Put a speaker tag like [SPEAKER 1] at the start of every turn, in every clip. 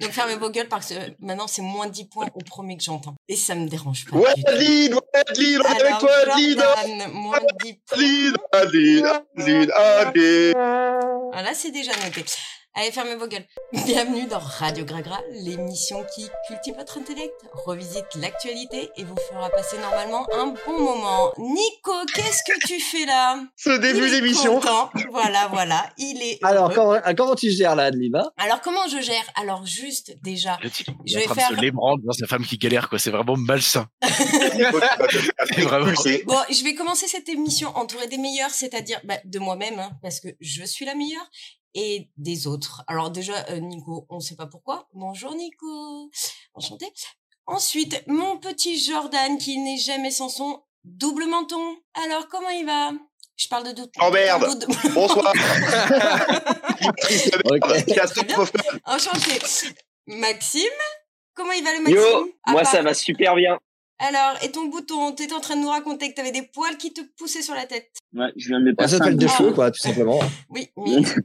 [SPEAKER 1] Donc fermez vos gueules parce que maintenant c'est moins 10 points au premier que j'entends. Et ça me dérange pas.
[SPEAKER 2] Ouais,
[SPEAKER 1] du tout.
[SPEAKER 2] Adeline, ouais, Adeline, on est avec
[SPEAKER 1] Alors,
[SPEAKER 2] toi, Adeline,
[SPEAKER 1] Jordan, moins 10 points.
[SPEAKER 2] Adeline, Adeline, Adeline, Adeline.
[SPEAKER 1] Ah, là, c'est déjà noté. Allez, fermez vos gueules. Bienvenue dans Radio Gragra, l'émission qui cultive votre intellect, revisite l'actualité et vous fera passer normalement un bon moment. Nico, qu'est-ce que tu fais là
[SPEAKER 2] Ce début
[SPEAKER 1] Il est
[SPEAKER 2] d'émission.
[SPEAKER 1] content. Voilà, voilà. Il est.
[SPEAKER 3] Alors,
[SPEAKER 1] heureux.
[SPEAKER 3] comment, comment tu gères là, Adeline hein
[SPEAKER 1] Alors, comment je gère Alors, juste déjà.
[SPEAKER 4] Le type,
[SPEAKER 1] Je
[SPEAKER 4] il est
[SPEAKER 1] vais
[SPEAKER 4] en train de
[SPEAKER 1] faire-
[SPEAKER 4] se lébrant devant sa femme qui galère, quoi. C'est vraiment malsain.
[SPEAKER 2] Nico, tu vas te faire
[SPEAKER 4] C'est vraiment-
[SPEAKER 2] expulser.
[SPEAKER 1] Bon, je vais commencer cette émission entourée des meilleurs, c'est-à-dire bah, de moi-même, hein, parce que je suis la meilleure, et des autres. Alors déjà, euh, Nico, on ne sait pas pourquoi. Bonjour Nico, enchanté. Ensuite, mon petit Jordan qui n'est jamais sans son double menton. Alors, comment il va Je parle de double.
[SPEAKER 2] Oh, merde.
[SPEAKER 1] double-
[SPEAKER 2] Bonsoir. Dimitri, c'est la merde.
[SPEAKER 3] Ok.
[SPEAKER 2] Il y a trop de faux-
[SPEAKER 1] Enchanté. Maxime, comment il va le Maxime
[SPEAKER 5] Yo,
[SPEAKER 1] À
[SPEAKER 5] moi
[SPEAKER 1] part-
[SPEAKER 5] ça va super bien.
[SPEAKER 1] Alors, et ton bouton, t'étais en train de nous raconter que t'avais des poils qui te poussaient sur la tête.
[SPEAKER 5] Ouais, je viens
[SPEAKER 1] Bah,
[SPEAKER 5] de
[SPEAKER 3] Ça
[SPEAKER 5] passer.
[SPEAKER 3] s'appelle
[SPEAKER 5] un
[SPEAKER 3] des
[SPEAKER 5] bon
[SPEAKER 3] cheveux,
[SPEAKER 5] moment.
[SPEAKER 3] quoi, tout simplement. Eh
[SPEAKER 1] Oui,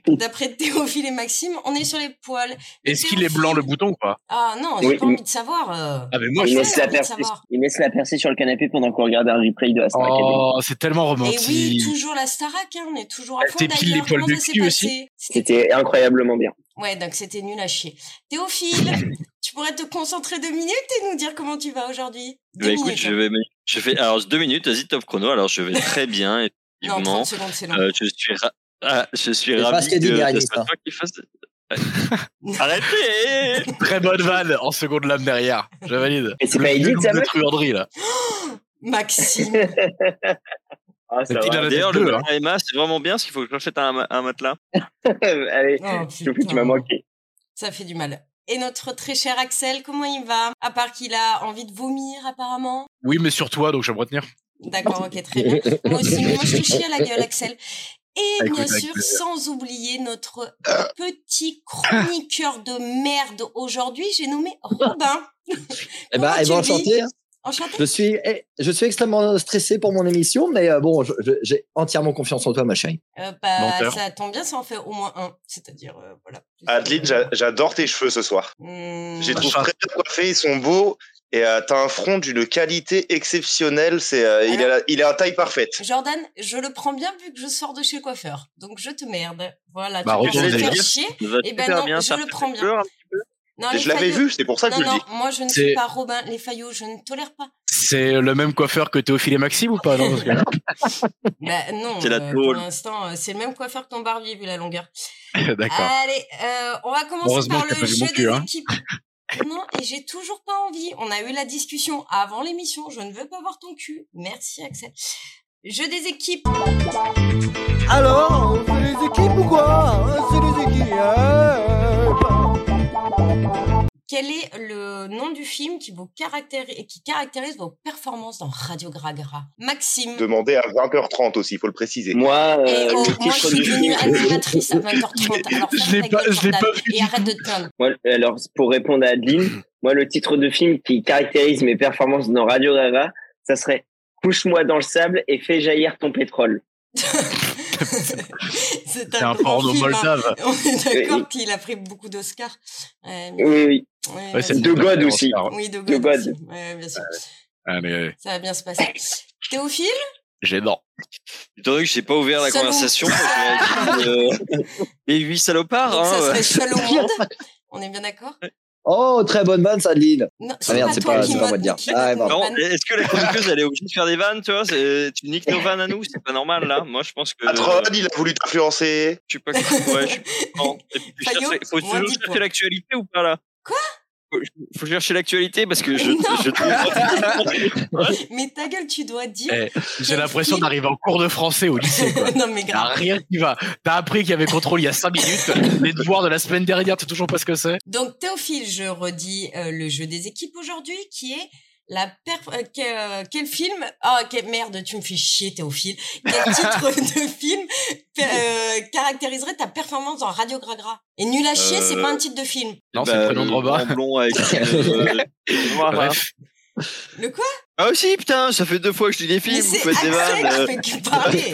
[SPEAKER 1] mais d'après Théophile et Maxime, on est sur les poils.
[SPEAKER 4] Est-ce qu'il est blanc le bouton, quoi
[SPEAKER 1] Ah non, j'ai
[SPEAKER 5] Oui,
[SPEAKER 1] pas
[SPEAKER 5] oui.
[SPEAKER 1] envie de savoir. euh.
[SPEAKER 4] Ah, mais moi,
[SPEAKER 1] Oui,
[SPEAKER 5] Il
[SPEAKER 4] je.
[SPEAKER 1] mais-
[SPEAKER 5] laisse, la
[SPEAKER 1] envie de
[SPEAKER 5] percer,
[SPEAKER 1] savoir.
[SPEAKER 5] il laisse la percer sur le canapé pendant qu'on regarde un replay de Aston Academy.
[SPEAKER 4] Oh, c'est tellement
[SPEAKER 1] Et Eh oui,
[SPEAKER 4] romantique.
[SPEAKER 1] toujours la Starac, hein, on est toujours à
[SPEAKER 4] Elle
[SPEAKER 1] fond
[SPEAKER 4] t'épile Bah, les
[SPEAKER 1] d'ailleurs.
[SPEAKER 4] poils
[SPEAKER 1] Comment
[SPEAKER 4] de
[SPEAKER 1] ça s'est
[SPEAKER 4] cul
[SPEAKER 1] passé
[SPEAKER 4] aussi.
[SPEAKER 1] C'était-
[SPEAKER 5] C'était incroyablement bien.
[SPEAKER 1] Ouais, donc c'était nul à chier. Théophile, tu pourrais te concentrer deux minutes et nous dire comment tu vas aujourd'hui Deux
[SPEAKER 6] Bah,
[SPEAKER 1] minutes.
[SPEAKER 6] écoute, je
[SPEAKER 1] hein.
[SPEAKER 6] vais, je fais, alors deux minutes, vas-y top chrono. Alors je vais très bien,
[SPEAKER 1] Non,
[SPEAKER 6] effectivement.
[SPEAKER 1] 30 secondes, c'est long.
[SPEAKER 6] Euh, je suis, ra- ah, je suis
[SPEAKER 3] C'est pas
[SPEAKER 6] ravi
[SPEAKER 3] ce qu'a dit
[SPEAKER 6] que
[SPEAKER 3] Guérini,
[SPEAKER 6] ce soit
[SPEAKER 3] ça.
[SPEAKER 6] toi qui fasse. Arrêtez
[SPEAKER 4] Très bonne vanne en seconde lame derrière. Je valide.
[SPEAKER 5] Et c'est pas
[SPEAKER 4] Le
[SPEAKER 5] Edith,
[SPEAKER 4] double
[SPEAKER 5] ça,
[SPEAKER 4] de
[SPEAKER 5] meuf
[SPEAKER 4] truanderie, là.
[SPEAKER 1] Maxime,
[SPEAKER 5] Ah, ça
[SPEAKER 4] Et puis,
[SPEAKER 5] va.
[SPEAKER 4] là-
[SPEAKER 6] D'ailleurs, le
[SPEAKER 4] deux, hein.
[SPEAKER 6] matelas Emma, c'est vraiment bien, parce qu'il faut que je rachète un, un matelas.
[SPEAKER 5] Allez,
[SPEAKER 1] Oh,
[SPEAKER 5] Sophie,
[SPEAKER 1] putain.
[SPEAKER 5] tu m'as manqué.
[SPEAKER 1] ça fait du mal. Et notre très cher Axel, comment il va À part qu'il a envie de vomir apparemment.
[SPEAKER 4] Oui, mais sur toi, donc je vais me retenir.
[SPEAKER 1] D'accord, ok, très bien. Moi aussi, moi je te chie à la gueule, Axel. Et
[SPEAKER 4] Ah,
[SPEAKER 1] bien
[SPEAKER 4] écoute, avec
[SPEAKER 1] sûr,
[SPEAKER 4] plaisir.
[SPEAKER 1] sans oublier notre
[SPEAKER 2] Ah.
[SPEAKER 1] petit chroniqueur de merde aujourd'hui, j'ai nommé Robin.
[SPEAKER 3] Eh ben,
[SPEAKER 1] Comment
[SPEAKER 3] eh
[SPEAKER 1] tu le
[SPEAKER 3] ben, enchanté.
[SPEAKER 1] vis Enchanté
[SPEAKER 3] Je suis, eh, je suis extrêmement stressé pour mon émission, mais euh, bon, je- je- j'ai entièrement confiance en toi, ma chérie.
[SPEAKER 1] Euh, bah,
[SPEAKER 4] Menteur.
[SPEAKER 1] Ça tombe bien, ça en fait au moins un. C'est-à-dire, euh, voilà.
[SPEAKER 2] Adeline, j'a- j'adore tes cheveux ce soir.
[SPEAKER 1] Hmm,
[SPEAKER 2] Je les
[SPEAKER 4] Ah,
[SPEAKER 2] trouve
[SPEAKER 4] ça.
[SPEAKER 2] très bien coiffés, ils sont beaux. Et euh, t'as un front d'une qualité exceptionnelle. C'est, euh, il, est à, il est à taille parfaite.
[SPEAKER 1] Jordan, je le prends bien vu que je sors de chez le coiffeur. Donc je te merde. Voilà,
[SPEAKER 4] Bah,
[SPEAKER 1] tu penses
[SPEAKER 4] retourne
[SPEAKER 1] me faire
[SPEAKER 4] d'ailleurs.
[SPEAKER 1] chier.
[SPEAKER 6] Ça va
[SPEAKER 1] Eh ben
[SPEAKER 6] super
[SPEAKER 1] non,
[SPEAKER 6] bien,
[SPEAKER 1] je
[SPEAKER 6] ça
[SPEAKER 1] le
[SPEAKER 6] fait
[SPEAKER 1] prends bien.
[SPEAKER 6] peur.
[SPEAKER 1] Non,
[SPEAKER 2] Et
[SPEAKER 1] les
[SPEAKER 2] je l'avais
[SPEAKER 1] faillots-
[SPEAKER 2] vu, c'est pour ça que
[SPEAKER 1] Non,
[SPEAKER 2] je le
[SPEAKER 1] non,
[SPEAKER 2] dis.
[SPEAKER 1] moi je ne
[SPEAKER 4] C'est-
[SPEAKER 1] suis pas Robin, les faillots, je ne tolère pas.
[SPEAKER 4] C'est le même coiffeur que Théophile et Maxime ou pas non, parce que-
[SPEAKER 1] Bah non,
[SPEAKER 6] C'est la
[SPEAKER 1] euh, pour
[SPEAKER 6] tôle.
[SPEAKER 1] l'instant, euh, c'est le même coiffeur que ton barbier vu la longueur.
[SPEAKER 4] D'accord.
[SPEAKER 1] Allez, euh, on va commencer
[SPEAKER 4] Heureusement
[SPEAKER 1] par
[SPEAKER 4] que t'as
[SPEAKER 1] le
[SPEAKER 4] pas vu
[SPEAKER 1] jeu
[SPEAKER 4] mon cul,
[SPEAKER 1] des
[SPEAKER 4] hein.
[SPEAKER 1] équipes. Non, et j'ai toujours pas envie. On a eu la discussion avant l'émission. Je ne veux pas voir ton cul. Merci, Axel. Jeu des équipes.
[SPEAKER 7] Alors, c'est les équipes ou quoi C'est les équipes
[SPEAKER 1] Quel est le nom du film qui, vous caractéri- qui caractérise vos performances dans Radio Gragra Maxime.
[SPEAKER 2] Demandez à 20h30 aussi, il faut le préciser.
[SPEAKER 5] Moi, euh,
[SPEAKER 1] Et oh,
[SPEAKER 5] le
[SPEAKER 1] moi,
[SPEAKER 5] titre
[SPEAKER 1] je suis
[SPEAKER 5] du
[SPEAKER 1] devenue
[SPEAKER 5] film-
[SPEAKER 1] animatrice à 20h30. Alors,
[SPEAKER 4] Je
[SPEAKER 1] ferme
[SPEAKER 4] l'ai
[SPEAKER 1] ta
[SPEAKER 4] pas-
[SPEAKER 1] gueule,
[SPEAKER 4] je l'ai
[SPEAKER 1] Jordan,
[SPEAKER 4] pas vu
[SPEAKER 1] Et arrête de te plaindre.
[SPEAKER 5] Moi, alors, pour répondre à Adeline, moi, le titre de film qui caractérise mes performances dans Radio Rara, ça serait Couche-moi dans le sable et fais jaillir ton pétrole.
[SPEAKER 1] C'est
[SPEAKER 4] C'est un
[SPEAKER 1] grand
[SPEAKER 4] porno
[SPEAKER 1] film, hein.
[SPEAKER 4] moldave.
[SPEAKER 1] On est
[SPEAKER 5] Oui.
[SPEAKER 1] d'accord qu'il a pris beaucoup d'Oscars. Ouais, mais-
[SPEAKER 5] Oui, oui.
[SPEAKER 1] ouais,
[SPEAKER 4] Ouais, c'est
[SPEAKER 1] vas-y.
[SPEAKER 5] De
[SPEAKER 4] le
[SPEAKER 5] God
[SPEAKER 4] même
[SPEAKER 5] aussi.
[SPEAKER 4] Oscar.
[SPEAKER 1] Oui, de God.
[SPEAKER 5] De God.
[SPEAKER 1] aussi. Ouais, bien sûr.
[SPEAKER 4] Allez, allez.
[SPEAKER 1] Ça va bien se passer. Théophile
[SPEAKER 4] Gênant.
[SPEAKER 6] Étant donné que j'ai pas ouvert la
[SPEAKER 1] Salaud.
[SPEAKER 6] conversation, j'aurais dit, euh, les huit salopards.
[SPEAKER 1] donc
[SPEAKER 6] hein,
[SPEAKER 1] Ça
[SPEAKER 6] ouais.
[SPEAKER 1] serait seul au monde. On est bien d'accord
[SPEAKER 3] Oh, très bonne vanne, ça, Adeline.
[SPEAKER 1] Non,
[SPEAKER 3] Ah merde,
[SPEAKER 1] pas
[SPEAKER 3] c'est
[SPEAKER 1] toi
[SPEAKER 3] pas-
[SPEAKER 1] qui
[SPEAKER 3] c'est pas
[SPEAKER 1] m'as
[SPEAKER 3] moi de dire.
[SPEAKER 1] niqué
[SPEAKER 3] Ah,
[SPEAKER 1] ton
[SPEAKER 3] pardon.
[SPEAKER 6] Non,
[SPEAKER 1] van.
[SPEAKER 6] est-ce que la chroniqueuse elle est obligée de faire des vannes, tu vois c'est- Tu niques nos vannes à nous, c'est pas normal là. Moi je pense que
[SPEAKER 2] Patron,
[SPEAKER 6] je
[SPEAKER 2] il a voulu t'influencer.
[SPEAKER 6] suis pas ouais, je suis pas content. Et puis, je
[SPEAKER 1] Fayot,
[SPEAKER 6] cherche- faut
[SPEAKER 1] moins
[SPEAKER 6] toujours
[SPEAKER 1] dix
[SPEAKER 6] chercher
[SPEAKER 1] points.
[SPEAKER 6] l'actualité ou pas là
[SPEAKER 1] Quoi
[SPEAKER 6] faut, faut chercher l'actualité parce que je,
[SPEAKER 1] Non.
[SPEAKER 6] je trouve
[SPEAKER 1] Mais ta gueule, tu dois dire.
[SPEAKER 4] Eh, J'ai l'impression d'arriver en cours de français au lycée,
[SPEAKER 6] Eh,
[SPEAKER 4] quoi.
[SPEAKER 1] non, mais
[SPEAKER 4] Y a
[SPEAKER 1] grave.
[SPEAKER 4] rien qui va. T'as appris qu'il y avait contrôle il y a 5 minutes. Les devoirs de la semaine dernière, t'as toujours pas ce que c'est.
[SPEAKER 1] Donc, Théophile, je redis euh, le jeu des équipes aujourd'hui qui est. La perf- euh, que- euh, quel film Ah, quelle merde, tu me fais chier, Théophile. Quel titre de film pe- euh, caractériserait ta performance dans Radio Gragra Et nul à chier, c'est
[SPEAKER 6] Euh,
[SPEAKER 4] Bah,
[SPEAKER 1] pas un titre de film.
[SPEAKER 4] Non, c'est le prénom de Robin.
[SPEAKER 6] blond avec euh, noir, hein.
[SPEAKER 4] Bref.
[SPEAKER 1] Le quoi
[SPEAKER 6] Ah aussi, putain, ça fait deux fois que je dis des
[SPEAKER 1] Mais
[SPEAKER 6] films, vous
[SPEAKER 1] c'est
[SPEAKER 6] faites des
[SPEAKER 1] Axel
[SPEAKER 6] vannes.
[SPEAKER 1] qui fait que parler.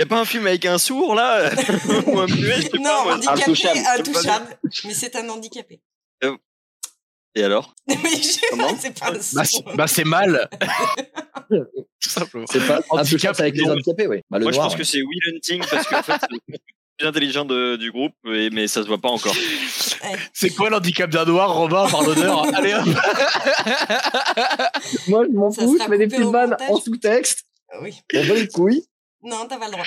[SPEAKER 6] Y'a pas un film avec un sourd là Ou un muet, je sais pas.
[SPEAKER 1] Non,
[SPEAKER 6] moi.
[SPEAKER 1] handicapé,
[SPEAKER 5] Intouchable.
[SPEAKER 1] intouchable. Mais c'est un handicapé.
[SPEAKER 6] Et alors
[SPEAKER 1] Mais je
[SPEAKER 6] Comment
[SPEAKER 1] c'est pas le
[SPEAKER 4] Bah,
[SPEAKER 1] son.
[SPEAKER 4] c'est- bah, c'est mal. Tout simplement.
[SPEAKER 3] C'est pas
[SPEAKER 4] Handicap,
[SPEAKER 3] handicap avec les
[SPEAKER 4] non.
[SPEAKER 3] handicapés, oui. Bah, le
[SPEAKER 6] Moi je
[SPEAKER 3] noir,
[SPEAKER 6] pense que
[SPEAKER 3] ouais.
[SPEAKER 6] c'est Will Hunting parce qu'en fait, c'est le plus intelligent de- du groupe, et- mais ça se voit pas encore.
[SPEAKER 4] C'est quoi l'handicap d'un noir, Robin, par l'honneur Allez hop
[SPEAKER 3] Moi, je m'en
[SPEAKER 1] Ça
[SPEAKER 3] fous,
[SPEAKER 1] sera
[SPEAKER 3] je mets des
[SPEAKER 1] coupé
[SPEAKER 3] petites
[SPEAKER 1] au
[SPEAKER 3] vannes
[SPEAKER 1] montage.
[SPEAKER 3] en sous-texte.
[SPEAKER 1] Oui.
[SPEAKER 3] On va les couilles.
[SPEAKER 1] Non, t'as pas le droit.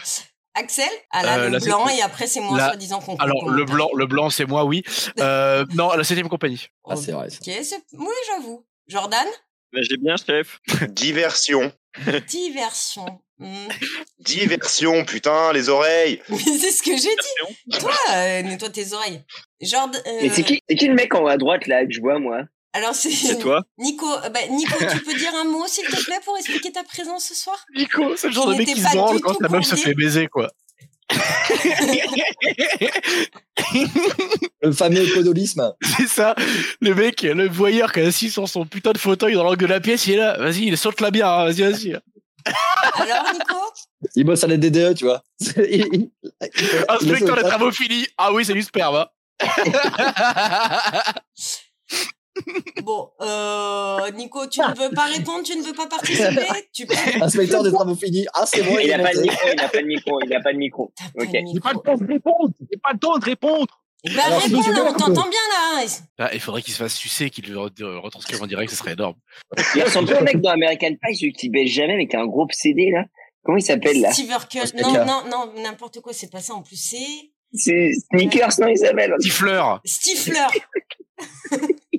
[SPEAKER 1] Axel, Alan,
[SPEAKER 4] Euh,
[SPEAKER 1] le
[SPEAKER 4] la
[SPEAKER 1] blanc,
[SPEAKER 4] septième-
[SPEAKER 1] et après c'est moi,
[SPEAKER 4] la-
[SPEAKER 1] soi-disant qu'on
[SPEAKER 4] Alors,
[SPEAKER 1] qu'on-
[SPEAKER 4] le blanc, le blanc, c'est moi, oui. Euh, non, la septième compagnie.
[SPEAKER 3] Ah, c'est vrai, ça.
[SPEAKER 1] Ok, c'est- oui, j'avoue. Jordan,
[SPEAKER 6] Mais Bah, j'ai bien, chef.
[SPEAKER 2] Diversion.
[SPEAKER 1] diversion. Hmm.
[SPEAKER 2] Diversion, putain, les oreilles.
[SPEAKER 1] Mais c'est ce que j'ai dit. Toi, euh, nettoie tes oreilles. Jordan. euh,
[SPEAKER 5] Mais c'est qui, c'est qui le mec en haut à droite là que je vois moi
[SPEAKER 1] Alors c'est.
[SPEAKER 6] C'est toi
[SPEAKER 1] Nico, euh, bah, Nico, tu peux dire un mot s'il te plaît pour expliquer ta présence ce soir
[SPEAKER 4] Nico, c'est le genre
[SPEAKER 1] Je
[SPEAKER 4] de mec
[SPEAKER 1] n'étais
[SPEAKER 4] qui
[SPEAKER 1] pas
[SPEAKER 4] se branle
[SPEAKER 1] du
[SPEAKER 4] quand
[SPEAKER 1] tout
[SPEAKER 4] la meuf se
[SPEAKER 1] conviée.
[SPEAKER 4] fait baiser, quoi.
[SPEAKER 3] Le fameux podolisme.
[SPEAKER 4] C'est ça, le mec, le voyeur qui est assis sur son putain de fauteuil dans l'angle de la pièce, il est là, vas-y, il saute la bière, hein, vas-y, vas-y.
[SPEAKER 1] Alors Nico,
[SPEAKER 3] Il bosse à la DDE, tu vois. Il- il- il-
[SPEAKER 6] Ah,
[SPEAKER 4] Inspecteur
[SPEAKER 3] il-
[SPEAKER 4] de travophilie, ah oui, c'est du sperme. hein.
[SPEAKER 1] bon, euh, Nico, tu ne veux pas répondre, tu ne veux pas participer, tu peux.
[SPEAKER 3] Inspecteur des travaux finis. Ah, c'est bon,
[SPEAKER 5] Il
[SPEAKER 3] est
[SPEAKER 5] a pas de
[SPEAKER 3] monté.
[SPEAKER 5] micro, il a pas de micro, il a pas de micro.
[SPEAKER 1] T'as pas
[SPEAKER 5] Ok.
[SPEAKER 1] de micro.
[SPEAKER 4] temps de répondre, j'ai pas le temps de répondre.
[SPEAKER 1] Eh ben,
[SPEAKER 3] Alors,
[SPEAKER 1] réponds,
[SPEAKER 3] c'est
[SPEAKER 1] là,
[SPEAKER 3] bon.
[SPEAKER 1] on t'entend bien là. hein.
[SPEAKER 4] Ah, il faudrait qu'il se fasse sucer, qu'il le re- euh, retranscrive en direct, ce serait énorme.
[SPEAKER 5] Il ressemble pas au mec dans American Pie, celui qui baisse jamais, mais qui a un gros CD là. Comment il s'appelle là
[SPEAKER 1] Steve Urkel,
[SPEAKER 3] Oscar.
[SPEAKER 1] non, non, non, n'importe quoi, c'est pas ça en plus, c'est
[SPEAKER 5] C'est Sneakers, non, il s'appelle.
[SPEAKER 4] Tifleur,
[SPEAKER 1] Stifler.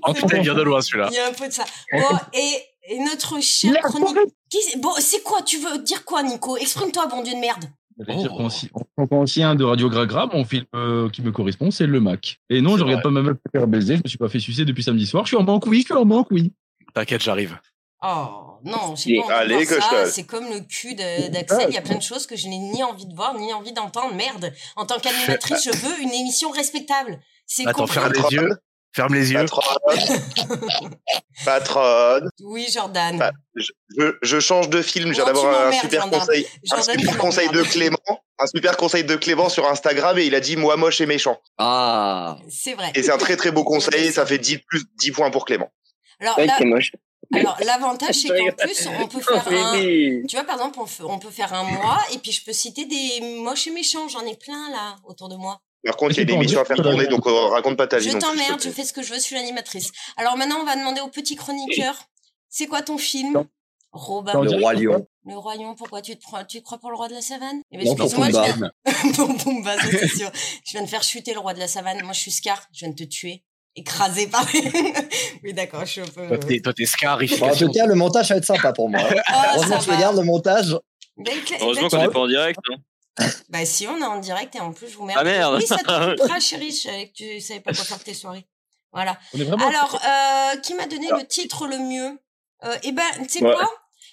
[SPEAKER 4] en tout cas, Oh, il vient de loin celui-là.
[SPEAKER 1] Il y a un peu de ça. Bon, et, et notre cher chronique. Qui c'est- Bon, c'est quoi Tu veux dire quoi, Nico Exprime-toi, bon Dieu de merde.
[SPEAKER 8] Je vais dire
[SPEAKER 4] Oh.
[SPEAKER 8] qu'on s'y- on prend aussi un de Radio Gragra, mon film euh, qui me correspond, c'est Le Mac. Et non,
[SPEAKER 4] C'est
[SPEAKER 8] je regarde pas ma meuf se faire baiser, je me suis pas fait sucer depuis samedi soir, je suis en manque, oui, je suis en manque, oui.
[SPEAKER 4] T'inquiète, j'arrive.
[SPEAKER 1] Oh non, j'ai
[SPEAKER 5] Stylé.
[SPEAKER 1] pas envie de
[SPEAKER 2] Allez,
[SPEAKER 1] voir
[SPEAKER 2] que je
[SPEAKER 1] ça.
[SPEAKER 2] te-
[SPEAKER 1] C'est comme le cul de- d'Axel. Il y a plein de choses que je n'ai ni envie de voir, ni envie d'entendre. Merde. En tant qu'animatrice, je veux une émission respectable. C'est
[SPEAKER 4] Attends,
[SPEAKER 1] compris.
[SPEAKER 4] ferme les yeux, ferme les yeux.
[SPEAKER 2] Patronne. Patronne.
[SPEAKER 1] Oui, Jordan.
[SPEAKER 2] Bah, Je, je change de film. J'ai
[SPEAKER 1] Oh, tu
[SPEAKER 2] d'abord un
[SPEAKER 1] m'emmerdes,
[SPEAKER 2] super
[SPEAKER 1] Jordan.
[SPEAKER 2] conseil. Un
[SPEAKER 1] Jordan, tu
[SPEAKER 2] super conseil de
[SPEAKER 1] m'emmerdes.
[SPEAKER 2] Clément. Un super conseil de Clément sur Instagram et il a dit moi moche et méchant.
[SPEAKER 3] Ah.
[SPEAKER 1] C'est vrai.
[SPEAKER 2] Et c'est un très très beau conseil. Ça fait 10, plus, 10 points pour Clément.
[SPEAKER 1] Alors,
[SPEAKER 5] Ouais,
[SPEAKER 1] la-
[SPEAKER 5] c'est moche.
[SPEAKER 1] alors, l'avantage, c'est qu'en plus, on peut faire un,
[SPEAKER 5] oui.
[SPEAKER 1] Tu vois, par exemple, on, fe- on peut faire un mois et puis je peux citer des moches et méchants. J'en ai plein là autour de moi.
[SPEAKER 2] Par contre, il y a une émission à faire tourner, donc euh, raconte pas ta vie.
[SPEAKER 1] Je
[SPEAKER 2] non plus,
[SPEAKER 1] t'emmerde, je
[SPEAKER 2] s'il te plaît.
[SPEAKER 1] fais ce que je veux, je suis l'animatrice. Alors maintenant, on va demander au petit chroniqueur c'est quoi ton film
[SPEAKER 8] Non.
[SPEAKER 1] Robin.
[SPEAKER 8] Non,
[SPEAKER 3] Le roi lion.
[SPEAKER 1] Le Royaume, pourquoi tu te, prends- tu te crois pour le roi de la savane eh ben,
[SPEAKER 3] Non, pour
[SPEAKER 1] excuse-moi, je
[SPEAKER 3] Pumba.
[SPEAKER 1] viens- Pour Pumba, ça, c'est sûr. Je viens de faire chuter le roi de la savane. Moi, je suis Scar, je viens de te tuer. Écrasé par les. oui, d'accord, je suis un peu.
[SPEAKER 4] Toi, t'es- toi, t'es
[SPEAKER 3] Bon, en tout
[SPEAKER 4] scarification.
[SPEAKER 3] cas, le montage va être sympa pour moi.
[SPEAKER 1] Ah, ça
[SPEAKER 3] Heureusement que je
[SPEAKER 1] va.
[SPEAKER 3] regarde le montage.
[SPEAKER 1] Ben, Cla-
[SPEAKER 6] Heureusement
[SPEAKER 1] Ben,
[SPEAKER 6] qu'on est pas en direct. hein.
[SPEAKER 1] Bah si, on est en direct et en plus, je vous mets...
[SPEAKER 6] Ah, merde.
[SPEAKER 1] Oui, ça te coupera, chérie, je savais que tu savais pas quoi faire de tes soirées. Voilà.
[SPEAKER 8] On est vraiment
[SPEAKER 1] Alors, euh, qui m'a donné le titre le mieux euh, Eh ben, tu sais
[SPEAKER 5] Ouais.
[SPEAKER 1] quoi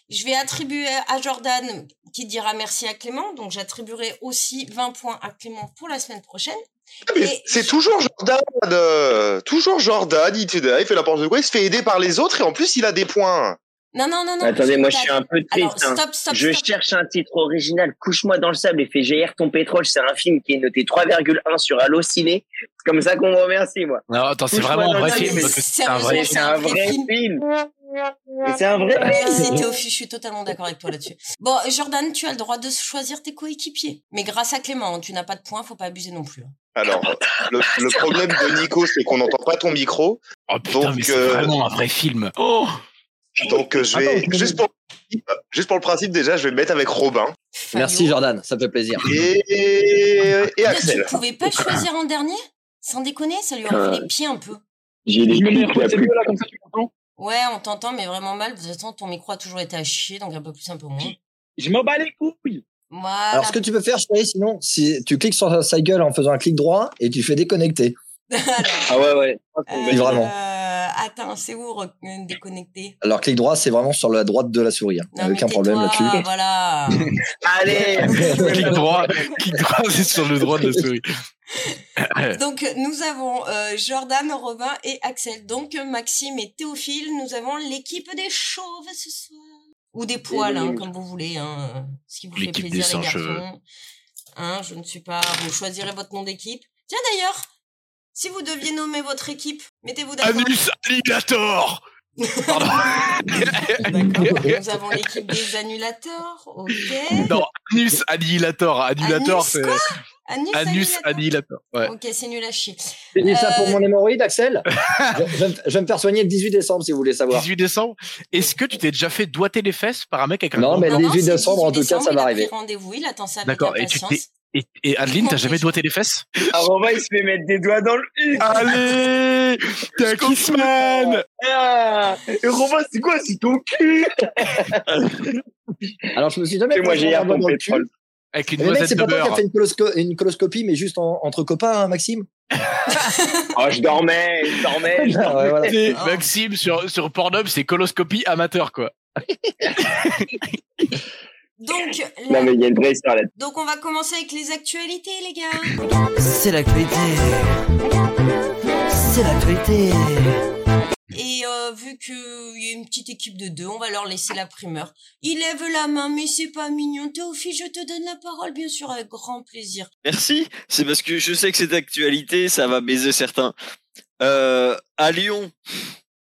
[SPEAKER 1] Je vais attribuer à Jordan, qui dira merci à Clément, donc j'attribuerai aussi 20 points à Clément pour la semaine prochaine.
[SPEAKER 2] Ah, mais
[SPEAKER 1] Et-
[SPEAKER 2] C'est toujours Jordan. euh, toujours Jordan. Il, te- il fait n'importe quoi. Il se fait aider par les autres et en plus, il a des points.
[SPEAKER 1] Non, non, non, non.
[SPEAKER 5] Attendez, moi je
[SPEAKER 1] t'as-
[SPEAKER 5] suis un peu
[SPEAKER 1] Alors,
[SPEAKER 5] triste. hein.
[SPEAKER 1] stop, stop,
[SPEAKER 5] Je
[SPEAKER 1] stop.
[SPEAKER 5] cherche un titre original. Couche-moi dans le sable et fais jaillir ton pétrole. C'est un film qui est noté 3,1 sur Allociné. C'est comme ça qu'on me remercie, moi.
[SPEAKER 4] Non, attends, c'est
[SPEAKER 5] Touche-moi
[SPEAKER 4] vraiment un
[SPEAKER 5] dans
[SPEAKER 4] vrai
[SPEAKER 5] le nez,
[SPEAKER 4] film.
[SPEAKER 5] mais
[SPEAKER 4] parce que C'est un vrai
[SPEAKER 1] sérieusement,
[SPEAKER 4] film.
[SPEAKER 5] Mais c'est un vrai film. Mais c'est un vrai
[SPEAKER 1] Merci
[SPEAKER 5] film.
[SPEAKER 1] Théophile, Euh, je suis totalement d'accord avec toi là-dessus. Bon, Jordan, tu as le droit de choisir tes coéquipiers. Mais grâce à Clément, hein, tu n'as pas de points, faut pas abuser non plus. hein.
[SPEAKER 2] Alors, le, le problème de Nico, c'est qu'on n'entend pas ton micro.
[SPEAKER 4] Oh putain, mais
[SPEAKER 2] Donc,
[SPEAKER 4] c'est
[SPEAKER 2] euh,
[SPEAKER 4] vraiment un vrai film. Oh
[SPEAKER 2] Donc, euh, je vais. juste, pour, juste pour le principe, déjà, je vais me mettre avec Robin
[SPEAKER 3] Merci,
[SPEAKER 1] Fabio.
[SPEAKER 3] Jordan. Ça me fait plaisir.
[SPEAKER 2] et, et
[SPEAKER 1] Putain,
[SPEAKER 2] Axel.
[SPEAKER 1] Tu pouvais pas choisir en dernier Sans déconner, ça lui
[SPEAKER 5] Euh,
[SPEAKER 1] aurait fait les pieds un peu.
[SPEAKER 5] J'ai les
[SPEAKER 8] Je me
[SPEAKER 5] clics,
[SPEAKER 8] mets à côté
[SPEAKER 5] la
[SPEAKER 8] de
[SPEAKER 5] plus-
[SPEAKER 8] lui, là, comme ça, tu m'entends
[SPEAKER 1] Ouais, on t'entend, mais vraiment mal. De toute façon, ton micro a toujours été à chier, donc un peu plus, un peu moins.
[SPEAKER 8] Je m'en bats les couilles
[SPEAKER 1] Voilà.
[SPEAKER 3] Alors, ce que tu peux faire, chérie, sinon, si tu cliques sur sa gueule en faisant un clic droit et tu fais déconnecter.
[SPEAKER 1] Alors,
[SPEAKER 5] Ah ouais, ouais. Je pense qu'on
[SPEAKER 1] euh,
[SPEAKER 5] va-
[SPEAKER 3] Oui, vraiment.
[SPEAKER 1] atteint un séour euh, déconnecté.
[SPEAKER 3] Alors, clic droit, c'est vraiment sur la droite de la souris. hein.
[SPEAKER 1] Non, mais
[SPEAKER 3] Aucun problème
[SPEAKER 1] tais-toi,
[SPEAKER 3] là-dessus.
[SPEAKER 1] Voilà.
[SPEAKER 5] Allez
[SPEAKER 4] Clic
[SPEAKER 1] Euh.
[SPEAKER 4] droit, clic droit, c'est sur le droit de la souris.
[SPEAKER 1] Donc, nous avons euh, Jordan, Robin et Axel. Donc, Maxime et Théophile, nous avons l'équipe des chauves ce soir. Ou des poils, hein, comme vous voulez. Hein. Ce qui vous fait
[SPEAKER 4] L'équipe
[SPEAKER 1] plaisir,
[SPEAKER 4] des
[SPEAKER 1] les
[SPEAKER 4] sans
[SPEAKER 1] garçons.
[SPEAKER 4] cheveux.
[SPEAKER 3] euh.
[SPEAKER 1] Hein, je ne suis pas... Vous choisirez votre nom d'équipe. Tiens, d'ailleurs, si vous deviez nommer votre équipe, mettez-vous d'accord.
[SPEAKER 4] Anus Alligator Pardon.
[SPEAKER 1] D'accord. nous avons l'équipe des annulateurs. OK.
[SPEAKER 4] Non, Anus Annihilator. Annihilator,
[SPEAKER 1] Anus
[SPEAKER 4] c'est.
[SPEAKER 1] quoi Anus,
[SPEAKER 4] Anus
[SPEAKER 1] annulateurs.
[SPEAKER 4] Annihilator. Ouais.
[SPEAKER 1] Ok, c'est nul à chier.
[SPEAKER 3] Tu dis ça pour
[SPEAKER 1] Euh,
[SPEAKER 3] mon hémorroïde, Axel je, je vais me- je vais me faire soigner le 18 décembre si vous voulez savoir.
[SPEAKER 4] 18 décembre. Est-ce que tu t'es déjà fait doiter les fesses par un mec avec un
[SPEAKER 3] Non,
[SPEAKER 4] grand
[SPEAKER 3] mais-
[SPEAKER 1] Non,
[SPEAKER 3] le
[SPEAKER 1] non,
[SPEAKER 3] 18
[SPEAKER 1] c'est le
[SPEAKER 3] décembre, en tout
[SPEAKER 1] 18
[SPEAKER 3] cas, ça
[SPEAKER 1] décembre,
[SPEAKER 3] va
[SPEAKER 1] il a
[SPEAKER 3] arriver.
[SPEAKER 1] pris rendez-vous, il attend ça avec
[SPEAKER 4] D'accord, et tu
[SPEAKER 1] impatience.
[SPEAKER 4] t'es- Et, et Adeline, t'as jamais doigté les fesses
[SPEAKER 5] Alors, Romain, Ah, il se fait mettre des doigts dans le cul.
[SPEAKER 4] Allez T'es un kissman
[SPEAKER 5] Ah Et Romain, c'est quoi C'est ton cul
[SPEAKER 3] Alors, je me suis jamais
[SPEAKER 5] Et moi,
[SPEAKER 3] posé
[SPEAKER 5] j'ai
[SPEAKER 3] la
[SPEAKER 5] hier
[SPEAKER 3] main dans
[SPEAKER 5] ton
[SPEAKER 3] le
[SPEAKER 5] pétrole.
[SPEAKER 3] cul.
[SPEAKER 4] Avec une
[SPEAKER 3] Mais mec,
[SPEAKER 4] noisette
[SPEAKER 3] c'est
[SPEAKER 4] de
[SPEAKER 3] pas toi qui
[SPEAKER 4] beurre.
[SPEAKER 3] as fait une, colosco- une coloscopie, mais juste en- entre copains, hein, Maxime
[SPEAKER 5] Oh, je dormais, je dormais. je
[SPEAKER 3] Ah, ouais, voilà.
[SPEAKER 4] C'est
[SPEAKER 1] Ah.
[SPEAKER 4] Maxime sur, sur Pornhub, c'est coloscopie amateur quoi.
[SPEAKER 1] Donc, la-
[SPEAKER 5] Non, mais il y a une vraie histoire là-dessus.
[SPEAKER 1] donc, on va commencer avec les actualités, les gars.
[SPEAKER 7] C'est l'actualité. C'est l'actualité.
[SPEAKER 1] Et euh, vu qu'il y a une petite équipe de deux, on va leur laisser la primeur. Il lève la main, mais c'est pas mignon. Théophile, je te donne la parole, bien sûr, avec grand plaisir.
[SPEAKER 6] Merci. C'est parce que je sais que cette actualité, ça va baiser certains. Euh, à Lyon,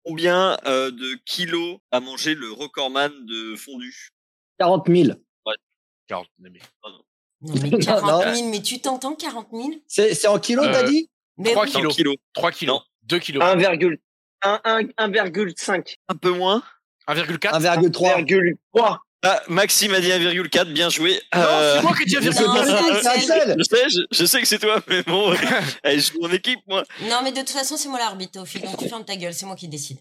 [SPEAKER 6] combien euh, de kilos a mangé le recordman de fondu
[SPEAKER 3] 40 000.
[SPEAKER 4] Car- non, mais-
[SPEAKER 1] Non, mais
[SPEAKER 3] Non,
[SPEAKER 1] 40
[SPEAKER 3] non.
[SPEAKER 1] 000, mais tu t'entends 40 000
[SPEAKER 3] C'est c'est en kilos, t'as
[SPEAKER 4] Euh,
[SPEAKER 3] dit
[SPEAKER 1] Mais
[SPEAKER 4] Trois
[SPEAKER 1] oui.
[SPEAKER 6] En
[SPEAKER 4] Kilos.
[SPEAKER 6] kilos.
[SPEAKER 4] 3 kilos.
[SPEAKER 6] Non.
[SPEAKER 4] 2 kilos.
[SPEAKER 5] Ah. 1,1, 1,5.
[SPEAKER 6] Un peu moins.
[SPEAKER 4] 1,4
[SPEAKER 3] 1,3.
[SPEAKER 5] 1,3.
[SPEAKER 6] Ah, Maxime a dit 1,4. Bien joué.
[SPEAKER 4] Non,
[SPEAKER 6] Euh,
[SPEAKER 4] c'est moi qui dis
[SPEAKER 3] Mais c'est pas
[SPEAKER 1] Non,
[SPEAKER 3] lui, c'est
[SPEAKER 1] Axel.
[SPEAKER 3] Axel
[SPEAKER 6] je sais, je, je sais que c'est toi, mais bon, eh, je joue en équipe, moi.
[SPEAKER 1] Non, mais de toute façon, c'est moi l'arbitre, Théophile. Donc, tu fermes ta gueule, c'est moi qui décide.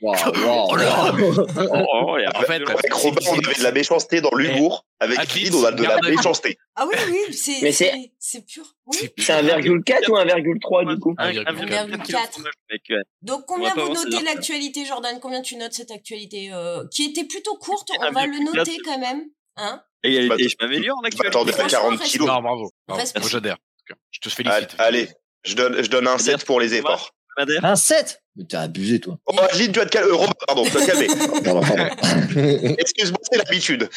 [SPEAKER 3] Wow, wow.
[SPEAKER 4] Oh là
[SPEAKER 6] en
[SPEAKER 4] En fait,
[SPEAKER 6] fait,
[SPEAKER 2] Avec Robin, on avait de la méchanceté dans l'humour. Avec
[SPEAKER 4] Adeline,
[SPEAKER 2] Adeline, on a de la
[SPEAKER 4] regarde.
[SPEAKER 2] méchanceté.
[SPEAKER 1] Ah oui, oui, c'est,
[SPEAKER 5] Mais c'est-
[SPEAKER 1] c'est, c'est pur. Oui.
[SPEAKER 4] C'est-
[SPEAKER 5] C'est 1,4 ou 1,3 du coup
[SPEAKER 4] Ah, 1,4.
[SPEAKER 6] 1,4. mec, ouais.
[SPEAKER 1] Donc,
[SPEAKER 6] On
[SPEAKER 1] combien
[SPEAKER 6] va pas
[SPEAKER 1] vous
[SPEAKER 6] avancer
[SPEAKER 1] notez
[SPEAKER 6] là.
[SPEAKER 1] l'actualité, Jordan Combien tu notes cette actualité euh, qui était plutôt courte On
[SPEAKER 6] Ah,
[SPEAKER 1] va
[SPEAKER 6] mais
[SPEAKER 1] le
[SPEAKER 6] là,
[SPEAKER 1] noter
[SPEAKER 6] c'est-
[SPEAKER 1] quand même. Hein
[SPEAKER 6] Et, et-
[SPEAKER 2] Bah,
[SPEAKER 6] et je m'améliore en actualité.
[SPEAKER 2] Attendez, à
[SPEAKER 1] Franchement,
[SPEAKER 2] 40
[SPEAKER 1] reste-
[SPEAKER 2] kilos.
[SPEAKER 4] Non, bravo. bravo.
[SPEAKER 1] Reste-
[SPEAKER 4] Moi, j'adhère. Je te
[SPEAKER 2] Allez,
[SPEAKER 4] félicite.
[SPEAKER 2] allez, je donne, je donne un
[SPEAKER 6] C'est-à-dire
[SPEAKER 2] 7 pour les
[SPEAKER 6] Thomas
[SPEAKER 2] efforts.
[SPEAKER 6] Madère.
[SPEAKER 3] Un 7 Mais t'as abusé, toi.
[SPEAKER 2] Oh, Adeline, tu vas te calmer. Euh, Robin, pardon, tu vas te calmer.
[SPEAKER 3] Pardon, pardon.
[SPEAKER 2] Excuse-moi, c'est l'habitude.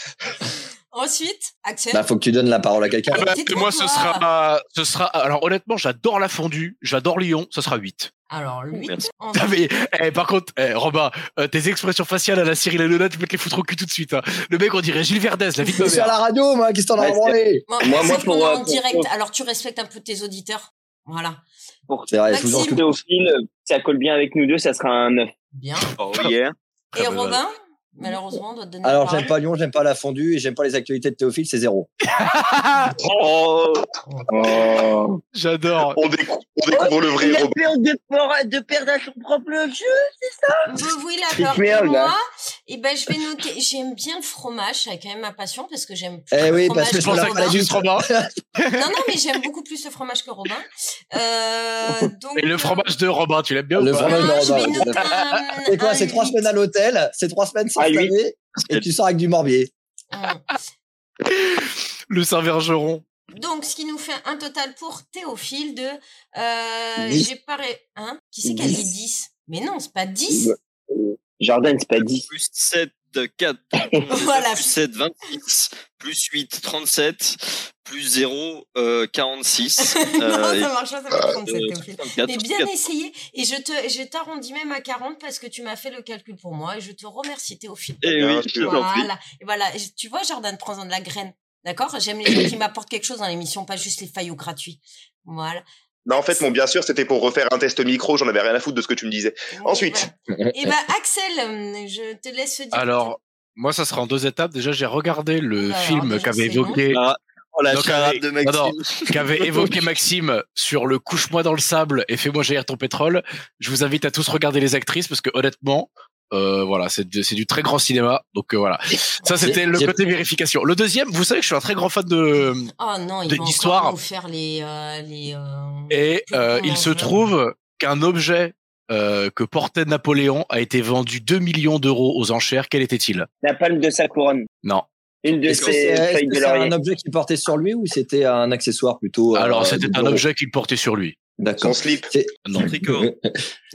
[SPEAKER 1] Ensuite, Axel.
[SPEAKER 3] bah, faut que tu donnes la parole à quelqu'un.
[SPEAKER 4] Ah bah,
[SPEAKER 1] Dites-moi,
[SPEAKER 4] moi, ce
[SPEAKER 1] toi.
[SPEAKER 4] sera, ce sera. Alors, honnêtement, j'adore la fondue, j'adore Lyon, ça sera 8.
[SPEAKER 1] Alors, lui.
[SPEAKER 6] Merci.
[SPEAKER 1] ensuite-
[SPEAKER 4] Ah, mais, eh, par contre, eh, Robin, euh, tes expressions faciales à la Cyril Hanouna, tu peux te les foutre au cul tout de suite. hein. Le mec, on dirait Gilles Verdez, la vie de
[SPEAKER 3] Je
[SPEAKER 4] ma
[SPEAKER 3] suis à
[SPEAKER 4] mère.
[SPEAKER 3] la radio, moi, qu'est-ce que t'en as
[SPEAKER 5] Ouais, c'est-
[SPEAKER 3] branlé
[SPEAKER 1] Bon,
[SPEAKER 5] Moi- moi,
[SPEAKER 1] sauf
[SPEAKER 5] pour,
[SPEAKER 1] qu'on est
[SPEAKER 5] euh,
[SPEAKER 1] en
[SPEAKER 5] pour-
[SPEAKER 1] direct,
[SPEAKER 5] pour-
[SPEAKER 1] alors tu respectes un peu tes auditeurs. Voilà.
[SPEAKER 3] C'est vrai, toujours
[SPEAKER 1] Maxime.
[SPEAKER 3] que
[SPEAKER 5] Théophile, ça colle bien avec nous deux, ça sera un 9.
[SPEAKER 1] Bien.
[SPEAKER 6] Oh, yeah.
[SPEAKER 4] Ah,
[SPEAKER 1] Et
[SPEAKER 4] bah,
[SPEAKER 1] Robin, malheureusement, on doit te donner
[SPEAKER 3] Alors,
[SPEAKER 1] la
[SPEAKER 3] j'aime
[SPEAKER 1] parole.
[SPEAKER 3] pas Lyon, j'aime pas la fondue et j'aime pas les actualités de Théophile, c'est zéro.
[SPEAKER 6] Oh,
[SPEAKER 5] Oh.
[SPEAKER 4] J'adore.
[SPEAKER 2] On découvre, on découvre le vrai Robin.
[SPEAKER 5] peur de, de perdre à son propre jeu.
[SPEAKER 1] Bah oui,
[SPEAKER 5] Petite
[SPEAKER 1] la peur.
[SPEAKER 5] merde,
[SPEAKER 1] Et
[SPEAKER 5] là.
[SPEAKER 1] moi, et ben, je vais noter. J'aime bien le fromage, c'est quand même ma passion parce que j'aime.
[SPEAKER 3] Eh oui,
[SPEAKER 1] Fromage
[SPEAKER 3] parce que
[SPEAKER 1] Je
[SPEAKER 3] je
[SPEAKER 1] pense
[SPEAKER 3] la
[SPEAKER 1] à
[SPEAKER 3] pas la
[SPEAKER 1] Clovis
[SPEAKER 3] juste
[SPEAKER 4] Robin.
[SPEAKER 1] Non, non, mais j'aime beaucoup plus le fromage que Robin. Euh, donc,
[SPEAKER 4] Et le fromage de Robin, tu l'aimes bien
[SPEAKER 3] Le
[SPEAKER 4] ou pas
[SPEAKER 3] fromage- de
[SPEAKER 1] Ah, je
[SPEAKER 3] Robin,
[SPEAKER 1] vais Ah,
[SPEAKER 3] oui,
[SPEAKER 1] noter
[SPEAKER 3] tout à
[SPEAKER 1] un-
[SPEAKER 3] C'est quoi
[SPEAKER 1] un
[SPEAKER 3] C'est trois
[SPEAKER 1] huit.
[SPEAKER 3] semaines à l'hôtel, c'est trois semaines sans
[SPEAKER 5] Ah, huit.
[SPEAKER 3] installer et tu sors avec du morbier.
[SPEAKER 1] Un.
[SPEAKER 4] Le Saint-Vergeron.
[SPEAKER 1] Donc, ce qui nous fait un total pour Théophile de. Euh,
[SPEAKER 5] Dix.
[SPEAKER 1] J'ai paré. Hein Qui c'est qui a dit 10 Mais non, c'est pas 10.
[SPEAKER 5] Jordan, c'est pas 10.
[SPEAKER 6] plus 7, 4,
[SPEAKER 1] Voilà.
[SPEAKER 6] plus 7, 26, plus 8, 37, plus 0, euh, 46.
[SPEAKER 1] non,
[SPEAKER 6] euh,
[SPEAKER 1] ça marche pas, ça fait 37,
[SPEAKER 6] euh,
[SPEAKER 1] Théophile.
[SPEAKER 6] 54,
[SPEAKER 1] Mais bien
[SPEAKER 6] 64.
[SPEAKER 1] essayé. Et je te, je t'arrondis même à 40 parce que tu m'as fait le calcul pour moi et je te remercie, Théophile.
[SPEAKER 6] Eh oui,
[SPEAKER 2] Bien
[SPEAKER 6] je
[SPEAKER 2] sûr.
[SPEAKER 6] t'en prie.
[SPEAKER 1] Voilà. Et voilà. Et Tu vois, Jordan, prends-en de la graine. D'accord J'aime les gens qui m'apportent quelque chose dans l'émission, pas juste les faillots gratuits. Voilà.
[SPEAKER 2] Non, en fait, mon bien sûr, c'était pour refaire un test micro. J'en avais rien à foutre de ce que tu me disais. Ensuite.
[SPEAKER 1] Et bah, Axel, euh, je te laisse dire.
[SPEAKER 4] Alors, moi, ça sera en deux étapes. Déjà, j'ai regardé le
[SPEAKER 1] Alors,
[SPEAKER 4] film
[SPEAKER 1] Oh déjà,
[SPEAKER 4] qu'avait
[SPEAKER 1] c'est
[SPEAKER 4] évoqué,
[SPEAKER 6] Ah, Oh la
[SPEAKER 4] Donc,
[SPEAKER 6] charade
[SPEAKER 4] avec-
[SPEAKER 6] de
[SPEAKER 4] non,
[SPEAKER 6] Maxime.
[SPEAKER 4] qu'avait évoqué Maxime sur le couche-moi dans le sable et fais-moi jaillir ton pétrole. Je vous invite à tous regarder les actrices parce que honnêtement, euh, voilà, c'est de- c'est du très grand cinéma. Donc euh, voilà, ça c'était le
[SPEAKER 3] J'ai-
[SPEAKER 4] côté vérification. Le deuxième, vous savez que je suis un très grand fan de euh,
[SPEAKER 1] Oh non, il
[SPEAKER 4] de
[SPEAKER 1] va
[SPEAKER 4] l'histoire.
[SPEAKER 1] encore nous faire les. euh, les euh,
[SPEAKER 4] et euh,
[SPEAKER 1] Comment
[SPEAKER 4] il se
[SPEAKER 1] ça
[SPEAKER 4] trouve qu'un objet euh, que portait Napoléon a été vendu 2 millions d'euros aux enchères. Quel était-il
[SPEAKER 5] La palme de sa couronne.
[SPEAKER 4] Non.
[SPEAKER 5] Une de
[SPEAKER 3] Est-ce que c'est
[SPEAKER 5] ses
[SPEAKER 3] est-ce
[SPEAKER 5] feuilles
[SPEAKER 3] que
[SPEAKER 5] de
[SPEAKER 3] c'est
[SPEAKER 5] laurier.
[SPEAKER 3] un objet qu'il portait sur lui ou c'était un accessoire plutôt euh,
[SPEAKER 4] Alors, c'était
[SPEAKER 3] de
[SPEAKER 4] un
[SPEAKER 3] bureau
[SPEAKER 4] objet qu'il portait sur lui.
[SPEAKER 2] Son
[SPEAKER 3] D'accord.
[SPEAKER 2] slip.
[SPEAKER 4] Non.
[SPEAKER 6] Tricot.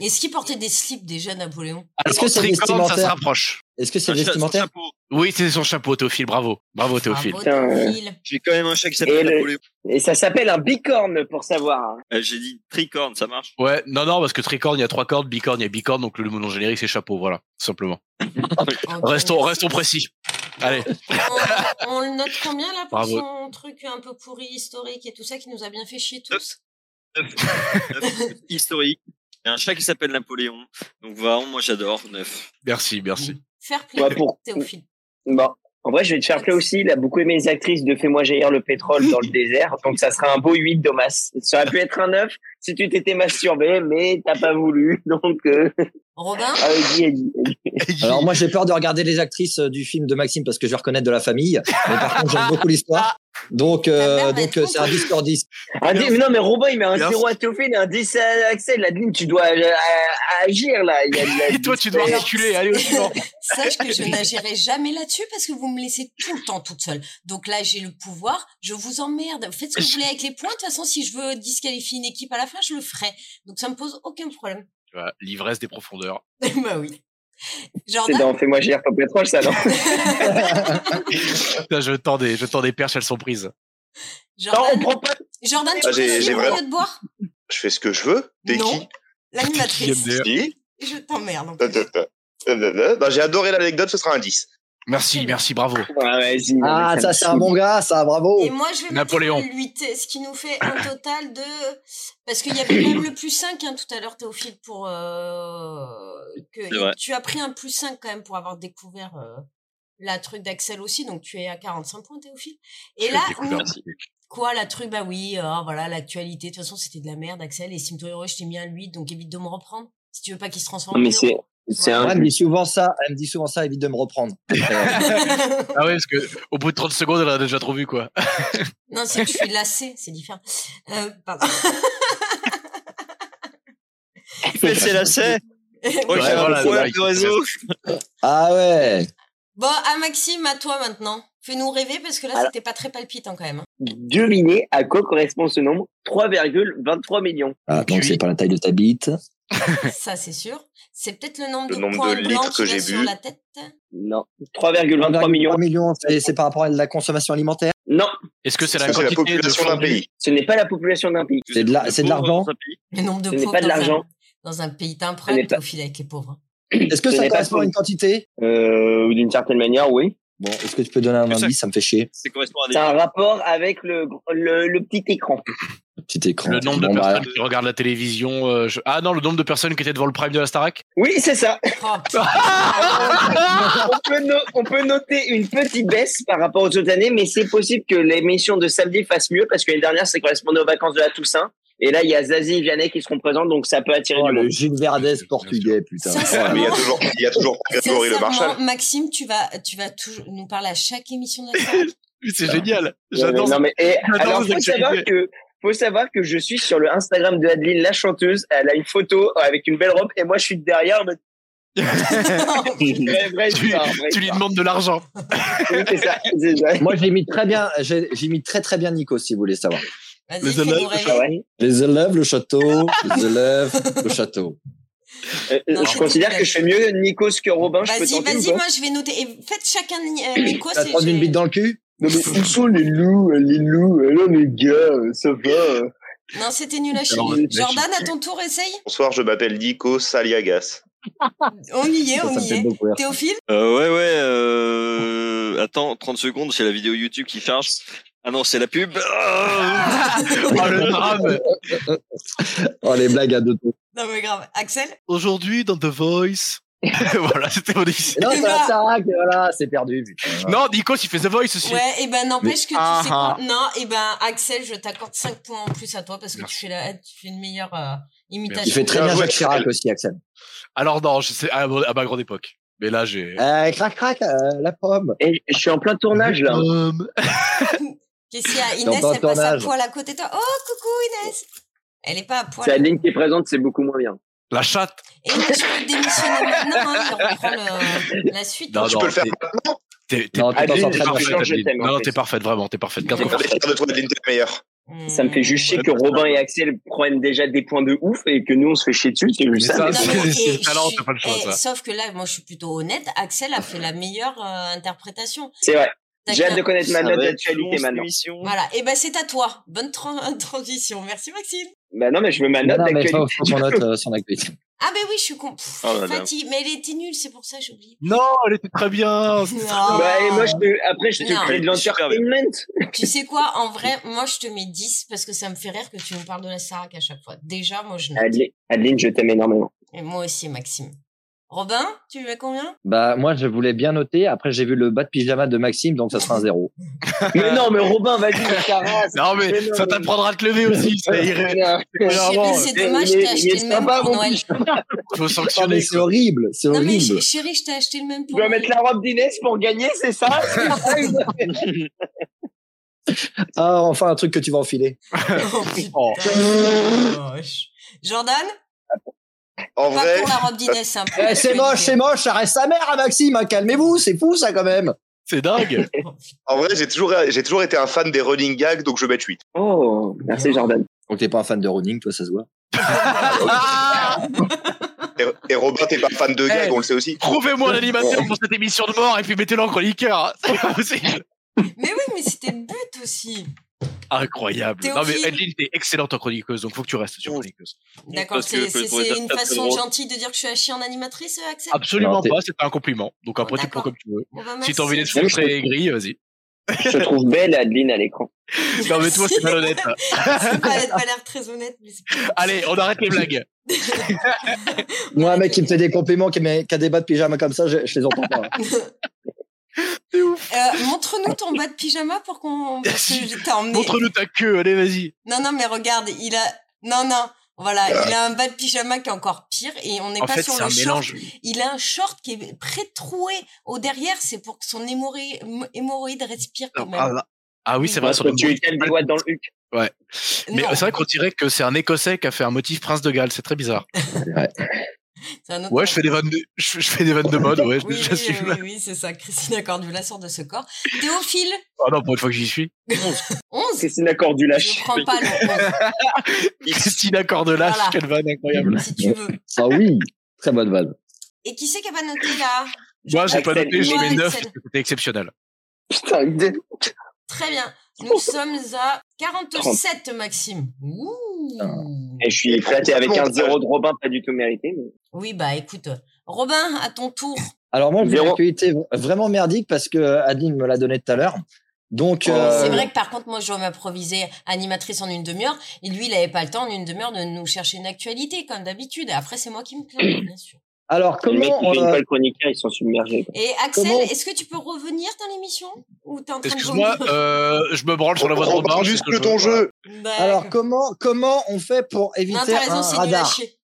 [SPEAKER 1] Est-ce qu'il portait des slips déjà, Napoléon
[SPEAKER 3] Est-ce que c'est
[SPEAKER 4] Alors, tricorne, ça se
[SPEAKER 3] vestimentaire
[SPEAKER 4] rapproche.
[SPEAKER 3] Est-ce que
[SPEAKER 4] Ah,
[SPEAKER 3] c'est
[SPEAKER 6] Un cha- son
[SPEAKER 3] vestimentaire
[SPEAKER 6] chapeau.
[SPEAKER 4] Oui, c'était son chapeau, Théophile. Bravo. Bravo, Théophile.
[SPEAKER 1] Bravo,
[SPEAKER 5] Putain, euh,
[SPEAKER 1] Ah, Théophile.
[SPEAKER 6] J'ai quand même un chat qui
[SPEAKER 5] Et
[SPEAKER 6] s'appelle
[SPEAKER 5] le-
[SPEAKER 6] Napoléon.
[SPEAKER 5] Et ça s'appelle un bicorne pour savoir.
[SPEAKER 6] Euh, J'ai dit tricorne, ça marche.
[SPEAKER 4] Ouais, non, non, parce que tricorne, il y a trois cordes, bicorne, il y a bicorne, donc le nom générique, c'est chapeau, voilà, tout simplement.
[SPEAKER 1] Ok.
[SPEAKER 4] Restons, restons précis. Allez,
[SPEAKER 1] Oh, On, on le note combien là pour
[SPEAKER 4] Bravo.
[SPEAKER 1] son truc un peu pourri historique et tout ça qui nous a bien fait chier tous
[SPEAKER 6] Neuf. Neuf. Historique. Il y a un chat qui s'appelle Napoléon. Donc vraiment, moi j'adore. Neuf.
[SPEAKER 4] merci, merci.
[SPEAKER 1] Faire play,
[SPEAKER 5] Bah, pour...
[SPEAKER 1] Théophile.
[SPEAKER 5] bon. En vrai, je vais te faire plaisir aussi. Il a beaucoup aimé les actrices de Fais-moi jaillir le pétrole dans le désert. Donc, ça sera un beau 8 Domas. Ça aurait pu être un 9 si tu t'étais masturbé, mais t'as pas voulu. Donc, euh...
[SPEAKER 1] Robin
[SPEAKER 5] ah, Eddie, Eddie.
[SPEAKER 3] Alors moi j'ai peur de regarder les actrices euh, du film de Maxime parce que je vais reconnaître de la famille. Mais par contre j'aime beaucoup l'histoire. Donc euh,
[SPEAKER 1] Ta mère va
[SPEAKER 3] donc
[SPEAKER 1] être
[SPEAKER 3] euh, c'est un 10 sur 10.
[SPEAKER 5] Un dé- mais non, mais Robin, il met un
[SPEAKER 6] Bien.
[SPEAKER 5] 0 à Théophile et un 10 à Axel. Adeline, tu dois euh, euh, agir, là. Il y a de la-
[SPEAKER 4] Et toi, tu dois
[SPEAKER 1] Alors,
[SPEAKER 4] reculer, allez au suivant.
[SPEAKER 1] Sache que je n'agirai jamais là-dessus parce que vous me laissez tout le temps toute seule. Donc là, j'ai le pouvoir, je vous emmerde. Faites ce que vous voulez avec les points. De toute façon, si je veux disqualifier une équipe à la fin, je le ferai. Donc ça me pose aucun problème.
[SPEAKER 4] Tu vois, L'ivresse des profondeurs.
[SPEAKER 1] bah oui.
[SPEAKER 5] C'est
[SPEAKER 1] Jordan,
[SPEAKER 5] dans Fais-moi jaillir le pétrole, ça, non
[SPEAKER 4] Putain, je tends des, je tends des perches, elles sont prises.
[SPEAKER 5] Non, on
[SPEAKER 1] Jordan,
[SPEAKER 5] prend pas.
[SPEAKER 1] Jordan, tu
[SPEAKER 2] Ah,
[SPEAKER 1] peux
[SPEAKER 2] j'ai- j'ai
[SPEAKER 1] aussi
[SPEAKER 2] vraiment-
[SPEAKER 1] au lieu de boire
[SPEAKER 2] Je fais ce que je veux. T'es
[SPEAKER 1] Non.
[SPEAKER 2] qui
[SPEAKER 1] L'animatrice.
[SPEAKER 4] IMDR.
[SPEAKER 2] Si.
[SPEAKER 1] Je t'emmerde. en
[SPEAKER 2] Ta,
[SPEAKER 1] plus.
[SPEAKER 2] ta, ta. Ta, ta, ta. Bah, J'ai adoré l'anecdote, ce sera un 10.
[SPEAKER 4] Merci, merci, bravo.
[SPEAKER 5] Ah, vas-y, non,
[SPEAKER 3] Ah
[SPEAKER 5] mais
[SPEAKER 3] ça
[SPEAKER 5] me
[SPEAKER 3] c'est un
[SPEAKER 5] saoule.
[SPEAKER 3] bon gars ça bravo.
[SPEAKER 1] Et moi, je vais
[SPEAKER 4] Napoléon.
[SPEAKER 1] mettre le 8, ce qui nous fait un total de... Parce qu'il y avait même le plus 5 hein, tout à l'heure, Théophile, pour... euh, que-
[SPEAKER 6] C'est vrai.
[SPEAKER 1] Tu as pris un plus 5 quand même pour avoir découvert euh, la truc d'Axel aussi, donc tu es à 45 points, Théophile. Et
[SPEAKER 4] Je
[SPEAKER 1] là,
[SPEAKER 4] l'ai découvert.
[SPEAKER 1] nous- quoi, la truc, bah oui, euh, voilà, l'actualité, de toute façon, c'était de la merde, Axel, et Sim heureux, je t'ai mis un 8, donc évite de me reprendre, si tu veux pas qu'il se transforme
[SPEAKER 5] Non,
[SPEAKER 1] en
[SPEAKER 5] mais c'est,
[SPEAKER 1] zéro.
[SPEAKER 5] c'est
[SPEAKER 3] Ouais,
[SPEAKER 5] un.
[SPEAKER 3] elle me dit souvent ça, elle me dit souvent ça, évite de me reprendre. Euh,
[SPEAKER 4] Ah ouais, parce que au bout de 30 secondes, elle en a déjà trop vu, quoi.
[SPEAKER 1] Non, c'est que je suis lassée, c'est différent. Euh, pardon.
[SPEAKER 6] Mais c'est la C. Moi
[SPEAKER 4] Ouais,
[SPEAKER 6] j'ai un
[SPEAKER 4] voilà,
[SPEAKER 6] problème
[SPEAKER 4] ouais,
[SPEAKER 6] de réseau.
[SPEAKER 3] ah ouais.
[SPEAKER 1] Bon, à Maxime, à toi maintenant. Fais-nous rêver parce que là,
[SPEAKER 5] Alors-
[SPEAKER 1] c'était pas très palpitant quand même. hein.
[SPEAKER 5] Devinez à quoi correspond ce nombre 3,23 millions.
[SPEAKER 3] Ah, donc
[SPEAKER 4] Puis-
[SPEAKER 3] c'est pas la taille de ta bite.
[SPEAKER 1] Ça, c'est sûr. C'est peut-être le nombre
[SPEAKER 2] Le
[SPEAKER 1] de
[SPEAKER 2] nombre
[SPEAKER 1] points
[SPEAKER 2] de
[SPEAKER 1] blancs
[SPEAKER 2] litres que
[SPEAKER 1] qu'il y a
[SPEAKER 2] j'ai
[SPEAKER 1] sur
[SPEAKER 2] bu.
[SPEAKER 1] la tête.
[SPEAKER 5] Non. 3,23 millions.
[SPEAKER 3] c'est c'est par rapport à la consommation alimentaire.
[SPEAKER 5] Non,
[SPEAKER 4] Est-ce que c'est la
[SPEAKER 2] Ça, C'est la
[SPEAKER 4] quantité de
[SPEAKER 2] population d'un
[SPEAKER 4] fondue
[SPEAKER 2] pays.
[SPEAKER 5] ce n'est pas la population d'un pays.
[SPEAKER 3] C'est de la- c'est de l'argent.
[SPEAKER 1] Le nombre de
[SPEAKER 5] Ce n'est
[SPEAKER 1] pauvres
[SPEAKER 5] pas de
[SPEAKER 1] dans un-
[SPEAKER 5] l'argent.
[SPEAKER 1] dans un pays
[SPEAKER 5] Ce
[SPEAKER 1] d'emprunt,
[SPEAKER 5] n'est pas-
[SPEAKER 1] au fil avec les pauvres. Oh,
[SPEAKER 3] Est-ce que
[SPEAKER 5] Ce
[SPEAKER 3] ça
[SPEAKER 5] n'est pas
[SPEAKER 3] correspond à
[SPEAKER 5] faux.
[SPEAKER 3] une quantité
[SPEAKER 5] Euh, d'une certaine manière, oui.
[SPEAKER 3] Bon, est-ce que tu peux donner un
[SPEAKER 6] Que ça-
[SPEAKER 3] indice Ça me fait chier.
[SPEAKER 6] C'est correspond à des.
[SPEAKER 5] C'est un rapport avec le, le, le petit écran.
[SPEAKER 3] Petit écran.
[SPEAKER 4] Le nombre de
[SPEAKER 3] Bon, bah,
[SPEAKER 4] personnes qui regardent la télévision. euh, je- Ah non, le nombre de personnes qui étaient devant le prime de la Starac
[SPEAKER 5] Oui, c'est ça.
[SPEAKER 1] Oh, putain.
[SPEAKER 5] on, peut no- on peut noter une petite baisse par rapport aux autres années, mais c'est possible que l'émission de samedi fasse mieux parce que l'année dernière, ça correspondait aux vacances de la Toussaint. Et là, il y a Zazie et Vianney qui seront présents, donc ça peut attirer
[SPEAKER 3] Oh,
[SPEAKER 5] du monde.
[SPEAKER 3] le Gilles Verdez portugais, putain.
[SPEAKER 1] Ça, c'est
[SPEAKER 3] Oh,
[SPEAKER 2] Ah, Mais il y a
[SPEAKER 1] Non.
[SPEAKER 2] toujours, il y a toujours Grégory Le
[SPEAKER 1] Sincèrement,
[SPEAKER 2] Marchal.
[SPEAKER 1] Maxime, tu vas, tu vas toujours nous parler à chaque émission de la soirée.
[SPEAKER 4] Mais C'est
[SPEAKER 2] Ah.
[SPEAKER 4] génial.
[SPEAKER 5] Ouais,
[SPEAKER 4] J'adore.
[SPEAKER 5] mais- Euh, non,
[SPEAKER 4] ça.
[SPEAKER 5] mais, et,
[SPEAKER 4] j'adore
[SPEAKER 5] alors,
[SPEAKER 4] vos
[SPEAKER 5] faut savoir que, faut savoir que je suis sur le Instagram de Adeline, la chanteuse. Elle a une photo avec une belle robe et moi, je suis derrière. en mode, Vrai, vrai,
[SPEAKER 4] Tu,
[SPEAKER 5] histoire, vraie
[SPEAKER 4] tu lui
[SPEAKER 5] histoire.
[SPEAKER 4] demandes de l'argent.
[SPEAKER 5] Oui, c'est ça, c'est ça.
[SPEAKER 3] Moi, j'ai mis très bien, j'ai j'ai mis très très bien Nico, si vous voulez savoir.
[SPEAKER 1] Vas-y,
[SPEAKER 4] Les
[SPEAKER 1] fais-nous
[SPEAKER 4] honneurs,
[SPEAKER 1] rêver.
[SPEAKER 5] Ah ouais.
[SPEAKER 3] Les élèves, le château, les élèves, le château.
[SPEAKER 5] Euh,
[SPEAKER 1] Non,
[SPEAKER 5] je
[SPEAKER 1] c'est
[SPEAKER 5] considère que je fais mieux Nikos que Robin. Je peux
[SPEAKER 1] Vas-y,
[SPEAKER 5] tenter ou
[SPEAKER 1] vas-y,
[SPEAKER 5] pas
[SPEAKER 1] moi je vais noter. Et faites chacun euh, Nico.
[SPEAKER 3] Ça
[SPEAKER 1] c'est-
[SPEAKER 3] te prend une
[SPEAKER 1] j'ai-
[SPEAKER 3] bite dans le cul
[SPEAKER 5] Non, mais où sont les loups, euh, les loups? euh, Non, mais gars, euh, ça va. euh.
[SPEAKER 1] Non, c'était nul à chier.
[SPEAKER 4] Alors, vas-y.
[SPEAKER 1] Jordan, à ton tour, essaye.
[SPEAKER 2] Bonsoir, je m'appelle Nico Saliagas.
[SPEAKER 1] On y est,
[SPEAKER 3] Ça,
[SPEAKER 1] on
[SPEAKER 3] ça me
[SPEAKER 1] y
[SPEAKER 3] fait
[SPEAKER 1] est.
[SPEAKER 3] beaucoup rire.
[SPEAKER 1] Théophile,
[SPEAKER 6] Euh, ouais, ouais. Euh... Attends, 30 secondes, j'ai la vidéo YouTube qui charge. Ah non, c'est la pub. Ah
[SPEAKER 4] Oh, le drame.
[SPEAKER 3] Oh, les blagues à deux tours.
[SPEAKER 1] non mais grave. Axel,
[SPEAKER 4] Aujourd'hui dans The Voice. voilà, c'était mon idée.
[SPEAKER 3] Mais Non,
[SPEAKER 1] Et
[SPEAKER 3] c'est
[SPEAKER 1] là-
[SPEAKER 3] la Starac, voilà, c'est perdu. putain.
[SPEAKER 4] Non, Nico, il fait The Voice aussi.
[SPEAKER 1] Ouais, et ben n'empêche que
[SPEAKER 4] Ah,
[SPEAKER 1] tu sais quoi. Non, et ben Axel, je t'accorde 5 points en plus à toi parce que tu fais la tu fais une meilleure euh, imitation.
[SPEAKER 3] Il fait très
[SPEAKER 2] Bien
[SPEAKER 3] bien
[SPEAKER 2] joué,
[SPEAKER 3] Jacques Chirac aussi, Axel.
[SPEAKER 4] Alors non, je sais, à, mon- à ma grande époque. Mais là, j'ai.
[SPEAKER 3] Euh, crac crac, euh, la pomme.
[SPEAKER 5] Et je suis en plein tournage, là.
[SPEAKER 1] Qu'est-ce qu'il y a
[SPEAKER 3] Dans
[SPEAKER 1] Inès,
[SPEAKER 3] ton
[SPEAKER 1] elle passe à
[SPEAKER 3] tournage.
[SPEAKER 1] poil à côté de toi. Oh, coucou Inès. Elle est pas à
[SPEAKER 5] C'est
[SPEAKER 1] poil.
[SPEAKER 5] Adeline qui est présente, c'est beaucoup moins bien.
[SPEAKER 4] La chatte.
[SPEAKER 1] Et non, tu peux démissionner maintenant, hein, il reprend le- la suite.
[SPEAKER 4] Non,
[SPEAKER 2] tu
[SPEAKER 4] non,
[SPEAKER 2] peux le faire
[SPEAKER 4] t'es-
[SPEAKER 2] maintenant.
[SPEAKER 4] T'es t'es-
[SPEAKER 3] Non,
[SPEAKER 4] t'es
[SPEAKER 3] t'es pas en train de
[SPEAKER 4] parfaite,
[SPEAKER 5] changer,
[SPEAKER 4] Adeline.
[SPEAKER 5] t'aimes, en
[SPEAKER 4] Non, non,
[SPEAKER 5] fait.
[SPEAKER 4] t'es parfaite, vraiment, t'es parfaite. Garde
[SPEAKER 2] On va
[SPEAKER 4] confiance.
[SPEAKER 2] faire de toi Adeline, t'es la meilleure.
[SPEAKER 1] Hmm.
[SPEAKER 5] Ça me fait juste chier que Robin et Axel prennent déjà des points de ouf et que nous on se fait chier dessus. C'est juste
[SPEAKER 4] Mais
[SPEAKER 5] ça.
[SPEAKER 4] ça,
[SPEAKER 1] Non,
[SPEAKER 4] c'est-
[SPEAKER 1] mais-
[SPEAKER 4] c'est
[SPEAKER 1] et
[SPEAKER 4] le talent,
[SPEAKER 1] je-
[SPEAKER 4] t'as pas le choix,
[SPEAKER 1] et
[SPEAKER 4] ça.
[SPEAKER 1] Sauf que là, moi, je suis plutôt honnête. Axel a fait la meilleure euh, interprétation.
[SPEAKER 5] C'est vrai.
[SPEAKER 1] T'as
[SPEAKER 5] J'ai hâte
[SPEAKER 1] qu'un-
[SPEAKER 5] de connaître ma
[SPEAKER 6] Ça
[SPEAKER 5] note
[SPEAKER 6] va être long,
[SPEAKER 5] d'actualité
[SPEAKER 6] cette
[SPEAKER 5] maintenant.
[SPEAKER 6] émission.
[SPEAKER 1] Voilà. Et ben, c'est à toi. Bonne tran- transition. Merci, Maxime.
[SPEAKER 5] Bah non, mais je veux ma
[SPEAKER 3] Non,
[SPEAKER 5] note
[SPEAKER 3] non, mais faut, faut qu'on
[SPEAKER 5] d'actualité.
[SPEAKER 3] note euh, son activité.
[SPEAKER 1] Ah ben oui, je suis con. Pff,
[SPEAKER 6] Oh là là.
[SPEAKER 1] fatigue. Mais elle était nulle, c'est pour ça que j'oublie. Oh.
[SPEAKER 4] Non, elle était très bien. c'était très
[SPEAKER 1] Non.
[SPEAKER 5] Bah, et moi, je te- après, je te
[SPEAKER 1] Non.
[SPEAKER 5] crée de l'entertainment.
[SPEAKER 1] Tu sais quoi En vrai, moi, je te mets 10 parce que ça me fait rire que tu me parles de la Sarac à chaque fois. Déjà, moi, je note.
[SPEAKER 5] Adeline, Adeline, je t'aime énormément.
[SPEAKER 1] Et moi aussi, Maxime. Robin, tu lui mets combien
[SPEAKER 3] Bah, moi, je voulais bien noter. Après, j'ai vu le bas de pyjama de Maxime, donc ça sera un zéro.
[SPEAKER 5] mais non, mais Robin, vas-y, carasse.
[SPEAKER 4] Non, mais
[SPEAKER 5] non,
[SPEAKER 4] ça
[SPEAKER 5] mais-
[SPEAKER 4] t'apprendra à te lever aussi. Ça irait.
[SPEAKER 1] Je sais,
[SPEAKER 4] Clairement,
[SPEAKER 1] mais C'est dommage, t'as acheté le même pour Noël.
[SPEAKER 4] Faut
[SPEAKER 3] Oh, mais
[SPEAKER 4] sanctionner.
[SPEAKER 3] c'est horrible, c'est
[SPEAKER 1] Non, mais
[SPEAKER 3] horrible.
[SPEAKER 1] ch- chérie, je t'ai acheté le même
[SPEAKER 5] Tu
[SPEAKER 1] pour
[SPEAKER 5] dois
[SPEAKER 1] Noël.
[SPEAKER 5] mettre la robe d'Inès pour gagner, c'est ça
[SPEAKER 3] Ah, enfin, un truc que tu vas enfiler.
[SPEAKER 1] Oh,
[SPEAKER 4] Oh.
[SPEAKER 6] Oh,
[SPEAKER 1] putain. Jordan,
[SPEAKER 2] En
[SPEAKER 1] pas
[SPEAKER 2] vrai,
[SPEAKER 1] pour la robe d'Inès. hein, pour
[SPEAKER 3] Eh,
[SPEAKER 1] la
[SPEAKER 3] c'est moche, c'est
[SPEAKER 1] actualité.
[SPEAKER 3] moche, ça reste sa mère à Maxime, hein, calmez-vous, c'est fou ça quand même.
[SPEAKER 4] C'est dingue.
[SPEAKER 2] en vrai, j'ai toujours, j'ai toujours été un fan des running gags, donc je mets 8.
[SPEAKER 5] Oh, merci Jordan.
[SPEAKER 3] Donc t'es pas un fan de running, toi, ça se voit.
[SPEAKER 2] Et, et Robin, t'es pas fan
[SPEAKER 1] Eh.
[SPEAKER 2] de gags, on le sait aussi.
[SPEAKER 4] Prouvez-moi l'animateur pour cette émission de mort et puis mettez-le en chroniqueur. hein. C'est pas possible.
[SPEAKER 1] Mais oui, mais c'était le but aussi.
[SPEAKER 4] Incroyable.
[SPEAKER 1] T'es
[SPEAKER 4] Non, mais
[SPEAKER 1] horrible.
[SPEAKER 4] Adeline, t'es excellente en chroniqueuse, donc faut que tu restes sur chroniqueuse.
[SPEAKER 1] D'accord,
[SPEAKER 6] Parce que
[SPEAKER 1] c'est
[SPEAKER 6] je
[SPEAKER 1] c'est-
[SPEAKER 6] trouvais
[SPEAKER 1] c'est
[SPEAKER 6] ça
[SPEAKER 1] une
[SPEAKER 6] très, très
[SPEAKER 1] façon
[SPEAKER 6] drôle. Ah,
[SPEAKER 1] gentille de dire que je suis à chier en animatrice, euh, Axel
[SPEAKER 4] Absolument
[SPEAKER 3] Non, t'es-
[SPEAKER 4] pas, c'est un compliment. Donc après, tu prends
[SPEAKER 1] D'accord.
[SPEAKER 4] comme tu veux.
[SPEAKER 1] Bon, bah,
[SPEAKER 4] Si
[SPEAKER 1] merci.
[SPEAKER 4] t'as envie d'être
[SPEAKER 5] Même
[SPEAKER 4] frustré et aigri, vas-y.
[SPEAKER 5] Je te trouve belle, Adeline, à l'écran.
[SPEAKER 4] Non, mais toi, c'est malhonnête.
[SPEAKER 1] C'est pas- Ah, Elle a pas l'air très honnête. Mais c'est pas-
[SPEAKER 4] Allez, on arrête les blagues.
[SPEAKER 3] Moi, un mec qui me fait des compliments, qui, met- qui a des bas de pyjama comme ça, je, je les entends pas. hein.
[SPEAKER 1] Euh, Montre-nous ton bas de pyjama pour qu'on. Parce que je t'ai emmené.
[SPEAKER 4] Montre-nous ta queue, allez, vas-y.
[SPEAKER 1] Non, non, mais regarde, il a. Non, non. Voilà, il a un bas de pyjama qui est encore pire et on n'est
[SPEAKER 4] En
[SPEAKER 1] pas
[SPEAKER 4] fait,
[SPEAKER 1] sur
[SPEAKER 4] c'est
[SPEAKER 1] le
[SPEAKER 4] un
[SPEAKER 1] short.
[SPEAKER 4] mélange.
[SPEAKER 1] Il a un short qui est pré-troué au derrière, c'est pour que son hémorrhé- m- hémorroïde respire quand même.
[SPEAKER 4] Ah, là. Ah oui, c'est vrai. sur le-
[SPEAKER 5] tu étais le doigt dans le huc.
[SPEAKER 4] Mais
[SPEAKER 1] Non,
[SPEAKER 4] c'est vrai qu'on dirait que c'est un Écossais qui a fait un motif Prince de Galles, c'est très bizarre.
[SPEAKER 1] c'est un autre
[SPEAKER 4] ah, Ouais, je fais des vannes de, je, je fais des vannes de mode, ouais, je
[SPEAKER 1] Oui, oui,
[SPEAKER 4] j'assume.
[SPEAKER 1] oui, oui, c'est ça. Christina Cordula sort de ce corps. Théophile,
[SPEAKER 4] Oh non, pour une fois que j'y suis.
[SPEAKER 1] 11.
[SPEAKER 5] Christina Cordula.
[SPEAKER 1] Je prends pas le
[SPEAKER 4] Christina Cordelache,
[SPEAKER 1] Voilà.
[SPEAKER 4] quelle vanne incroyable.
[SPEAKER 1] 11, si tu veux.
[SPEAKER 3] Ah oui, très bonne vanne.
[SPEAKER 1] Et qui c'est qui a pas noté là
[SPEAKER 4] Moi, j'ai pas
[SPEAKER 5] Axel,
[SPEAKER 4] noté, je
[SPEAKER 1] ouais,
[SPEAKER 4] mets 9
[SPEAKER 1] Axel.
[SPEAKER 4] parce que c'était exceptionnel.
[SPEAKER 5] Putain, de-
[SPEAKER 1] Très bien. Nous sommes à 47, Maxime. Ouh.
[SPEAKER 3] Ah.
[SPEAKER 5] Et je suis flatté avec un 0 de Robin, pas du tout mérité. mais-
[SPEAKER 1] Oui, bah écoute. Robin, à ton tour.
[SPEAKER 3] Alors moi, j'ai une
[SPEAKER 5] Zéro.
[SPEAKER 3] actualité vraiment merdique parce que Adeline me l'a donné tout à l'heure. Donc, euh,
[SPEAKER 1] Oh, C'est vrai que par contre, moi, je dois m'improviser animatrice en une demi-heure. Et lui, il avait pas le temps en une demi-heure de nous chercher une actualité, comme d'habitude. Et après, c'est moi qui me plains, bien sûr.
[SPEAKER 3] alors
[SPEAKER 5] Les mecs
[SPEAKER 3] comment
[SPEAKER 5] qui fait
[SPEAKER 3] on
[SPEAKER 5] une
[SPEAKER 3] a-
[SPEAKER 5] colle chroniqueur, ils sont submergés. quoi.
[SPEAKER 1] Et Axel,
[SPEAKER 3] Comment
[SPEAKER 1] est-ce que tu peux revenir dans l'émission Ou t'es en train de
[SPEAKER 4] Excuse-moi,
[SPEAKER 1] vomir
[SPEAKER 4] euh, je me branle sur la voie de
[SPEAKER 2] Robin,
[SPEAKER 4] Robin.
[SPEAKER 2] juste
[SPEAKER 4] c'est ce
[SPEAKER 2] que
[SPEAKER 4] je
[SPEAKER 2] ton
[SPEAKER 4] veux, voilà.
[SPEAKER 2] jeu.
[SPEAKER 1] Bah,
[SPEAKER 3] alors comment comment on fait pour éviter
[SPEAKER 1] Non, t'as
[SPEAKER 3] un
[SPEAKER 1] raison, c'est nul à
[SPEAKER 3] radar
[SPEAKER 1] chier.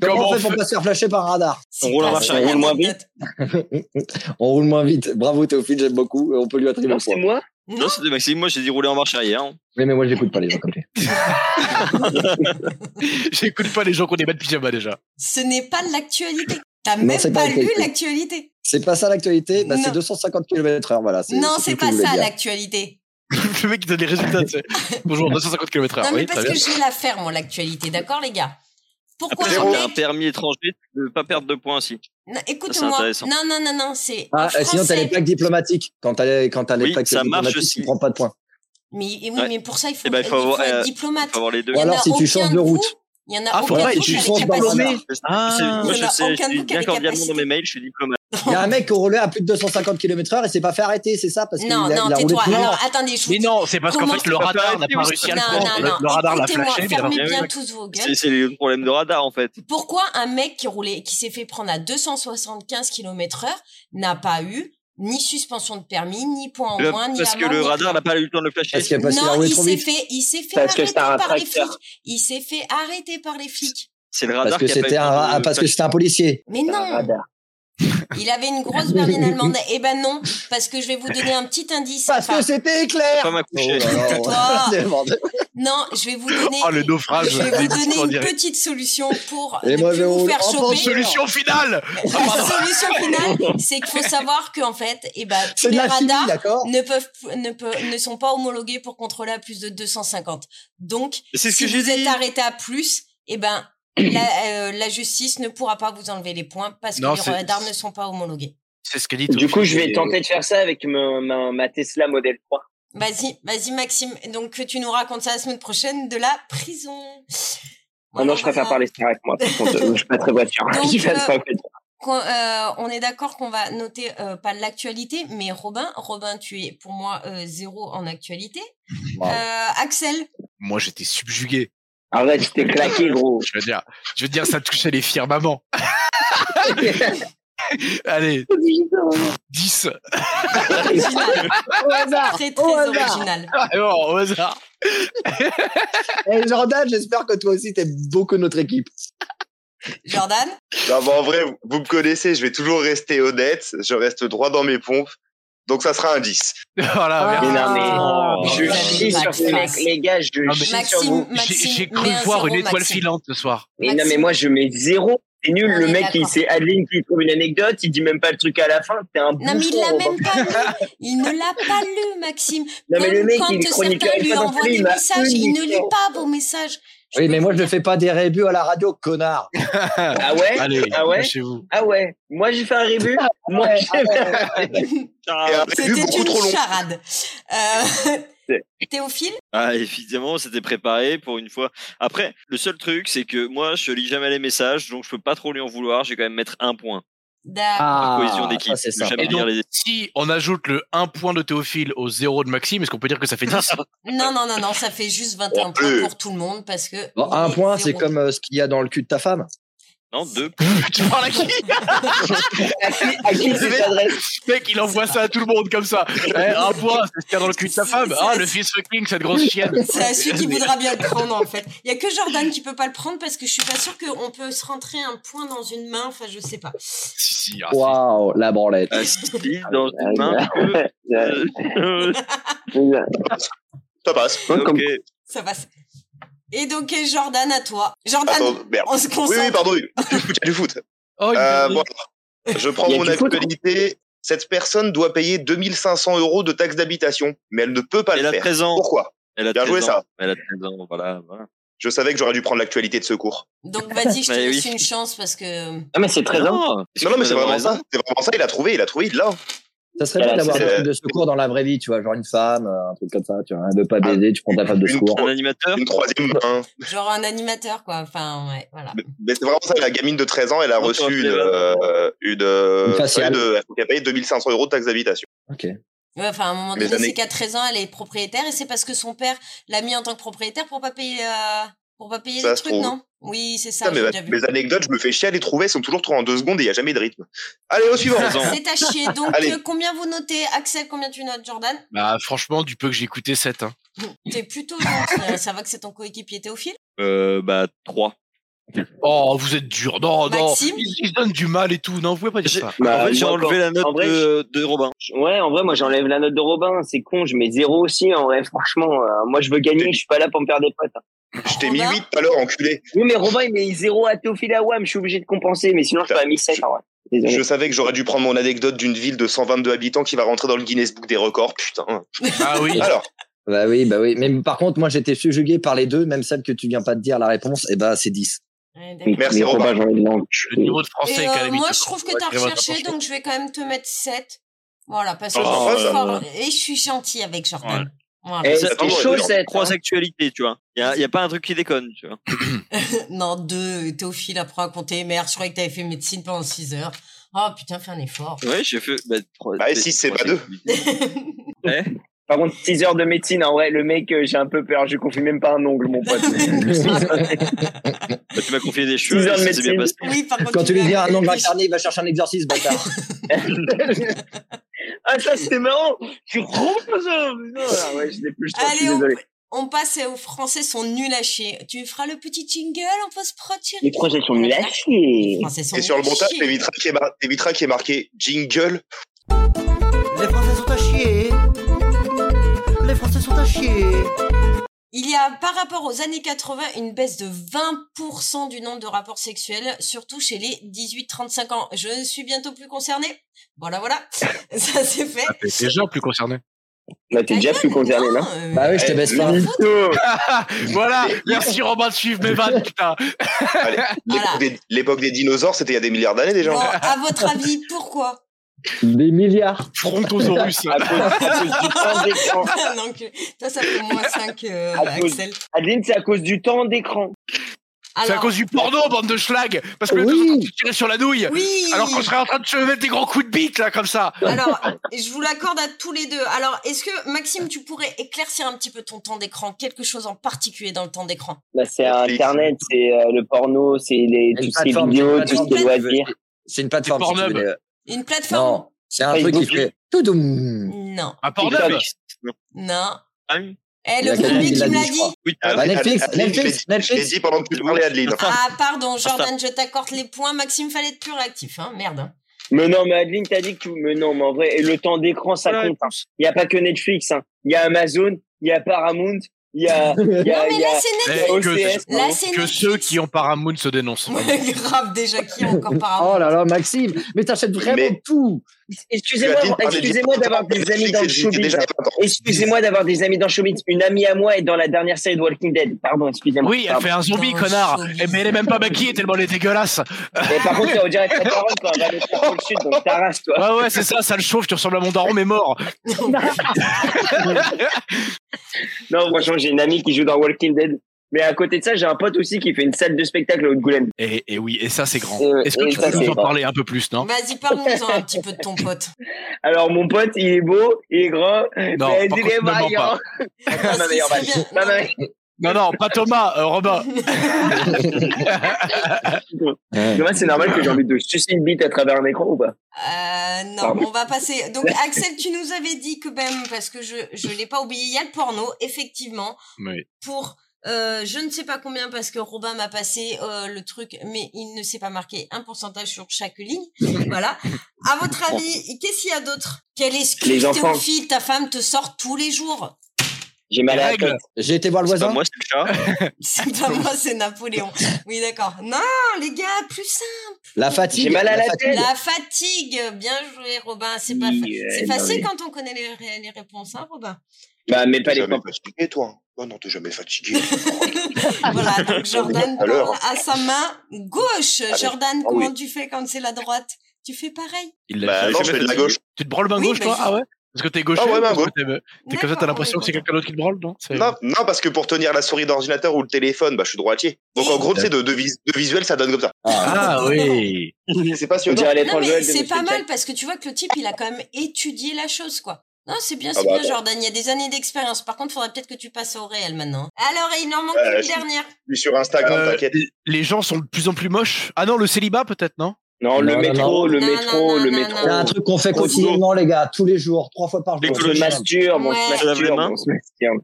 [SPEAKER 3] Comment,
[SPEAKER 4] Comment
[SPEAKER 3] on
[SPEAKER 4] on
[SPEAKER 3] fait pour
[SPEAKER 4] fait
[SPEAKER 3] pas se faire flasher par un radar
[SPEAKER 1] C'est
[SPEAKER 5] roule en
[SPEAKER 1] classe,
[SPEAKER 5] marche, on
[SPEAKER 1] regarde
[SPEAKER 5] roule moins
[SPEAKER 1] la note.
[SPEAKER 3] On roule moins vite. Bravo Théophile, j'aime beaucoup. Euh, On peut lui attribuer
[SPEAKER 5] Non,
[SPEAKER 3] le
[SPEAKER 5] c'est
[SPEAKER 3] point.
[SPEAKER 5] moi
[SPEAKER 6] Non, c'était Maxime. Moi, j'ai dit rouler en marche arrière. hein.
[SPEAKER 3] Oui, mais moi, j'écoute pas les gens comme toi.
[SPEAKER 4] J'écoute pas les gens qu'on débat de pyjama déjà.
[SPEAKER 1] Ce n'est pas de l'actualité. T'as
[SPEAKER 3] Non,
[SPEAKER 1] même
[SPEAKER 3] c'est
[SPEAKER 1] pas,
[SPEAKER 3] pas
[SPEAKER 1] lu
[SPEAKER 3] l'actualité.
[SPEAKER 1] l'actualité.
[SPEAKER 3] C'est pas ça l'actualité. Bah,
[SPEAKER 1] Non.
[SPEAKER 3] c'est 250 km/h. Voilà. c'est-
[SPEAKER 1] Non, c'est
[SPEAKER 3] c'est tout ce que
[SPEAKER 1] pas
[SPEAKER 3] je voulais
[SPEAKER 1] ça
[SPEAKER 3] dire.
[SPEAKER 1] l'actualité.
[SPEAKER 4] Le mec qui donne les résultats, tu sais. Bonjour, 250
[SPEAKER 6] Ah
[SPEAKER 4] km/h.
[SPEAKER 1] Non, mais
[SPEAKER 4] Oui,
[SPEAKER 1] parce
[SPEAKER 4] très
[SPEAKER 1] que
[SPEAKER 4] bien.
[SPEAKER 1] j'ai la faire, moi, l'actualité. D'accord, les gars Pourquoi
[SPEAKER 6] Après,
[SPEAKER 1] on
[SPEAKER 6] on a
[SPEAKER 1] est-
[SPEAKER 6] un permis étranger de pas perdre de points aussi.
[SPEAKER 1] Non,
[SPEAKER 6] Ça,
[SPEAKER 1] Écoute-moi.
[SPEAKER 6] c'est intéressant.
[SPEAKER 1] Non, non, non, non, c'est. en
[SPEAKER 3] Ah, euh, sinon, t'as les
[SPEAKER 1] français.
[SPEAKER 3] plaques diplomatiques. Quand t'as les, quand t'as les
[SPEAKER 6] Oui,
[SPEAKER 3] plaques
[SPEAKER 6] ça marche
[SPEAKER 3] diplomatiques, tu
[SPEAKER 6] aussi.
[SPEAKER 3] prends pas de points.
[SPEAKER 1] Mais, et oui,
[SPEAKER 6] Ouais.
[SPEAKER 1] mais pour ça, il faut,
[SPEAKER 6] Eh ben, il faut avoir,
[SPEAKER 1] être
[SPEAKER 6] euh,
[SPEAKER 1] diplomate.
[SPEAKER 6] Il faut avoir les deux.
[SPEAKER 1] Il y en
[SPEAKER 3] Ou alors,
[SPEAKER 1] a
[SPEAKER 3] si tu
[SPEAKER 1] aucun
[SPEAKER 3] changes de
[SPEAKER 1] vous-
[SPEAKER 3] route.
[SPEAKER 1] Il y en a
[SPEAKER 4] Ah, faut
[SPEAKER 1] aucun
[SPEAKER 4] pas
[SPEAKER 1] de
[SPEAKER 4] être-
[SPEAKER 1] vous qui
[SPEAKER 3] tu
[SPEAKER 1] a
[SPEAKER 3] changes
[SPEAKER 1] les
[SPEAKER 3] d'ordre.
[SPEAKER 1] capacités.
[SPEAKER 6] Je sais,
[SPEAKER 4] Ah.
[SPEAKER 6] moi,
[SPEAKER 1] Il y en
[SPEAKER 6] je
[SPEAKER 1] a
[SPEAKER 6] sais,
[SPEAKER 1] aucun
[SPEAKER 6] je dis
[SPEAKER 1] bouquin
[SPEAKER 6] bien
[SPEAKER 1] des
[SPEAKER 6] cordialement dans
[SPEAKER 1] capacités.
[SPEAKER 6] mes mails, je suis diplomate.
[SPEAKER 3] Il y a un mec qui roulait à plus de 250 km/h et s'est pas fait arrêter, c'est ça Parce qu'il
[SPEAKER 1] Non,
[SPEAKER 3] a,
[SPEAKER 1] non,
[SPEAKER 3] il a roulé
[SPEAKER 1] tais-toi.
[SPEAKER 3] plus
[SPEAKER 1] Alors, attendez, je vous
[SPEAKER 4] Mais
[SPEAKER 1] dis-
[SPEAKER 4] non, c'est parce qu'en
[SPEAKER 1] Comment-
[SPEAKER 4] fait, le
[SPEAKER 6] Ça
[SPEAKER 4] radar
[SPEAKER 6] paraît
[SPEAKER 4] n'a pas
[SPEAKER 6] aussi.
[SPEAKER 4] réussi à
[SPEAKER 1] Non,
[SPEAKER 4] le prendre.
[SPEAKER 1] non,
[SPEAKER 4] Le,
[SPEAKER 1] non.
[SPEAKER 4] le radar l'a
[SPEAKER 1] Écoutez-moi,
[SPEAKER 4] flashé, mais alors-
[SPEAKER 1] fermez
[SPEAKER 6] alors-
[SPEAKER 1] bien
[SPEAKER 6] Oui,
[SPEAKER 1] tous vos gueules.
[SPEAKER 6] C'est c'est le problème de radar en fait.
[SPEAKER 1] Pourquoi un mec qui roulait, qui s'est fait prendre à 275 km heure n'a pas eu ni suspension de permis, ni point en moins, ni
[SPEAKER 6] Parce que
[SPEAKER 1] amende,
[SPEAKER 6] le
[SPEAKER 1] ni
[SPEAKER 6] radar
[SPEAKER 1] rien.
[SPEAKER 6] n'a pas eu le temps de le flasher.
[SPEAKER 3] Parce qu'il a passé la
[SPEAKER 1] non,
[SPEAKER 3] roulé
[SPEAKER 1] il
[SPEAKER 3] trop
[SPEAKER 1] s'est
[SPEAKER 3] vite.
[SPEAKER 1] fait, il s'est fait
[SPEAKER 5] Parce que
[SPEAKER 1] arrêter
[SPEAKER 5] c'était un
[SPEAKER 1] par les
[SPEAKER 5] tracteur.
[SPEAKER 1] flics. Il s'est fait arrêter par les flics.
[SPEAKER 6] C'est le
[SPEAKER 3] Parce
[SPEAKER 6] radar
[SPEAKER 3] que
[SPEAKER 6] qui a pas eu
[SPEAKER 3] c'était
[SPEAKER 6] le
[SPEAKER 3] un,
[SPEAKER 6] temps de
[SPEAKER 3] ra-
[SPEAKER 6] le
[SPEAKER 3] parce que
[SPEAKER 6] flasher.
[SPEAKER 3] c'était un policier.
[SPEAKER 1] Mais non,
[SPEAKER 5] radar.
[SPEAKER 1] Il avait une grosse berline allemande. Eh ben non, parce que je vais vous donner un petit indice.
[SPEAKER 3] Parce
[SPEAKER 1] Enfin,
[SPEAKER 3] que c'était éclair.
[SPEAKER 6] Pas ma
[SPEAKER 3] Oh là
[SPEAKER 6] couchée.
[SPEAKER 3] là, on-
[SPEAKER 1] Toi.
[SPEAKER 3] c'est bordel.
[SPEAKER 1] non, je vais vous donner.
[SPEAKER 4] Oh, le naufrage.
[SPEAKER 1] je vais vous
[SPEAKER 4] des
[SPEAKER 1] donner
[SPEAKER 4] discours en
[SPEAKER 1] une
[SPEAKER 4] direct.
[SPEAKER 1] petite solution pour
[SPEAKER 3] Et
[SPEAKER 1] ne
[SPEAKER 3] moi,
[SPEAKER 1] plus
[SPEAKER 3] je
[SPEAKER 1] vous
[SPEAKER 3] roule
[SPEAKER 1] faire
[SPEAKER 3] en
[SPEAKER 1] choper.
[SPEAKER 3] pension.
[SPEAKER 4] Solution finale
[SPEAKER 1] La solution finale, c'est qu'il faut savoir qu'en fait, eh ben, tous
[SPEAKER 3] C'est de
[SPEAKER 1] les
[SPEAKER 3] la chimie,
[SPEAKER 1] radars
[SPEAKER 3] d'accord
[SPEAKER 1] ne peuvent ne peut- ne sont pas homologués pour contrôler à plus de 250. Donc
[SPEAKER 6] Mais C'est ce
[SPEAKER 1] si
[SPEAKER 6] que j'ai
[SPEAKER 1] vous êtes
[SPEAKER 6] dit.
[SPEAKER 1] arrêté à plus, eh ben la, euh, la justice ne pourra pas vous enlever les points parce que
[SPEAKER 4] Non,
[SPEAKER 1] les
[SPEAKER 4] c'est-
[SPEAKER 1] radars ne sont pas homologués.
[SPEAKER 4] C'est ce qu'a dit
[SPEAKER 5] Du
[SPEAKER 4] Toshi.
[SPEAKER 5] coup, je vais tenter de faire ça avec ma, ma- ma Tesla Model 3.
[SPEAKER 1] Vas-y, vas-y Maxime. Donc que tu nous racontes ça la semaine prochaine de la prison.
[SPEAKER 5] Ah non, je préfère parler ça avec moi. Par contre, euh, je suis pas très voiture.
[SPEAKER 1] Donc,
[SPEAKER 5] Je passe pas
[SPEAKER 1] euh,
[SPEAKER 5] aux voitures.
[SPEAKER 1] Qu'on- euh, on est d'accord qu'on va noter euh, pas l'actualité, mais Robin, Robin, tu es pour moi euh, zéro en actualité.
[SPEAKER 4] Wow.
[SPEAKER 1] Euh, Axel,
[SPEAKER 4] Moi, j'étais subjugué.
[SPEAKER 5] Arrête, je t'ai claqué, gros.
[SPEAKER 4] Je veux dire, je veux dire, ça touchait les fiers mamans. Allez, 10.
[SPEAKER 1] original,
[SPEAKER 3] Au hasard.
[SPEAKER 1] très très
[SPEAKER 3] Au hasard.
[SPEAKER 1] original.
[SPEAKER 4] Alors, au
[SPEAKER 1] Ah.
[SPEAKER 4] hasard.
[SPEAKER 3] Et Eh, Jordan, j'espère que toi aussi t'aimes beaucoup notre équipe.
[SPEAKER 1] Jordan,
[SPEAKER 2] Non, bah, en vrai, vous- vous me connaissez, je vais toujours rester honnête, je reste droit dans mes pompes, donc ça sera un 10.
[SPEAKER 4] Voilà,
[SPEAKER 1] Ah.
[SPEAKER 5] Mais
[SPEAKER 4] merci.
[SPEAKER 5] non, mais
[SPEAKER 3] Ah.
[SPEAKER 1] Oh,
[SPEAKER 5] je
[SPEAKER 1] vous
[SPEAKER 5] chie
[SPEAKER 1] avez
[SPEAKER 5] sur
[SPEAKER 1] pas
[SPEAKER 5] ces
[SPEAKER 1] de
[SPEAKER 5] mecs,
[SPEAKER 1] classe.
[SPEAKER 5] les gars, je
[SPEAKER 4] Ah, mais-
[SPEAKER 5] chie sur vous.
[SPEAKER 1] Maxime,
[SPEAKER 4] J'ai-
[SPEAKER 1] Maxime,
[SPEAKER 4] J'ai
[SPEAKER 1] mets
[SPEAKER 4] cru
[SPEAKER 1] un
[SPEAKER 4] voir
[SPEAKER 1] zéro,
[SPEAKER 4] une étoile
[SPEAKER 1] Maxime.
[SPEAKER 4] filante ce soir.
[SPEAKER 5] Mais non,
[SPEAKER 1] Maxime.
[SPEAKER 5] mais moi, je mets zéro. C'est nul,
[SPEAKER 1] On
[SPEAKER 5] le
[SPEAKER 1] est
[SPEAKER 5] mec, il
[SPEAKER 1] d'accord.
[SPEAKER 5] c'est Adeline qui trouve une anecdote, il dit même pas le truc à la fin, t'es un
[SPEAKER 1] Non, mais il
[SPEAKER 5] bouffon,
[SPEAKER 1] l'a
[SPEAKER 5] Robin.
[SPEAKER 1] même pas lu. Il ne l'a pas lu, Maxime.
[SPEAKER 5] Non, mais
[SPEAKER 1] Même
[SPEAKER 5] le mec,
[SPEAKER 1] quand
[SPEAKER 5] il est chroniqueur,
[SPEAKER 1] certains
[SPEAKER 5] il
[SPEAKER 1] lui
[SPEAKER 5] est pas dans
[SPEAKER 1] envoient
[SPEAKER 5] le
[SPEAKER 1] des
[SPEAKER 5] film, il a
[SPEAKER 1] messages,
[SPEAKER 5] une
[SPEAKER 1] il ne lit
[SPEAKER 5] histoire.
[SPEAKER 1] pas vos messages. Je
[SPEAKER 3] Oui,
[SPEAKER 1] peux
[SPEAKER 3] mais moi
[SPEAKER 1] vous
[SPEAKER 3] je ne
[SPEAKER 1] dire.
[SPEAKER 3] fais pas des rébus à la radio, connard.
[SPEAKER 5] Ah ouais
[SPEAKER 4] Allez,
[SPEAKER 5] Ah ouais
[SPEAKER 4] chez vous.
[SPEAKER 5] Ah ouais Moi, j'ai fait un rébut
[SPEAKER 1] Ah
[SPEAKER 5] Moi, j'ai fait un
[SPEAKER 2] Et euh, un
[SPEAKER 1] C'était
[SPEAKER 2] début beaucoup trop
[SPEAKER 1] une
[SPEAKER 2] long.
[SPEAKER 1] charade. Euh, Théophile,
[SPEAKER 6] Ah, évidemment, c'était préparé pour une fois. Après, le seul truc, c'est que moi, je lis jamais les messages, donc je peux pas trop lui en vouloir. Je vais quand même mettre un point.
[SPEAKER 1] d'accord.
[SPEAKER 3] Ah,
[SPEAKER 6] cohésion d'équipe.
[SPEAKER 3] ça, c'est
[SPEAKER 6] Je
[SPEAKER 3] ça.
[SPEAKER 6] vais jamais
[SPEAKER 4] Et
[SPEAKER 6] lire
[SPEAKER 4] donc,
[SPEAKER 6] les-
[SPEAKER 4] si on ajoute le 1 point de Théophile au 0 de Maxime, est-ce qu'on peut dire que ça fait 10
[SPEAKER 1] Non, non, non, non, ça fait juste 21 points pour tout le monde parce que.
[SPEAKER 3] Bon, un
[SPEAKER 1] il est
[SPEAKER 3] point, c'est
[SPEAKER 1] zéro.
[SPEAKER 3] comme euh, ce qu'il y a dans le cul de ta femme.
[SPEAKER 6] Non, deux.
[SPEAKER 4] Tu parles à qui
[SPEAKER 5] À qui tu t'adresses
[SPEAKER 4] Mec, il envoie ça à tout le monde comme ça. Eh, un point, c'est ce qu'il y a dans le cul de sa femme. Ah, le fils fucking, cette grosse chienne.
[SPEAKER 1] C'est à celui qui voudra bien le prendre en fait. Il y a que Jordan qui peut pas le prendre parce que je suis pas sûre qu'on peut se rentrer un point dans une main. Enfin, je sais pas.
[SPEAKER 4] Si, si, ah, si.
[SPEAKER 3] Waouh, la branlette.
[SPEAKER 6] Ah, si, dans une main. Euh,
[SPEAKER 2] Ça passe.
[SPEAKER 5] Comme-
[SPEAKER 6] ok.
[SPEAKER 1] Ça passe. Et donc euh, Jordan à toi.
[SPEAKER 5] Ah,
[SPEAKER 1] Jordan,
[SPEAKER 2] Attends, merde.
[SPEAKER 1] on se
[SPEAKER 2] Oui,
[SPEAKER 1] concentre.
[SPEAKER 2] oui, pardon, du foot, il y a du foot.
[SPEAKER 4] Oh, il
[SPEAKER 2] Euh,
[SPEAKER 4] me-
[SPEAKER 2] bon, je prends
[SPEAKER 5] Il y a
[SPEAKER 2] mon
[SPEAKER 5] du foot,
[SPEAKER 2] actualité. Cette personne doit payer 2500 euros de taxes d'habitation, mais elle ne peut pas
[SPEAKER 6] Elle
[SPEAKER 2] le
[SPEAKER 6] a
[SPEAKER 2] faire.
[SPEAKER 6] 13 ans.
[SPEAKER 2] Pourquoi
[SPEAKER 6] Elle a
[SPEAKER 2] Bien
[SPEAKER 6] 13
[SPEAKER 2] joué,
[SPEAKER 6] ans.
[SPEAKER 2] ça.
[SPEAKER 6] Elle a 13 ans, voilà. voilà.
[SPEAKER 2] Je savais que j'aurais dû prendre l'actualité de secours.
[SPEAKER 1] Donc vas-y, je te
[SPEAKER 6] Mais
[SPEAKER 1] laisse
[SPEAKER 6] oui.
[SPEAKER 1] une chance parce que euh,
[SPEAKER 5] Ah, mais c'est 13 ans
[SPEAKER 2] Non,
[SPEAKER 6] Non,
[SPEAKER 2] non, mais c'est
[SPEAKER 6] d'avoir
[SPEAKER 2] vraiment
[SPEAKER 6] raison.
[SPEAKER 2] ça. C'est vraiment ça. Il a trouvé, il a trouvé, il l'a.
[SPEAKER 3] Ça serait
[SPEAKER 5] Voilà,
[SPEAKER 3] bien d'avoir
[SPEAKER 2] c'est-
[SPEAKER 3] un truc de secours dans la vraie vie, tu vois, genre une femme, euh, un truc comme ça, tu vois, ne pas baiser, tu prends ta femme de
[SPEAKER 2] Une
[SPEAKER 3] secours.
[SPEAKER 6] Un
[SPEAKER 5] Hein
[SPEAKER 6] animateur
[SPEAKER 2] Une troisième main.
[SPEAKER 1] genre un animateur quoi. Enfin ouais, voilà.
[SPEAKER 2] Mais- Mais c'est vraiment ça, la gamine de 13 ans, elle a
[SPEAKER 6] Non,
[SPEAKER 2] reçu
[SPEAKER 6] t'aurais
[SPEAKER 2] une,
[SPEAKER 6] fait, euh,
[SPEAKER 2] euh, une, euh,
[SPEAKER 3] Une faciale.
[SPEAKER 2] feuille de, elle faut qu'elle paye 2500 euros de taxe d'habitation.
[SPEAKER 3] Ok.
[SPEAKER 1] Ouais, enfin à un moment
[SPEAKER 2] Les
[SPEAKER 1] donné,
[SPEAKER 2] années-
[SPEAKER 1] c'est qu'à 13 ans, elle est propriétaire et c'est parce que son père l'a mis en tant que propriétaire pour pas payer euh, pour pas payer
[SPEAKER 2] Ça
[SPEAKER 1] les
[SPEAKER 2] se
[SPEAKER 1] trucs,
[SPEAKER 2] trouve.
[SPEAKER 1] non Oui, c'est ça.
[SPEAKER 2] Putain, mais
[SPEAKER 1] j'ai
[SPEAKER 2] ma-
[SPEAKER 1] déjà vu.
[SPEAKER 2] mes anecdotes, je me fais chier à les trouver, elles sont toujours trop en deux secondes et il n'y a jamais de rythme. Allez, au suivant.
[SPEAKER 6] Raison.
[SPEAKER 1] C'est à chier. Donc
[SPEAKER 2] Allez.
[SPEAKER 1] euh, combien vous notez Axel, combien tu notes Jordan
[SPEAKER 4] Bah, franchement, du peu que j'ai écouté, 7. Hein.
[SPEAKER 1] T'es plutôt gentil. hein. Ça va que c'est ton coéquipier Théophile.
[SPEAKER 6] euh, Bah, 3.
[SPEAKER 4] Oh, vous êtes dur. Non,
[SPEAKER 1] Maxime
[SPEAKER 4] non. Ils, ils donnent du mal et tout. Non, vous pouvez pas dire
[SPEAKER 6] J'ai-
[SPEAKER 4] ça.
[SPEAKER 5] Bah,
[SPEAKER 6] en fait, j'ai
[SPEAKER 5] moi,
[SPEAKER 6] enlevé
[SPEAKER 5] quand-
[SPEAKER 6] la note
[SPEAKER 5] en vrai,
[SPEAKER 6] de, de Robin.
[SPEAKER 5] Ouais, en vrai, moi, j'enlève la note de Robin, c'est con, je mets zéro aussi, en vrai, franchement, euh, moi, je veux gagner, je suis pas là pour me faire des potes. hein.
[SPEAKER 2] Je t'ai mis
[SPEAKER 1] Robin
[SPEAKER 2] 8 tout à l'heure, enculé.
[SPEAKER 5] Oui, mais Robin, il met zéro à Théophile à WAM, je suis obligé de compenser, mais sinon, je t'aurais mis 7, en vrai. Désolé.
[SPEAKER 2] Je savais que j'aurais dû prendre mon anecdote d'une ville de 122 habitants qui va rentrer dans le Guinness Book des records, putain. hein.
[SPEAKER 4] Ah oui.
[SPEAKER 2] Alors,
[SPEAKER 3] Bah oui, bah oui. Mais par contre, moi, j'étais subjugué par les deux, même celle que tu viens pas de dire la réponse, et bah c'est 10.
[SPEAKER 1] Ouais, d'accord.
[SPEAKER 5] Mais-
[SPEAKER 2] Merci,
[SPEAKER 5] mais
[SPEAKER 2] Robin.
[SPEAKER 5] j'en ai de
[SPEAKER 4] Le niveau de
[SPEAKER 2] Mmh.
[SPEAKER 4] français
[SPEAKER 1] Et,
[SPEAKER 4] est
[SPEAKER 1] euh,
[SPEAKER 4] calamiteux.
[SPEAKER 1] moi, je trouve que t'as
[SPEAKER 4] Ouais,
[SPEAKER 1] recherché,
[SPEAKER 4] attention.
[SPEAKER 1] donc je vais quand même te mettre 7. Voilà, parce que
[SPEAKER 2] Oh,
[SPEAKER 1] je suis
[SPEAKER 2] euh,
[SPEAKER 1] fort hein. et je suis gentil avec Jordan. Voilà.
[SPEAKER 5] Eh,
[SPEAKER 2] Attends,
[SPEAKER 5] c'est chaud,
[SPEAKER 2] ouais,
[SPEAKER 5] cette, hein.
[SPEAKER 6] Trois actualités, tu vois. Il n'y a, pas un truc qui déconne, tu vois.
[SPEAKER 1] non, 2, Théophile apprend à compter. Merde, je croyais que t'avais fait médecine pendant 6 heures. Oh putain, fais un effort.
[SPEAKER 6] Ouais, j'ai fait. Bah, trois-
[SPEAKER 2] Bah, et si, c'est pas
[SPEAKER 6] trois
[SPEAKER 2] deux.
[SPEAKER 6] actualités. Ouais.
[SPEAKER 5] Par contre, 6 heures de médecine, en vrai, le mec, euh, j'ai un peu peur, je confie même pas un ongle, mon pote.
[SPEAKER 6] Bah, tu m'as confié des
[SPEAKER 5] Six
[SPEAKER 6] cheveux,
[SPEAKER 5] heures de
[SPEAKER 6] ça s'est bien passé.
[SPEAKER 5] médecine.
[SPEAKER 1] oui, par contre,
[SPEAKER 3] Quand tu lui
[SPEAKER 1] vas-
[SPEAKER 3] dis ah, un ongle incarné, il va chercher un exercice, bâtard.
[SPEAKER 5] ah, ça, c'était marrant! Tu rompes ça! Non, ouais, je l'ai plus, je t'en suis
[SPEAKER 1] Allez, on-
[SPEAKER 5] désolé.
[SPEAKER 1] on passe aux Français sont nuls à chier. Tu feras le petit jingle en post-prod, chérie
[SPEAKER 5] Les projets sont nuls à chier.
[SPEAKER 1] Les Français sont
[SPEAKER 2] Et sur le
[SPEAKER 1] nuls à
[SPEAKER 2] montage,
[SPEAKER 1] chier.
[SPEAKER 2] t'éviteras qu'il y ait mar- t'éviteras qu'il y ait marqué jingle.
[SPEAKER 7] Les Français sont à chier. Les Français sont à chier.
[SPEAKER 1] Il y a, par rapport aux années 80, une baisse de 20% du nombre de rapports sexuels, surtout chez les 18-35 ans. Je ne suis bientôt plus concernée. Voilà, voilà. Ça, c'est fait.
[SPEAKER 4] Ah, T'es déjà plus concerné.
[SPEAKER 5] Bah, t'es déjà plus concerné, là.
[SPEAKER 1] Non, euh,
[SPEAKER 3] Bah oui, je te baisse pas.
[SPEAKER 4] Voilà, merci Robin de suivre mes vannes, putain.
[SPEAKER 1] Voilà.
[SPEAKER 2] L'époque des, l'époque des dinosaures, c'était il y a des milliards d'années déjà. hein.
[SPEAKER 1] Bon, à votre avis, pourquoi
[SPEAKER 9] Des milliards.
[SPEAKER 4] Frontosaurus.
[SPEAKER 5] À cause- à cause du temps d'écran.
[SPEAKER 1] Donc, toi, ça fait moins 5,
[SPEAKER 5] Ah, cool.
[SPEAKER 1] Axel.
[SPEAKER 5] Adeline, c'est à cause du temps d'écran.
[SPEAKER 4] C'est à
[SPEAKER 1] Alors,
[SPEAKER 4] cause du porno, bande de schlag. Parce que les
[SPEAKER 9] Oui.
[SPEAKER 4] deux sont en train de se tirer sur la nouille.
[SPEAKER 1] oui
[SPEAKER 4] Alors qu'on serait en train de se mettre des grands coups de bite, là, comme ça.
[SPEAKER 1] Alors, je vous l'accorde à tous les deux. Alors, est-ce que, Maxime, tu pourrais éclaircir un petit peu ton temps d'écran Quelque chose en particulier dans le temps d'écran
[SPEAKER 5] Bah, c'est
[SPEAKER 2] Netflix.
[SPEAKER 5] Internet, c'est euh, le porno, c'est les, tout ce qui est
[SPEAKER 3] plateforme,
[SPEAKER 5] vidéo,
[SPEAKER 3] une
[SPEAKER 5] tout ce qui est
[SPEAKER 1] plateforme.
[SPEAKER 5] loisirs.
[SPEAKER 3] C'est une plateforme. si tu veux,
[SPEAKER 4] Pornhub.
[SPEAKER 3] les-
[SPEAKER 1] Une plateforme
[SPEAKER 3] Non, c'est un truc qui Ah, fait. Toudoum.
[SPEAKER 1] Non,
[SPEAKER 4] Un porno.
[SPEAKER 1] non.
[SPEAKER 6] Ah oui.
[SPEAKER 1] Eh,
[SPEAKER 3] Il a
[SPEAKER 1] le
[SPEAKER 3] quelqu'un
[SPEAKER 1] premier
[SPEAKER 3] qui
[SPEAKER 1] qui
[SPEAKER 3] l'a
[SPEAKER 1] me
[SPEAKER 3] dit,
[SPEAKER 1] l'a
[SPEAKER 3] je
[SPEAKER 1] dit.
[SPEAKER 3] crois.
[SPEAKER 6] Oui,
[SPEAKER 5] Ah,
[SPEAKER 3] bah,
[SPEAKER 2] Adeline,
[SPEAKER 3] Netflix,
[SPEAKER 2] je l'ai
[SPEAKER 3] Netflix,
[SPEAKER 2] dit- Je l'ai
[SPEAKER 3] Netflix.
[SPEAKER 2] dit pendant que tu parlais, Adeline.
[SPEAKER 1] Ah, pardon, Jordan, je t'accorde les points. Maxime, fallait être plus réactif. Hein. Merde. hein.
[SPEAKER 5] Mais non, mais Adeline, t'as dit que tu... Mais non, mais en vrai, et le temps d'écran, ça
[SPEAKER 6] Voilà,
[SPEAKER 5] compte. Il n'y a pas que Netflix. hein. Il y a Amazon, il y a Paramount, il y a... il y
[SPEAKER 1] Non, mais
[SPEAKER 5] a- il y
[SPEAKER 1] là,
[SPEAKER 5] a-
[SPEAKER 1] c'est net.
[SPEAKER 5] la
[SPEAKER 4] Eh,
[SPEAKER 5] OCS,
[SPEAKER 4] que,
[SPEAKER 1] Là, c'est
[SPEAKER 4] que
[SPEAKER 1] Netflix.
[SPEAKER 4] ceux qui ont Paramount se dénoncent.
[SPEAKER 1] Ouais, grave, déjà, qui est encore par
[SPEAKER 9] Oh là là, Maxime, mais t'achètes vraiment
[SPEAKER 2] Mais-
[SPEAKER 9] tout.
[SPEAKER 5] Excusez-moi,
[SPEAKER 2] Tu as dit de parler du
[SPEAKER 5] excusez-moi d'avoir
[SPEAKER 2] porno
[SPEAKER 5] des amis dans le
[SPEAKER 2] Netflix, c'était
[SPEAKER 5] showbiz.
[SPEAKER 2] déjà il y a pas longtemps.
[SPEAKER 5] Excusez-moi d'avoir des amis dans le showbiz. Une amie à moi est dans la dernière série de Walking Dead. Pardon, excusez-moi.
[SPEAKER 4] Oui, elle
[SPEAKER 5] Pardon.
[SPEAKER 4] fait un zombie,
[SPEAKER 1] Dans le
[SPEAKER 4] connard.
[SPEAKER 1] showbiz.
[SPEAKER 4] Eh, mais elle est même pas maquillée tellement elle est dégueulasse.
[SPEAKER 5] Mais par contre, on dirait ta parole quand elle va le faire pour le sud, donc t'arraches, toi.
[SPEAKER 4] Ouais, ouais, c'est ça, ça le chauffe, tu ressembles à mon daron, mais mort.
[SPEAKER 1] contre.
[SPEAKER 5] Non, franchement, j'ai une amie qui joue dans Walking Dead. Mais à côté de ça, j'ai un pote aussi qui fait une salle de spectacle au Goulême.
[SPEAKER 4] Et, et oui, et ça, c'est grand.
[SPEAKER 5] Euh,
[SPEAKER 4] Est-ce que
[SPEAKER 5] et
[SPEAKER 4] tu
[SPEAKER 5] ça,
[SPEAKER 4] peux
[SPEAKER 5] c'est
[SPEAKER 4] nous en
[SPEAKER 5] grand.
[SPEAKER 4] parler un peu plus, non
[SPEAKER 1] Vas-y, parle-nous-en un petit peu de ton pote.
[SPEAKER 5] Alors, mon pote, il est beau, il est grand, Ben,
[SPEAKER 4] Non,
[SPEAKER 5] mais
[SPEAKER 4] par
[SPEAKER 5] il
[SPEAKER 4] contre,
[SPEAKER 5] est
[SPEAKER 4] ne mens
[SPEAKER 5] vaillant.
[SPEAKER 4] pas.
[SPEAKER 5] Pas Ah, ma meilleure
[SPEAKER 1] Ce
[SPEAKER 5] vanne.
[SPEAKER 1] serait bien.
[SPEAKER 5] Pas ma meilleure-
[SPEAKER 4] Non, non, pas Thomas, euh, Robin.
[SPEAKER 5] Thomas, c'est normal que j'ai envie de sucer une bite à travers un écran ou pas
[SPEAKER 1] Euh, non,
[SPEAKER 5] Pardon.
[SPEAKER 1] on va passer. Donc, Axel, tu nous avais dit que même, parce que je je l'ai pas oublié, il y a le porno, effectivement,
[SPEAKER 4] Oui.
[SPEAKER 1] pour euh, je ne sais pas combien, parce que Robin m'a passé euh, le truc, mais il ne s'est pas marqué un pourcentage sur chaque ligne. voilà. À votre avis, qu'est-ce qu'il y a d'autre Quelle
[SPEAKER 5] Les
[SPEAKER 1] excuse
[SPEAKER 5] enfants.
[SPEAKER 1] Théophile, ta femme te sort tous les jours
[SPEAKER 5] J'ai mal à la
[SPEAKER 4] Règle.
[SPEAKER 5] tête.
[SPEAKER 3] J'ai été voir le
[SPEAKER 6] C'est pas
[SPEAKER 3] voisin.
[SPEAKER 6] moi, c'est le chat.
[SPEAKER 1] C'est pas moi, c'est Napoléon. Oui, d'accord. Non, les gars, plus simple.
[SPEAKER 3] La fatigue.
[SPEAKER 5] J'ai mal à la
[SPEAKER 3] fatigue.
[SPEAKER 5] tête.
[SPEAKER 1] La fatigue. Bien joué, Robin. C'est pas
[SPEAKER 5] Oui,
[SPEAKER 1] fa-
[SPEAKER 5] euh,
[SPEAKER 1] c'est
[SPEAKER 5] non,
[SPEAKER 1] facile
[SPEAKER 5] mais-
[SPEAKER 1] quand on connaît les, ré- les réponses, hein, Robin
[SPEAKER 5] Bah, mais pas
[SPEAKER 2] T'es
[SPEAKER 5] les
[SPEAKER 2] jamais
[SPEAKER 5] potes.
[SPEAKER 2] fatigué, toi Oh non, t'es jamais fatigué.
[SPEAKER 1] Voilà, donc Jordan
[SPEAKER 2] Tout à l'heure.
[SPEAKER 1] parle à sa main gauche. Jordan,
[SPEAKER 2] Ah oui.
[SPEAKER 1] comment tu fais quand c'est la droite Tu fais pareil
[SPEAKER 4] Il l'a
[SPEAKER 2] bah
[SPEAKER 4] dit.
[SPEAKER 2] non, je fais de la gauche.
[SPEAKER 4] Tu te branles main
[SPEAKER 1] Oui,
[SPEAKER 4] gauche,
[SPEAKER 1] bah,
[SPEAKER 4] toi
[SPEAKER 1] je-
[SPEAKER 4] Ah ouais Parce que t'es gaucher
[SPEAKER 2] Ah ouais, main
[SPEAKER 4] parce que
[SPEAKER 2] gauche.
[SPEAKER 4] t'es- T'es comme ça,
[SPEAKER 1] D'accord,
[SPEAKER 4] t'as l'impression
[SPEAKER 1] on
[SPEAKER 4] que c'est
[SPEAKER 1] est
[SPEAKER 4] quelqu'un d'autre qui te branle, non C'est-
[SPEAKER 2] Non, non, parce que pour tenir la souris d'ordinateur ou le téléphone, bah, je suis droitier. Donc en gros, tu sais, de, de, vis- de visuel, ça donne comme ça.
[SPEAKER 4] Ah oui
[SPEAKER 2] C'est
[SPEAKER 5] On
[SPEAKER 2] passionnant.
[SPEAKER 5] dirait les
[SPEAKER 1] Non,
[SPEAKER 5] Français
[SPEAKER 1] mais
[SPEAKER 5] de
[SPEAKER 1] c'est pas
[SPEAKER 5] spectacle.
[SPEAKER 1] mal parce que tu vois que le type, il a quand même étudié la chose, quoi. Non, c'est bien, c'est
[SPEAKER 2] Ah bah,
[SPEAKER 1] bien, Jordan. Il y a des années d'expérience. Par contre, faudrait peut-être que tu passes au réel maintenant. Alors, il en manque
[SPEAKER 2] Euh,
[SPEAKER 1] une
[SPEAKER 2] je-
[SPEAKER 1] dernière.
[SPEAKER 2] Je suis sur Instagram,
[SPEAKER 4] Euh,
[SPEAKER 2] t'inquiète.
[SPEAKER 4] Les gens sont de plus en plus moches. Ah non, le célibat, peut-être, non
[SPEAKER 5] Non,
[SPEAKER 3] Non,
[SPEAKER 5] le
[SPEAKER 3] non,
[SPEAKER 5] métro, le
[SPEAKER 1] Non, non,
[SPEAKER 5] métro,
[SPEAKER 1] non,
[SPEAKER 5] le
[SPEAKER 1] non,
[SPEAKER 5] métro.
[SPEAKER 3] C'est un truc qu'on fait
[SPEAKER 5] Gros
[SPEAKER 3] continuellement, les gars, tous les jours, trois fois par jour.
[SPEAKER 5] On se masturbe, on se
[SPEAKER 1] Ouais.
[SPEAKER 6] Se lave les
[SPEAKER 5] masturbe,
[SPEAKER 6] mains.
[SPEAKER 5] on se masturbe.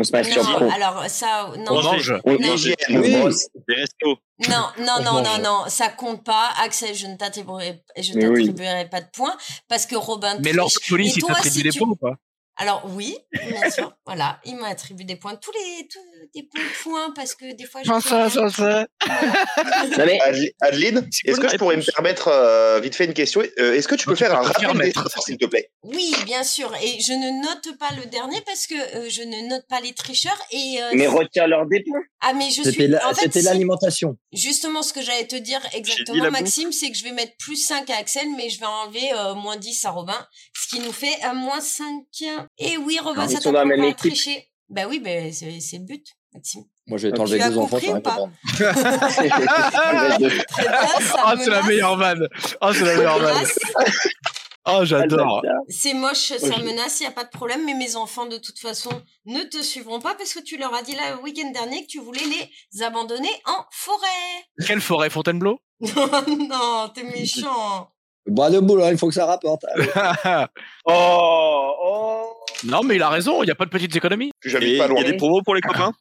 [SPEAKER 5] On se masturbe trop.
[SPEAKER 1] Non, alors ça, non,
[SPEAKER 4] On
[SPEAKER 6] Manger.
[SPEAKER 4] mange.
[SPEAKER 5] On-
[SPEAKER 1] non.
[SPEAKER 5] on-
[SPEAKER 2] Oui.
[SPEAKER 5] on brosse.
[SPEAKER 6] Des restos.
[SPEAKER 1] Non, non,
[SPEAKER 4] On
[SPEAKER 1] non, non,
[SPEAKER 4] mange.
[SPEAKER 1] non, ça compte pas. Axel, je ne t'attribuerai, je
[SPEAKER 5] Mais oui.
[SPEAKER 1] t'attribuerai pas de points parce que Robin.
[SPEAKER 4] Mais
[SPEAKER 1] triche.
[SPEAKER 4] Lance Police,
[SPEAKER 1] Et
[SPEAKER 4] il
[SPEAKER 1] toi,
[SPEAKER 4] t'attribue
[SPEAKER 1] si
[SPEAKER 4] des
[SPEAKER 1] tu-
[SPEAKER 4] points ou pas
[SPEAKER 1] Alors oui, bien sûr. voilà, il m'a attribué des points, tous les, tous des bons points parce que des fois. je fais rien.
[SPEAKER 5] Non, mais
[SPEAKER 2] Adel- Adeline,
[SPEAKER 6] C'est quoi
[SPEAKER 2] est-ce
[SPEAKER 6] la
[SPEAKER 2] que je pourrais me
[SPEAKER 6] réponse
[SPEAKER 2] permettre euh, vite fait une question Euh, Est-ce que tu peux
[SPEAKER 4] tu
[SPEAKER 2] faire
[SPEAKER 4] peux
[SPEAKER 2] un
[SPEAKER 4] te
[SPEAKER 2] rappel des
[SPEAKER 4] permettre.
[SPEAKER 2] scores, s'il te plaît
[SPEAKER 1] Oui, bien sûr. Et je ne note pas le dernier parce que euh, je ne note pas les tricheurs et. euh,
[SPEAKER 5] mais retire leur dépôt.
[SPEAKER 1] ah mais je
[SPEAKER 3] C'était
[SPEAKER 1] suis.
[SPEAKER 3] la-
[SPEAKER 1] en fait,
[SPEAKER 3] c'était
[SPEAKER 1] si,
[SPEAKER 3] l'alimentation.
[SPEAKER 1] justement, ce que j'allais te dire
[SPEAKER 6] dit
[SPEAKER 1] exactement,
[SPEAKER 6] la
[SPEAKER 1] Maxime, c'est que je vais mettre plus 5 à Axel, mais je vais enlever euh, moins 10 à Robin, ce qui nous fait euh, moins 5. Et oui, Robin,
[SPEAKER 5] Ils
[SPEAKER 1] ça
[SPEAKER 5] sont dans la même
[SPEAKER 1] t'a
[SPEAKER 5] équipe.
[SPEAKER 1] triché. Bah oui, ben c'est c'est le but, Maxime.
[SPEAKER 3] Moi, j'ai
[SPEAKER 5] Tu
[SPEAKER 3] enlevé
[SPEAKER 1] as
[SPEAKER 3] deux enfants,
[SPEAKER 1] compris
[SPEAKER 3] t'as
[SPEAKER 1] ou
[SPEAKER 3] rien
[SPEAKER 1] pas
[SPEAKER 3] comprendre.
[SPEAKER 1] Très bien, ça
[SPEAKER 4] Ah, c'est la
[SPEAKER 1] menace.
[SPEAKER 4] meilleure vanne Ah, c'est la meilleure vanne
[SPEAKER 1] Menace.
[SPEAKER 4] Ah, j'adore
[SPEAKER 1] C'est moche, ça
[SPEAKER 5] Ok.
[SPEAKER 1] menace, il n'y a pas de problème, mais mes enfants, de toute façon, ne te suivront pas parce que tu leur as dit là, le week-end dernier que tu voulais les abandonner en forêt.
[SPEAKER 4] Quelle forêt, Fontainebleau
[SPEAKER 1] non, non, t'es méchant.
[SPEAKER 3] Bras de boule, hein, il faut que ça rapporte.
[SPEAKER 5] Oh, oh.
[SPEAKER 4] non, mais il a raison, il n'y a pas de petites économies.
[SPEAKER 2] Puis
[SPEAKER 6] Et Il
[SPEAKER 2] j'habite
[SPEAKER 6] y
[SPEAKER 2] pas loin.
[SPEAKER 6] a des promos pour les copains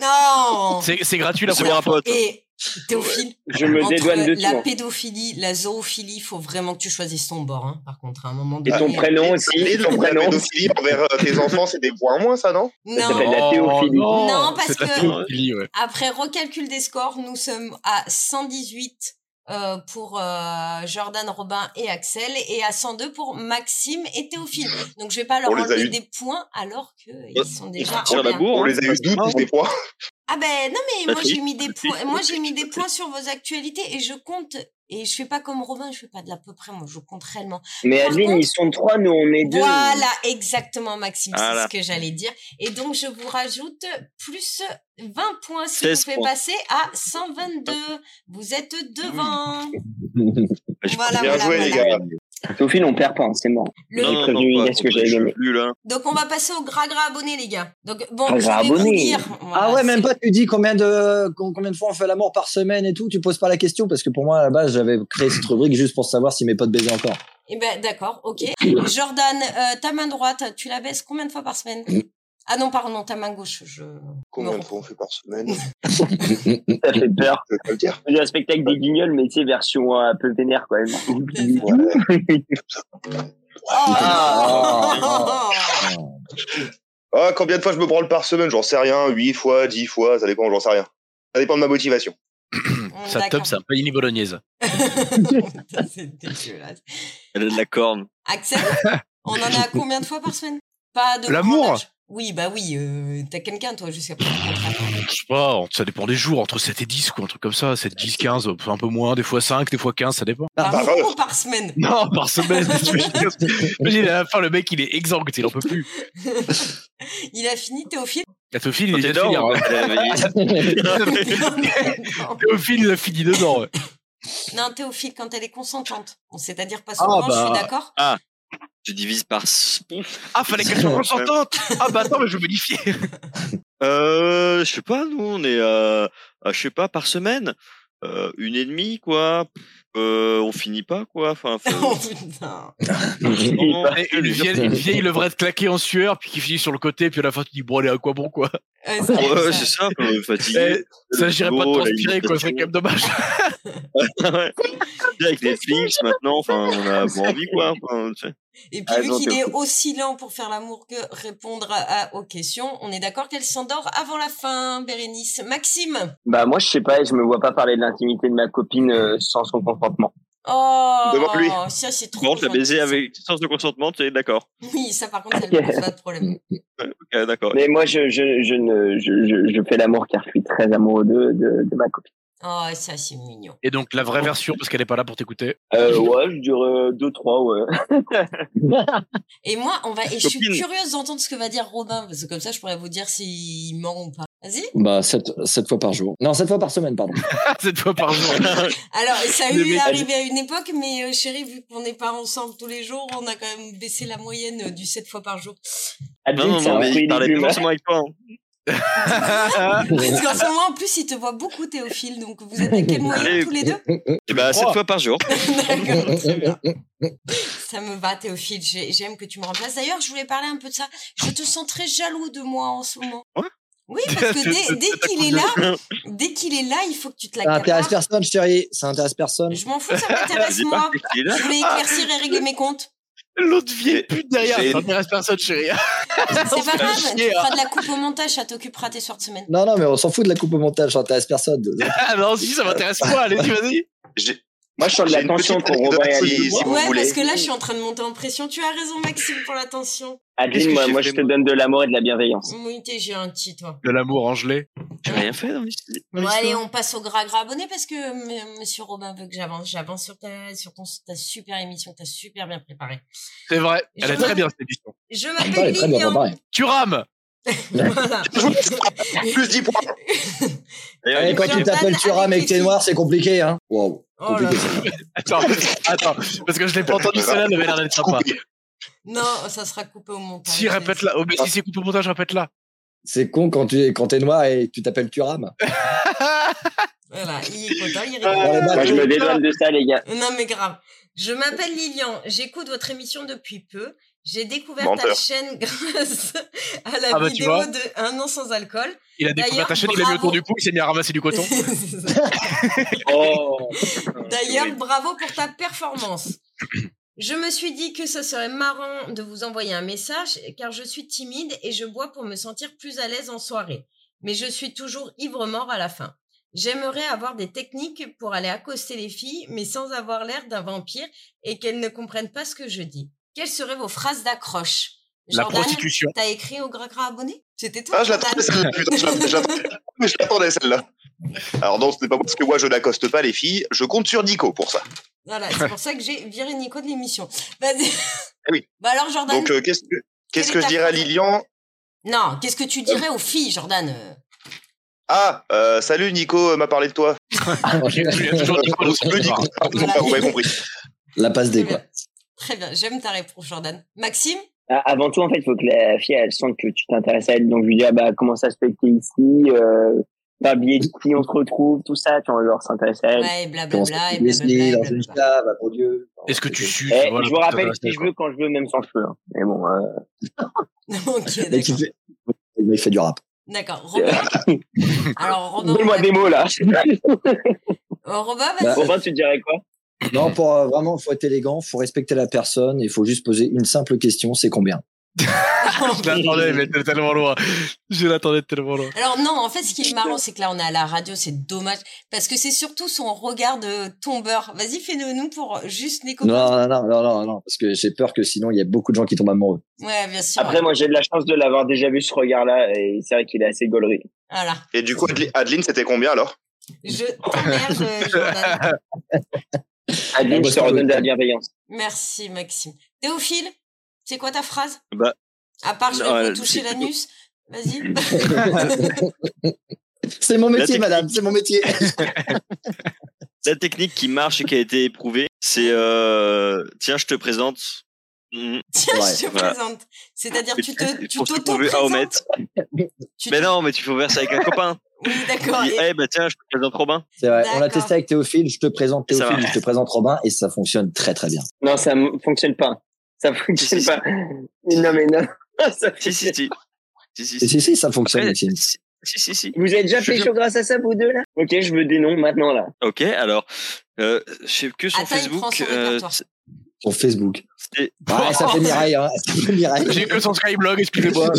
[SPEAKER 1] Non
[SPEAKER 4] C'est c'est gratuit la
[SPEAKER 6] C'est mon
[SPEAKER 4] première fois.
[SPEAKER 6] pote.
[SPEAKER 1] Et Théophile,
[SPEAKER 5] Je me dédouane
[SPEAKER 1] entre
[SPEAKER 5] de
[SPEAKER 1] la
[SPEAKER 5] tout. hein.
[SPEAKER 1] pédophilie, la zoophilie, faut vraiment que tu choisisses ton bord, hein, par contre, à un moment
[SPEAKER 5] Et
[SPEAKER 1] donné.
[SPEAKER 5] ton prénom aussi,
[SPEAKER 2] Et
[SPEAKER 5] ton
[SPEAKER 2] donc, la
[SPEAKER 5] prénom.
[SPEAKER 2] pédophilie envers euh, tes enfants, c'est des points à moins, ça, non
[SPEAKER 5] Ça
[SPEAKER 1] Non,
[SPEAKER 5] s'appelle la théophilie.
[SPEAKER 4] Oh, Non,
[SPEAKER 1] Non, parce
[SPEAKER 4] c'est de la
[SPEAKER 1] que-
[SPEAKER 4] théophilie, ouais.
[SPEAKER 1] Après recalcul des scores, nous sommes à 118 euh, pour euh, Jordan, Robin et Axel et à 102 pour Maxime et Théophile. Donc je vais pas leur
[SPEAKER 2] On les a
[SPEAKER 1] enlever
[SPEAKER 2] eu.
[SPEAKER 1] des points alors que
[SPEAKER 6] Euh,
[SPEAKER 1] ils sont déjà
[SPEAKER 6] Tire
[SPEAKER 1] en
[SPEAKER 6] la
[SPEAKER 1] bien.
[SPEAKER 6] bourre.
[SPEAKER 2] On
[SPEAKER 6] hein.
[SPEAKER 2] les a eu
[SPEAKER 6] C'est marrant.
[SPEAKER 2] tous des points.
[SPEAKER 1] Ah ben non mais moi
[SPEAKER 6] Patrick,
[SPEAKER 1] j'ai mis des
[SPEAKER 6] Patrick,
[SPEAKER 1] points moi j'ai mis des points sur vos actualités et je compte et je fais pas comme Robin, je fais pas de l'à peu près moi, je compte réellement.
[SPEAKER 5] Mais Adeline, ils sont trois, nous on est deux.
[SPEAKER 1] Voilà, exactement Maxime,
[SPEAKER 6] Voilà.
[SPEAKER 1] c'est ce que j'allais dire. Et donc je vous rajoute plus 20 points ce qui vous
[SPEAKER 6] 16
[SPEAKER 1] fait
[SPEAKER 6] points.
[SPEAKER 1] passer à 122. Vous êtes devant.
[SPEAKER 6] Bah, Ah,
[SPEAKER 1] Voilà,
[SPEAKER 2] Bien
[SPEAKER 1] voilà,
[SPEAKER 2] joué,
[SPEAKER 1] voilà.
[SPEAKER 2] les gars.
[SPEAKER 5] Sophie, on perd pas, hein, c'est mort.
[SPEAKER 1] Le-
[SPEAKER 5] Non. prévenu,
[SPEAKER 6] pas
[SPEAKER 5] qu'est-ce que
[SPEAKER 6] contre,
[SPEAKER 5] j'avais
[SPEAKER 6] je
[SPEAKER 5] gagné
[SPEAKER 6] suis plus, là.
[SPEAKER 1] Donc on va passer au gras gras abonné, les gars. Donc bon,
[SPEAKER 5] Gras
[SPEAKER 1] je
[SPEAKER 5] gras
[SPEAKER 1] vais vous
[SPEAKER 5] abonné.
[SPEAKER 1] dire.
[SPEAKER 3] Ah
[SPEAKER 1] voilà,
[SPEAKER 3] ouais,
[SPEAKER 1] c'est-
[SPEAKER 3] même pas tu dis combien de com- combien de fois on fait l'amour par semaine et tout, tu poses pas la question parce que pour moi à la base j'avais créé cette rubrique juste pour savoir si mes potes baisaient encore.
[SPEAKER 1] Eh ben d'accord, ok. Jordan, euh, ta main droite, tu la baisses combien de fois par semaine
[SPEAKER 4] Mm.
[SPEAKER 1] Ah non, pardon, ta main gauche. Je...
[SPEAKER 2] Combien
[SPEAKER 1] Non.
[SPEAKER 2] de fois on fait par semaine Je
[SPEAKER 5] Ça fait peur.
[SPEAKER 2] peux pas le dire.
[SPEAKER 5] J'ai un spectacle des guignols, mais tu sais, version euh, un peu vénère quand même.
[SPEAKER 2] Ouais.
[SPEAKER 1] Oh
[SPEAKER 2] Ah, combien de fois je me branle par semaine J'en sais rien. 8 fois, 10 fois, ça dépend, j'en sais rien. Ça dépend de ma motivation.
[SPEAKER 4] Ça top, c'est un panini bolognaise.
[SPEAKER 1] Putain, c'est dégueulasse.
[SPEAKER 6] Elle a de la corne.
[SPEAKER 1] Axel, on en a à combien de fois par semaine Pas de
[SPEAKER 4] L'amour
[SPEAKER 1] grand âge. Oui, bah oui, euh, t'as quelqu'un toi, je sais pas.
[SPEAKER 4] Je sais pas, ça dépend des jours, entre 7 et 10 ou un truc comme ça. 7, 10, 15, enfin, un peu moins, des fois 5, des fois 15, ça dépend.
[SPEAKER 6] Bah,
[SPEAKER 1] Par
[SPEAKER 2] Par
[SPEAKER 1] jour
[SPEAKER 2] heure.
[SPEAKER 1] ou par semaine
[SPEAKER 4] Non, par semaine, Imagine, à la fin, le mec, il est exsangue, il en peut plus.
[SPEAKER 1] Il a fini, Théophile
[SPEAKER 4] La Théophile,
[SPEAKER 6] Quand
[SPEAKER 4] il est hein.
[SPEAKER 6] t'es hein.
[SPEAKER 4] déjà
[SPEAKER 6] dedans,
[SPEAKER 4] finir,
[SPEAKER 6] on va te réveiller.
[SPEAKER 1] Non.
[SPEAKER 4] Théophile, il a fini dedans. ouais.
[SPEAKER 1] Non, Théophile, quand elle est consentante. Bon, C'est-à-dire pas
[SPEAKER 4] Ah,
[SPEAKER 1] souvent, je
[SPEAKER 4] bah.
[SPEAKER 1] suis d'accord.
[SPEAKER 6] Tu divises par
[SPEAKER 4] Ah, fallait qu'elle soit consentante Ah, bah attends, mais je vais modifier
[SPEAKER 6] Euh, je sais pas, nous on est à, à, je sais pas par semaine, euh, une et demie quoi. Euh, on finit pas quoi. Enfin,
[SPEAKER 1] Oh
[SPEAKER 6] faut-
[SPEAKER 1] putain.
[SPEAKER 6] Non,
[SPEAKER 4] Et une, vieille, une vieille levrette claquée en sueur, puis qui finit sur le côté, puis à la fin, tu dis, bon, allez, à quoi bon, quoi
[SPEAKER 1] Ouais, c'est ça.
[SPEAKER 6] ouais, c'est ça, on est fatigué.
[SPEAKER 4] Eh, Ça s'agirait pas de
[SPEAKER 6] Bon, la
[SPEAKER 4] transpirer, quoi, ce serait quand
[SPEAKER 6] limitation.
[SPEAKER 4] même dommage.
[SPEAKER 6] Ouais. Avec Netflix maintenant, enfin, on a bon, envie quoi. Enfin, tu sais.
[SPEAKER 1] Et puis,
[SPEAKER 5] Ah,
[SPEAKER 1] vu
[SPEAKER 5] non,
[SPEAKER 1] qu'il est aussi lent pour faire l'amour que répondre à- à- aux questions, on est d'accord qu'elle s'endort avant la fin, Bérénice. Maxime
[SPEAKER 5] Bah, moi, je sais pas, je me vois pas parler de l'intimité de ma copine euh, sans son consentement.
[SPEAKER 1] Oh
[SPEAKER 2] Demande-lui.
[SPEAKER 1] Ça, c'est trop.
[SPEAKER 6] Bon, t'as
[SPEAKER 1] gentil,
[SPEAKER 6] baisé
[SPEAKER 1] ça.
[SPEAKER 6] avec sens de consentement, t'es d'accord.
[SPEAKER 1] Oui, ça, par contre, ça ne pose pas de problème.
[SPEAKER 6] Ok, d'accord.
[SPEAKER 5] Mais moi, je, je, je, ne, je, je, je fais l'amour car je suis très amoureux de, de, de ma copine.
[SPEAKER 1] Oh, ça, c'est mignon.
[SPEAKER 4] Et donc, la vraie version, parce qu'elle est pas là pour t'écouter.
[SPEAKER 5] Euh, ouais, je dirais 2-3, ouais.
[SPEAKER 1] Et moi, on va. Et je suis
[SPEAKER 6] Copine.
[SPEAKER 1] curieuse d'entendre ce que va dire Robin, parce que comme ça, je pourrais vous dire s'il ment ou pas. Vas-y.
[SPEAKER 3] Bah sept, sept fois par jour. Non, sept fois par semaine, pardon.
[SPEAKER 4] Ah, Cette fois par jour.
[SPEAKER 1] Alors, ça a
[SPEAKER 4] Le
[SPEAKER 1] eu
[SPEAKER 4] message.
[SPEAKER 1] arrivé à une époque, mais euh, chérie, vu qu'on n'est pas ensemble tous les jours, on a quand même baissé la moyenne euh, du 7 fois par jour.
[SPEAKER 6] Non,
[SPEAKER 5] Adeline,
[SPEAKER 6] non,
[SPEAKER 5] c'est
[SPEAKER 6] non,
[SPEAKER 5] un
[SPEAKER 6] mais
[SPEAKER 5] fruit
[SPEAKER 6] il parlait plus
[SPEAKER 5] légume.
[SPEAKER 6] forcément avec toi. hein.
[SPEAKER 1] Parce qu'en ce moment, en plus, il te voit beaucoup, Théophile, donc vous êtes à quelle moyenne
[SPEAKER 6] Allez.
[SPEAKER 1] tous les deux
[SPEAKER 6] Eh ben,
[SPEAKER 4] crois.
[SPEAKER 6] sept fois par jour.
[SPEAKER 1] D'accord, très bien. Ça me va, Théophile, j'ai- j'aime que tu me remplaces. D'ailleurs, je voulais parler un peu de ça. Je te sens très jaloux de moi en ce moment.
[SPEAKER 6] Ouais.
[SPEAKER 1] Oui, parce que dès, dès qu'il est là, dès qu'il est là, il faut que tu te la
[SPEAKER 3] Ça intéresse
[SPEAKER 1] capardes.
[SPEAKER 3] personne, chérie. Ça intéresse personne.
[SPEAKER 1] Je m'en fous, ça m'intéresse
[SPEAKER 6] J'ai pas
[SPEAKER 1] moi.
[SPEAKER 6] fait qu'il est là.
[SPEAKER 1] Je vais éclaircir et régler mes comptes.
[SPEAKER 4] L'autre vieille pute derrière,
[SPEAKER 6] j'ai-
[SPEAKER 4] ça intéresse personne, chérie.
[SPEAKER 1] C'est pas grave, tu
[SPEAKER 4] chier,
[SPEAKER 1] feras
[SPEAKER 3] hein.
[SPEAKER 1] de la coupe au montage, ça t'occupera tes soirs de semaine.
[SPEAKER 3] Non, non, mais on s'en fout de la coupe au montage, ça intéresse personne.
[SPEAKER 4] Ah non, si, ça m'intéresse pas, allez-y, vas-y.
[SPEAKER 2] J'ai-
[SPEAKER 5] Moi, je sens de
[SPEAKER 2] J'ai
[SPEAKER 5] la
[SPEAKER 2] une
[SPEAKER 5] tension
[SPEAKER 2] petite
[SPEAKER 5] pour Robin et
[SPEAKER 2] anecdote,
[SPEAKER 5] Adeline.
[SPEAKER 2] si- si vous
[SPEAKER 1] ouais,
[SPEAKER 2] voulez.
[SPEAKER 1] parce que là, je suis en train de monter en pression. Tu as raison, Maxime, pour l'attention.
[SPEAKER 6] Qu'est-ce
[SPEAKER 5] Adeline,
[SPEAKER 6] que
[SPEAKER 5] moi,
[SPEAKER 6] j'ai
[SPEAKER 5] moi
[SPEAKER 6] fait,
[SPEAKER 5] je te donne de l'amour et de la bienveillance.
[SPEAKER 1] Oui, t'es gentil, toi.
[SPEAKER 4] De l'amour en gelée.
[SPEAKER 6] J'ai rien fait dans l'histoire.
[SPEAKER 1] Bon, allez, on passe au gras gras abonné parce que m- monsieur Robin veut que j'avance. J'avance sur ta, sur ton, ta super émission que t'as super bien préparée.
[SPEAKER 4] C'est vrai,
[SPEAKER 1] Je-
[SPEAKER 4] elle est très bien cette émission.
[SPEAKER 1] Je
[SPEAKER 3] Attends, elle est
[SPEAKER 1] m'appelle
[SPEAKER 3] très bien
[SPEAKER 1] Lignan.
[SPEAKER 3] préparée.
[SPEAKER 4] Tu rames
[SPEAKER 1] Voilà.
[SPEAKER 2] Plus 10 points.
[SPEAKER 3] Eh, quand
[SPEAKER 1] Jordan
[SPEAKER 3] tu t'appelles Turam
[SPEAKER 1] avec
[SPEAKER 3] et que t'es
[SPEAKER 1] les
[SPEAKER 3] noir, c'est compliqué, hein. Wow.
[SPEAKER 1] Oh là là.
[SPEAKER 4] Attends, attends, parce que je l'ai pas entendu, celle-là, elle avait l'air d'être sympa.
[SPEAKER 1] Non, ça sera coupé au montage.
[SPEAKER 4] Si, répète-la. Oh, mais si c'est coupé au montage, répète-la.
[SPEAKER 3] C'est con quand tu es, quand t'es noir et que tu t'appelles Turam.
[SPEAKER 1] Voilà, il est content, il
[SPEAKER 3] Dans
[SPEAKER 1] rigole.
[SPEAKER 3] les
[SPEAKER 5] Moi, je
[SPEAKER 3] bateaux.
[SPEAKER 5] me dédouane de ça, les gars.
[SPEAKER 1] Non, mais grave. Je m'appelle Lilian, j'écoute votre émission depuis peu. J'ai découvert ta
[SPEAKER 2] Menteur.
[SPEAKER 1] chaîne grâce à la
[SPEAKER 4] Ah bah, tu
[SPEAKER 1] vidéo
[SPEAKER 4] vois.
[SPEAKER 1] de Un an sans alcool.
[SPEAKER 4] Il a découvert ta
[SPEAKER 1] D'ailleurs,
[SPEAKER 4] chaîne, il a mis
[SPEAKER 1] bravo.
[SPEAKER 4] autour du cou, il s'est mis à ramasser du coton.
[SPEAKER 5] Oh.
[SPEAKER 1] D'ailleurs, bravo pour ta performance. Je me suis dit que ce serait marrant de vous envoyer un message car je suis timide et je bois pour me sentir plus à l'aise en soirée. Mais je suis toujours ivre-mort à la fin. J'aimerais avoir des techniques pour aller accoster les filles mais sans avoir l'air d'un vampire et qu'elles ne comprennent pas ce que je dis. Quelles seraient vos phrases d'accroche
[SPEAKER 4] La
[SPEAKER 1] Jordan,
[SPEAKER 4] prostitution.
[SPEAKER 1] t'as écrit au gras gras abonné C'était toi
[SPEAKER 2] Ah, je
[SPEAKER 1] Jordan
[SPEAKER 2] l'attendais celle-là, putain, je l'attendais, je l'attendais. Mais je l'attendais celle-là. Alors non, ce n'est pas parce que moi je n'accoste pas les filles, je compte sur Nico pour ça.
[SPEAKER 1] Voilà, c'est pour ça que j'ai viré Nico de l'émission. Vas-y.
[SPEAKER 2] Eh oui.
[SPEAKER 1] Bah alors Jordan,
[SPEAKER 2] Donc euh, qu'est-ce que,
[SPEAKER 1] Quelle
[SPEAKER 2] qu'est-ce
[SPEAKER 1] est
[SPEAKER 2] que je
[SPEAKER 1] ta
[SPEAKER 2] dirais à
[SPEAKER 1] phrase
[SPEAKER 2] Lilian
[SPEAKER 1] Non, qu'est-ce que tu dirais aux filles, Jordan euh
[SPEAKER 2] Ah, euh, salut Nico euh, m'a parlé de toi.
[SPEAKER 4] Il y a toujours Nico dans son
[SPEAKER 2] Le Nico,
[SPEAKER 4] bar.
[SPEAKER 2] pardon,
[SPEAKER 1] Ah, Voilà.
[SPEAKER 2] vous m'avez compris.
[SPEAKER 3] La passe
[SPEAKER 1] Très
[SPEAKER 3] des quoi.
[SPEAKER 1] bien. Très bien, j'aime ta réponse, Jordan. Maxime
[SPEAKER 5] Ah, Avant tout, en fait, il faut que la fille, elle sente que tu t'intéresses à elle. Donc, je lui dis, ah, bah, comment ça se fait que t'es ici, euh, par biais de qui on se retrouve, tout ça. Tu vois, genre, s'intéresser à elle.
[SPEAKER 1] Ouais,
[SPEAKER 3] Euh, Comment
[SPEAKER 1] blablabla,
[SPEAKER 3] ça
[SPEAKER 1] et
[SPEAKER 3] se Wesley
[SPEAKER 1] blablabla.
[SPEAKER 3] dans
[SPEAKER 1] et
[SPEAKER 3] une
[SPEAKER 1] blablabla.
[SPEAKER 3] cave, ah, mon Dieu.
[SPEAKER 4] Est-ce que tu sues
[SPEAKER 5] Eh,
[SPEAKER 4] voilà,
[SPEAKER 5] je vous
[SPEAKER 4] putain,
[SPEAKER 5] rappelle
[SPEAKER 4] voilà,
[SPEAKER 5] si je veux, quand je veux, même sans cheveux. hein. Mais bon, euh,
[SPEAKER 1] ok,
[SPEAKER 3] Le mec, il
[SPEAKER 1] d'accord.
[SPEAKER 3] fait- le mec fait du rap.
[SPEAKER 1] D'accord, Robin. Alors, Robin, on
[SPEAKER 5] donne-moi
[SPEAKER 1] va-
[SPEAKER 5] des mots, là.
[SPEAKER 1] Euh, Robin, vas-y.
[SPEAKER 3] Bah,
[SPEAKER 5] Robin, tu dirais quoi?
[SPEAKER 3] Non, pour euh, vraiment, faut être élégant, faut respecter la personne, il faut juste poser une simple question, c'est combien
[SPEAKER 4] Je l'attendais, mais t'es tellement loin. Je l'attendais tellement loin.
[SPEAKER 1] Alors non, en fait, ce qui est marrant, c'est que là, on est à la radio, c'est dommage, parce que c'est surtout son regard de tombeur. Vas-y, fais-le nous pour juste les copains.
[SPEAKER 3] non, non, non, non, non, non, parce que j'ai peur que sinon il y a beaucoup de gens qui tombent amoureux.
[SPEAKER 1] Ouais, bien sûr.
[SPEAKER 5] Après,
[SPEAKER 1] ouais.
[SPEAKER 5] moi, j'ai de la chance de l'avoir déjà vu, ce regard-là. Et c'est vrai qu'il est assez gaulerie.
[SPEAKER 1] Voilà.
[SPEAKER 2] Et du coup, Adli- Adeline, c'était combien alors
[SPEAKER 1] Je t'emmerde, euh, Jordan.
[SPEAKER 5] Adeline,
[SPEAKER 3] bah,
[SPEAKER 5] je te
[SPEAKER 3] ça,
[SPEAKER 5] redonne
[SPEAKER 3] oui.
[SPEAKER 5] de la bienveillance.
[SPEAKER 1] Merci, Maxime. Théophile, c'est quoi ta phrase
[SPEAKER 6] Bah,
[SPEAKER 1] À part, je
[SPEAKER 6] non,
[SPEAKER 1] vais
[SPEAKER 6] euh,
[SPEAKER 1] vous toucher
[SPEAKER 6] c'est-
[SPEAKER 1] l'anus. Vas-y.
[SPEAKER 3] C'est mon métier,
[SPEAKER 6] technique.
[SPEAKER 3] madame, c'est mon métier.
[SPEAKER 6] La technique qui marche et qui a été éprouvée, c'est euh, tiens, je te présente. Mhm.
[SPEAKER 1] Tiens,
[SPEAKER 3] Ouais,
[SPEAKER 1] je te
[SPEAKER 6] voilà.
[SPEAKER 1] présente. C'est-à-dire,
[SPEAKER 6] Et
[SPEAKER 1] tu te, tu
[SPEAKER 6] pour se trouver à
[SPEAKER 1] t'auto-présentes.
[SPEAKER 6] omettre.
[SPEAKER 1] Tu
[SPEAKER 6] Mais
[SPEAKER 1] te-
[SPEAKER 6] non, mais tu faut faire ça avec un copain.
[SPEAKER 1] Oui,
[SPEAKER 6] Tu
[SPEAKER 1] d'accord.
[SPEAKER 6] dis,
[SPEAKER 1] Et-
[SPEAKER 6] eh bah tiens, je te présente Robin.
[SPEAKER 3] C'est vrai, on l'a
[SPEAKER 1] D'accord.
[SPEAKER 3] testé avec Théophile, je te présente
[SPEAKER 6] Et ça
[SPEAKER 3] Théophile,
[SPEAKER 6] va.
[SPEAKER 3] je te présente Robin, et ça fonctionne très très bien.
[SPEAKER 5] Non, ça ne fonctionne pas. Ça fonctionne
[SPEAKER 6] Si, si,
[SPEAKER 5] pas. Non, mais non. Ça
[SPEAKER 6] Si, si, si. Si, si,
[SPEAKER 3] Et
[SPEAKER 6] si.
[SPEAKER 3] si, si, ça fonctionne
[SPEAKER 6] Après,
[SPEAKER 3] aussi.
[SPEAKER 6] si, si, si, si.
[SPEAKER 5] Vous avez déjà
[SPEAKER 6] Je-
[SPEAKER 5] fait chaud grâce à ça, vous deux, là Ok, je veux des noms maintenant, là.
[SPEAKER 6] Ok, alors, euh, je sais que son
[SPEAKER 1] Attends, il prend
[SPEAKER 6] Facebook.
[SPEAKER 1] son
[SPEAKER 6] euh,
[SPEAKER 1] répertoire.
[SPEAKER 6] c'est-
[SPEAKER 3] Sur Facebook.
[SPEAKER 6] c'est-
[SPEAKER 3] Ah, ça fait Mireille, hein, ça fait Mireille.
[SPEAKER 4] J'ai que son Skyblog, excusez-moi.
[SPEAKER 6] en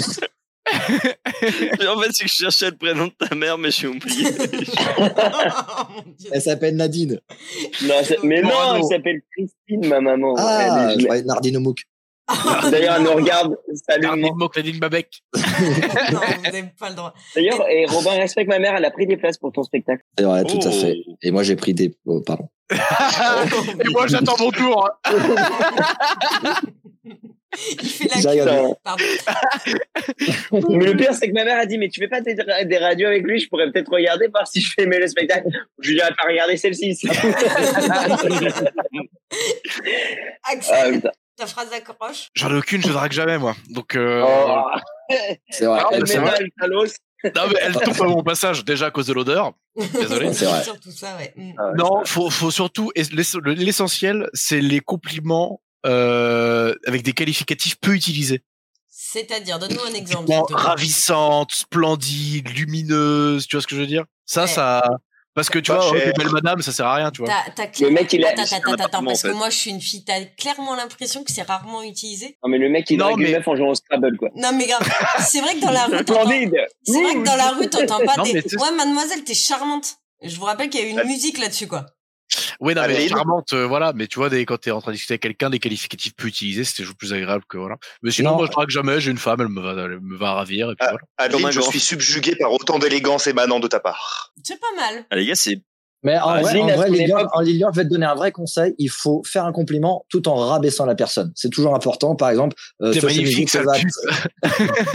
[SPEAKER 6] fait, c'est que je cherchais le prénom de ta mère, mais j'ai oublié.
[SPEAKER 1] Oh, mon Dieu.
[SPEAKER 3] Elle s'appelle Nadine.
[SPEAKER 5] Non, ça- mais non,
[SPEAKER 4] Morano.
[SPEAKER 5] elle s'appelle Christine, ma maman.
[SPEAKER 3] Ah,
[SPEAKER 5] Elle est-
[SPEAKER 3] je croyais Nardino Mouk.
[SPEAKER 5] D'ailleurs, elle nous regarde. Salut,
[SPEAKER 4] Gardez
[SPEAKER 5] maman.
[SPEAKER 4] le mot Nadine Babek.
[SPEAKER 1] Non, vous n'avez pas le droit.
[SPEAKER 5] D'ailleurs, et Robin, respecte ma mère, elle a pris des places pour ton spectacle.
[SPEAKER 3] C'est vrai, tout à
[SPEAKER 6] Oh.
[SPEAKER 3] fait. Et moi, j'ai pris des. oh, pardon.
[SPEAKER 4] Et moi, j'attends mon tour. hein.
[SPEAKER 1] Il fait la
[SPEAKER 3] J'ai
[SPEAKER 1] queue.
[SPEAKER 3] regardé.
[SPEAKER 1] Pardon.
[SPEAKER 5] Mais le pire, c'est que ma mère a dit, mais tu fais pas des, des radios avec lui, je pourrais peut-être regarder par si je fais aimer le spectacle. Je lui ai pas regarder celle-ci. ça. ah,
[SPEAKER 1] Axel,
[SPEAKER 5] putain.
[SPEAKER 1] ta phrase d'accroche.
[SPEAKER 4] J'en ai aucune, je drague jamais, moi. Donc, euh,
[SPEAKER 5] Oh,
[SPEAKER 3] C'est vrai.
[SPEAKER 4] Ah,
[SPEAKER 3] elle-
[SPEAKER 5] elle
[SPEAKER 4] mais c'est
[SPEAKER 5] met
[SPEAKER 4] vrai.
[SPEAKER 5] mal, Talos.
[SPEAKER 4] non, mais elle tombe à mon passage, déjà à cause de l'odeur. Désolé.
[SPEAKER 3] C'est vrai.
[SPEAKER 1] Surtout ça, ouais. Mm.
[SPEAKER 4] Non, faut, faut surtout et l'ess- le- l'essentiel, c'est les compliments euh, avec des qualificatifs peu utilisés.
[SPEAKER 1] C'est-à-dire, donne-nous un exemple.
[SPEAKER 4] Bon,
[SPEAKER 1] s'il te plaît.
[SPEAKER 4] ravissante, splendide, lumineuse, tu vois ce que je veux dire Ça,
[SPEAKER 1] Ouais.
[SPEAKER 4] ça, parce que tu
[SPEAKER 2] Pas
[SPEAKER 4] vois, oh,
[SPEAKER 2] cher.
[SPEAKER 4] t'es belle madame, ça sert à rien, tu vois.
[SPEAKER 1] T'as, t'as
[SPEAKER 5] Le
[SPEAKER 1] clairement...
[SPEAKER 5] mec, il a.
[SPEAKER 1] Attends,
[SPEAKER 6] c'est un
[SPEAKER 1] attends, attends,
[SPEAKER 6] appartement,
[SPEAKER 1] parce
[SPEAKER 6] en
[SPEAKER 1] que
[SPEAKER 6] fait.
[SPEAKER 1] moi, je suis une fille. T'as clairement l'impression que c'est rarement utilisé.
[SPEAKER 5] Non, mais le mec, il
[SPEAKER 4] Non,
[SPEAKER 5] drague
[SPEAKER 4] mais-
[SPEAKER 5] une meuf en jouant au Scrabble, quoi.
[SPEAKER 1] Non, mais grave. C'est vrai que dans la rue, t'entends-
[SPEAKER 5] Splendide
[SPEAKER 1] C'est vrai que dans la rue, t'entends pas
[SPEAKER 4] Non,
[SPEAKER 1] des.
[SPEAKER 4] mais tu sais-
[SPEAKER 1] Ouais, mademoiselle, t'es charmante. Je vous rappelle qu'il y a eu une
[SPEAKER 2] Ouais.
[SPEAKER 1] musique là-dessus, quoi.
[SPEAKER 4] Ouais, non, mais
[SPEAKER 2] Adeline
[SPEAKER 4] charmante, euh, voilà. Mais tu vois, des, quand t'es en train de discuter avec quelqu'un, des qualificatifs peu utilisés, c'est toujours plus agréable que voilà. Mais sinon,
[SPEAKER 3] Non.
[SPEAKER 4] moi, je drague jamais. J'ai une femme, elle me va, elle me va ravir. Et puis
[SPEAKER 2] Ah.
[SPEAKER 4] voilà.
[SPEAKER 2] Adeline,
[SPEAKER 6] Romain
[SPEAKER 2] je
[SPEAKER 6] Grand.
[SPEAKER 2] suis subjugué par autant d'élégance émanant de ta part.
[SPEAKER 1] C'est pas mal.
[SPEAKER 6] Ah, les gars, c'est.
[SPEAKER 3] Mais en
[SPEAKER 5] Ah,
[SPEAKER 3] vrai,
[SPEAKER 5] Lille,
[SPEAKER 3] en
[SPEAKER 5] à
[SPEAKER 3] vrai,
[SPEAKER 5] son
[SPEAKER 3] Lilian,
[SPEAKER 5] époque-
[SPEAKER 3] en Lilian, je vais te donner un vrai conseil. Il faut faire un compliment tout en rabaissant la personne. C'est toujours important. Par exemple, euh,
[SPEAKER 4] T'es
[SPEAKER 3] sur ces
[SPEAKER 4] magnifique,
[SPEAKER 3] musiques,
[SPEAKER 4] sale
[SPEAKER 3] ça va-
[SPEAKER 4] pute.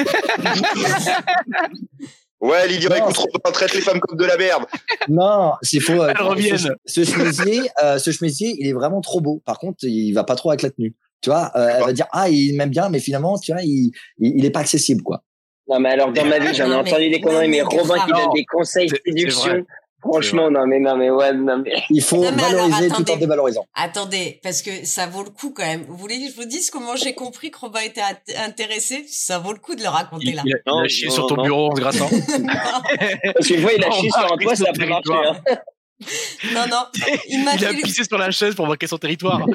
[SPEAKER 2] Ouais, Lilian,
[SPEAKER 3] Non,
[SPEAKER 2] écoute, Robin traite les femmes comme de la merde.
[SPEAKER 3] Non, s'il faut. euh,
[SPEAKER 4] Elles reviennent.
[SPEAKER 3] Ce, ce chemisier, euh, ce chemisier, il est vraiment trop beau. Par contre, il va pas trop avec la tenue. Tu vois, euh, elle va dire ah il m'aime bien, mais finalement, tu vois, il, il, il est pas accessible quoi.
[SPEAKER 5] Non, mais alors, dans ma vie, j'en ai
[SPEAKER 1] Non, mais-
[SPEAKER 5] entendu des conneries, mais
[SPEAKER 1] non, mais
[SPEAKER 5] Robin qui
[SPEAKER 4] grave.
[SPEAKER 5] donne des conseils
[SPEAKER 4] C'est- c'est vrai.
[SPEAKER 5] séduction. Franchement, non, mais non, mais ouais, non, mais.
[SPEAKER 3] Il faut
[SPEAKER 1] Non, mais alors,
[SPEAKER 3] valoriser tout en
[SPEAKER 1] attendez.
[SPEAKER 3] dévalorisant.
[SPEAKER 1] Attendez, parce que ça vaut le coup quand même. Vous voulez que je vous dise comment j'ai compris que Robin était at- intéressé Ça vaut le coup de le raconter
[SPEAKER 4] Il,
[SPEAKER 1] là.
[SPEAKER 4] il a, il a
[SPEAKER 6] Non,
[SPEAKER 4] chié
[SPEAKER 6] non,
[SPEAKER 4] sur ton
[SPEAKER 6] non.
[SPEAKER 4] bureau en se grattant.
[SPEAKER 5] Parce qu'une fois, il a
[SPEAKER 4] On
[SPEAKER 5] chié sur un
[SPEAKER 4] marque
[SPEAKER 5] toit,
[SPEAKER 4] son
[SPEAKER 5] ça a pas marché,
[SPEAKER 4] territoire.
[SPEAKER 5] hein.
[SPEAKER 1] Non, non, il m'a
[SPEAKER 4] Il a
[SPEAKER 1] fait, le-
[SPEAKER 4] pissé sur la chaise pour marquer son territoire.
[SPEAKER 1] non, non,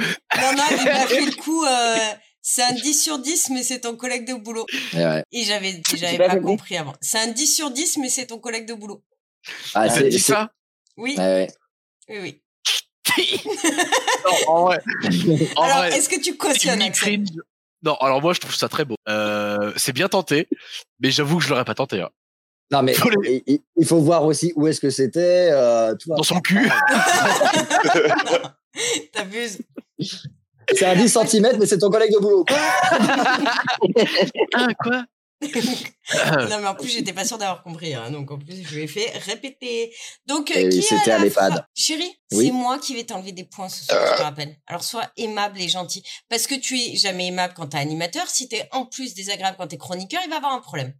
[SPEAKER 1] il m'a fait le coup. euh, c'est un 10 sur 10, mais c'est ton collègue de boulot.
[SPEAKER 3] Eh Ouais, ouais.
[SPEAKER 1] Et j'avais j'avais
[SPEAKER 5] pas
[SPEAKER 1] pas
[SPEAKER 5] compris.
[SPEAKER 1] compris avant. C'est un 10 sur 10, mais c'est ton collègue de boulot.
[SPEAKER 3] Ah,
[SPEAKER 4] T'as dit ça
[SPEAKER 1] Oui,
[SPEAKER 3] Ouais, ouais.
[SPEAKER 1] oui, oui.
[SPEAKER 4] Non, en vrai. En
[SPEAKER 1] Alors,
[SPEAKER 4] vrai,
[SPEAKER 1] est-ce que tu
[SPEAKER 4] c'est
[SPEAKER 1] cautionnes,
[SPEAKER 4] une
[SPEAKER 1] Axel
[SPEAKER 4] cringe. Non, alors moi je trouve ça très beau. Euh, c'est bien tenté, mais j'avoue que je l'aurais pas tenté. hein.
[SPEAKER 3] Non, mais
[SPEAKER 4] Faut
[SPEAKER 3] il- il, il faut voir aussi où est-ce que c'était. Euh, tu vois.
[SPEAKER 4] Dans son cul.
[SPEAKER 1] Ah, T'abuses.
[SPEAKER 3] c'est un 10 cm, mais c'est ton collègue de boulot.
[SPEAKER 4] Ah, quoi
[SPEAKER 1] Non, mais en plus, j'étais pas sûre d'avoir compris. hein. Donc, en plus, je lui ai fait répéter. Donc,
[SPEAKER 3] Eh
[SPEAKER 1] euh,
[SPEAKER 3] oui,
[SPEAKER 1] qui
[SPEAKER 3] c'était
[SPEAKER 1] a
[SPEAKER 3] à
[SPEAKER 1] la
[SPEAKER 3] l'EHPAD.
[SPEAKER 1] fra- Chérie,
[SPEAKER 3] Oui.
[SPEAKER 1] c'est moi qui vais t'enlever des points ce soir, je te rappelle. Alors, sois aimable et gentil. Parce que tu es jamais aimable quand t'es animateur. Si t'es en plus désagréable quand t'es chroniqueur, il va avoir un problème.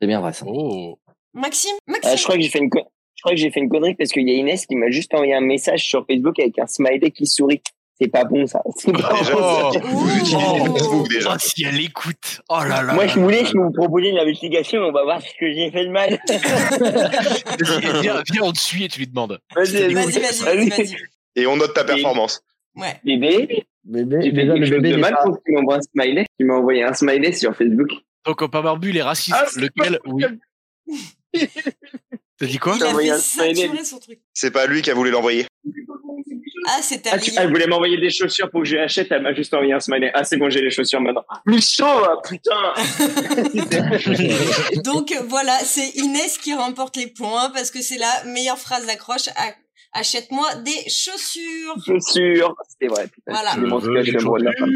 [SPEAKER 3] C'est bien vrai, ça.
[SPEAKER 4] Oh.
[SPEAKER 1] Maxime Maxime
[SPEAKER 5] Ah, je crois que j'ai fait une co- je crois que j'ai fait une connerie parce qu'il y a Inès qui m'a juste envoyé un message sur Facebook avec un smiley qui sourit. C'est pas bon, ça. C'est pas
[SPEAKER 2] Déjà,
[SPEAKER 5] bon, ça.
[SPEAKER 1] Oh.
[SPEAKER 2] Vous utilisez Facebook déjà.
[SPEAKER 4] Oh, si elle écoute. Oh là là.
[SPEAKER 5] Moi,
[SPEAKER 4] là
[SPEAKER 5] je
[SPEAKER 4] là
[SPEAKER 5] voulais
[SPEAKER 4] là
[SPEAKER 5] que vous proposiez une investigation, on va voir ce que j'ai fait de mal.
[SPEAKER 4] là. Viens, viens, viens, on te suit et tu lui demandes.
[SPEAKER 5] Vas-y,
[SPEAKER 1] Vas-y, vas-y, vas-y, vas-y.
[SPEAKER 2] Et on note ta performance.
[SPEAKER 1] Ouais.
[SPEAKER 5] Bébé,
[SPEAKER 3] Bébé,
[SPEAKER 5] j'ai fait
[SPEAKER 3] déjà,
[SPEAKER 5] quelque
[SPEAKER 3] le
[SPEAKER 5] chose
[SPEAKER 3] bébé
[SPEAKER 5] de
[SPEAKER 3] n'est
[SPEAKER 5] mal
[SPEAKER 3] pas-
[SPEAKER 5] pour que tu m'envoies un smiley. Tu m'as envoyé un smiley sur Facebook.
[SPEAKER 4] Ton copain barbu, il est raciste.
[SPEAKER 5] Ah, c'est
[SPEAKER 4] lequel Oui. T'as dit quoi
[SPEAKER 1] Il a
[SPEAKER 5] envoyé
[SPEAKER 1] fait
[SPEAKER 5] un smiley.
[SPEAKER 1] saturer son truc.
[SPEAKER 2] C'est pas lui qui a voulu l'envoyer.
[SPEAKER 1] Ah, c'est ta
[SPEAKER 5] Ah, tu, ah, elle voulait m'envoyer des chaussures pour que je les achète, elle m'a juste envoyé un smiley. Ah, c'est bon, j'ai les chaussures maintenant. Méchant, ah, putain
[SPEAKER 1] Donc euh, voilà, c'est Inès qui remporte les points parce que c'est la meilleure phrase d'accroche. Ah, Achète-moi des chaussures.
[SPEAKER 5] Chaussures C'est vrai, putain.
[SPEAKER 1] Voilà.
[SPEAKER 5] Je m'en souviens, je
[SPEAKER 4] Euh,
[SPEAKER 5] suis amoureux de la femme.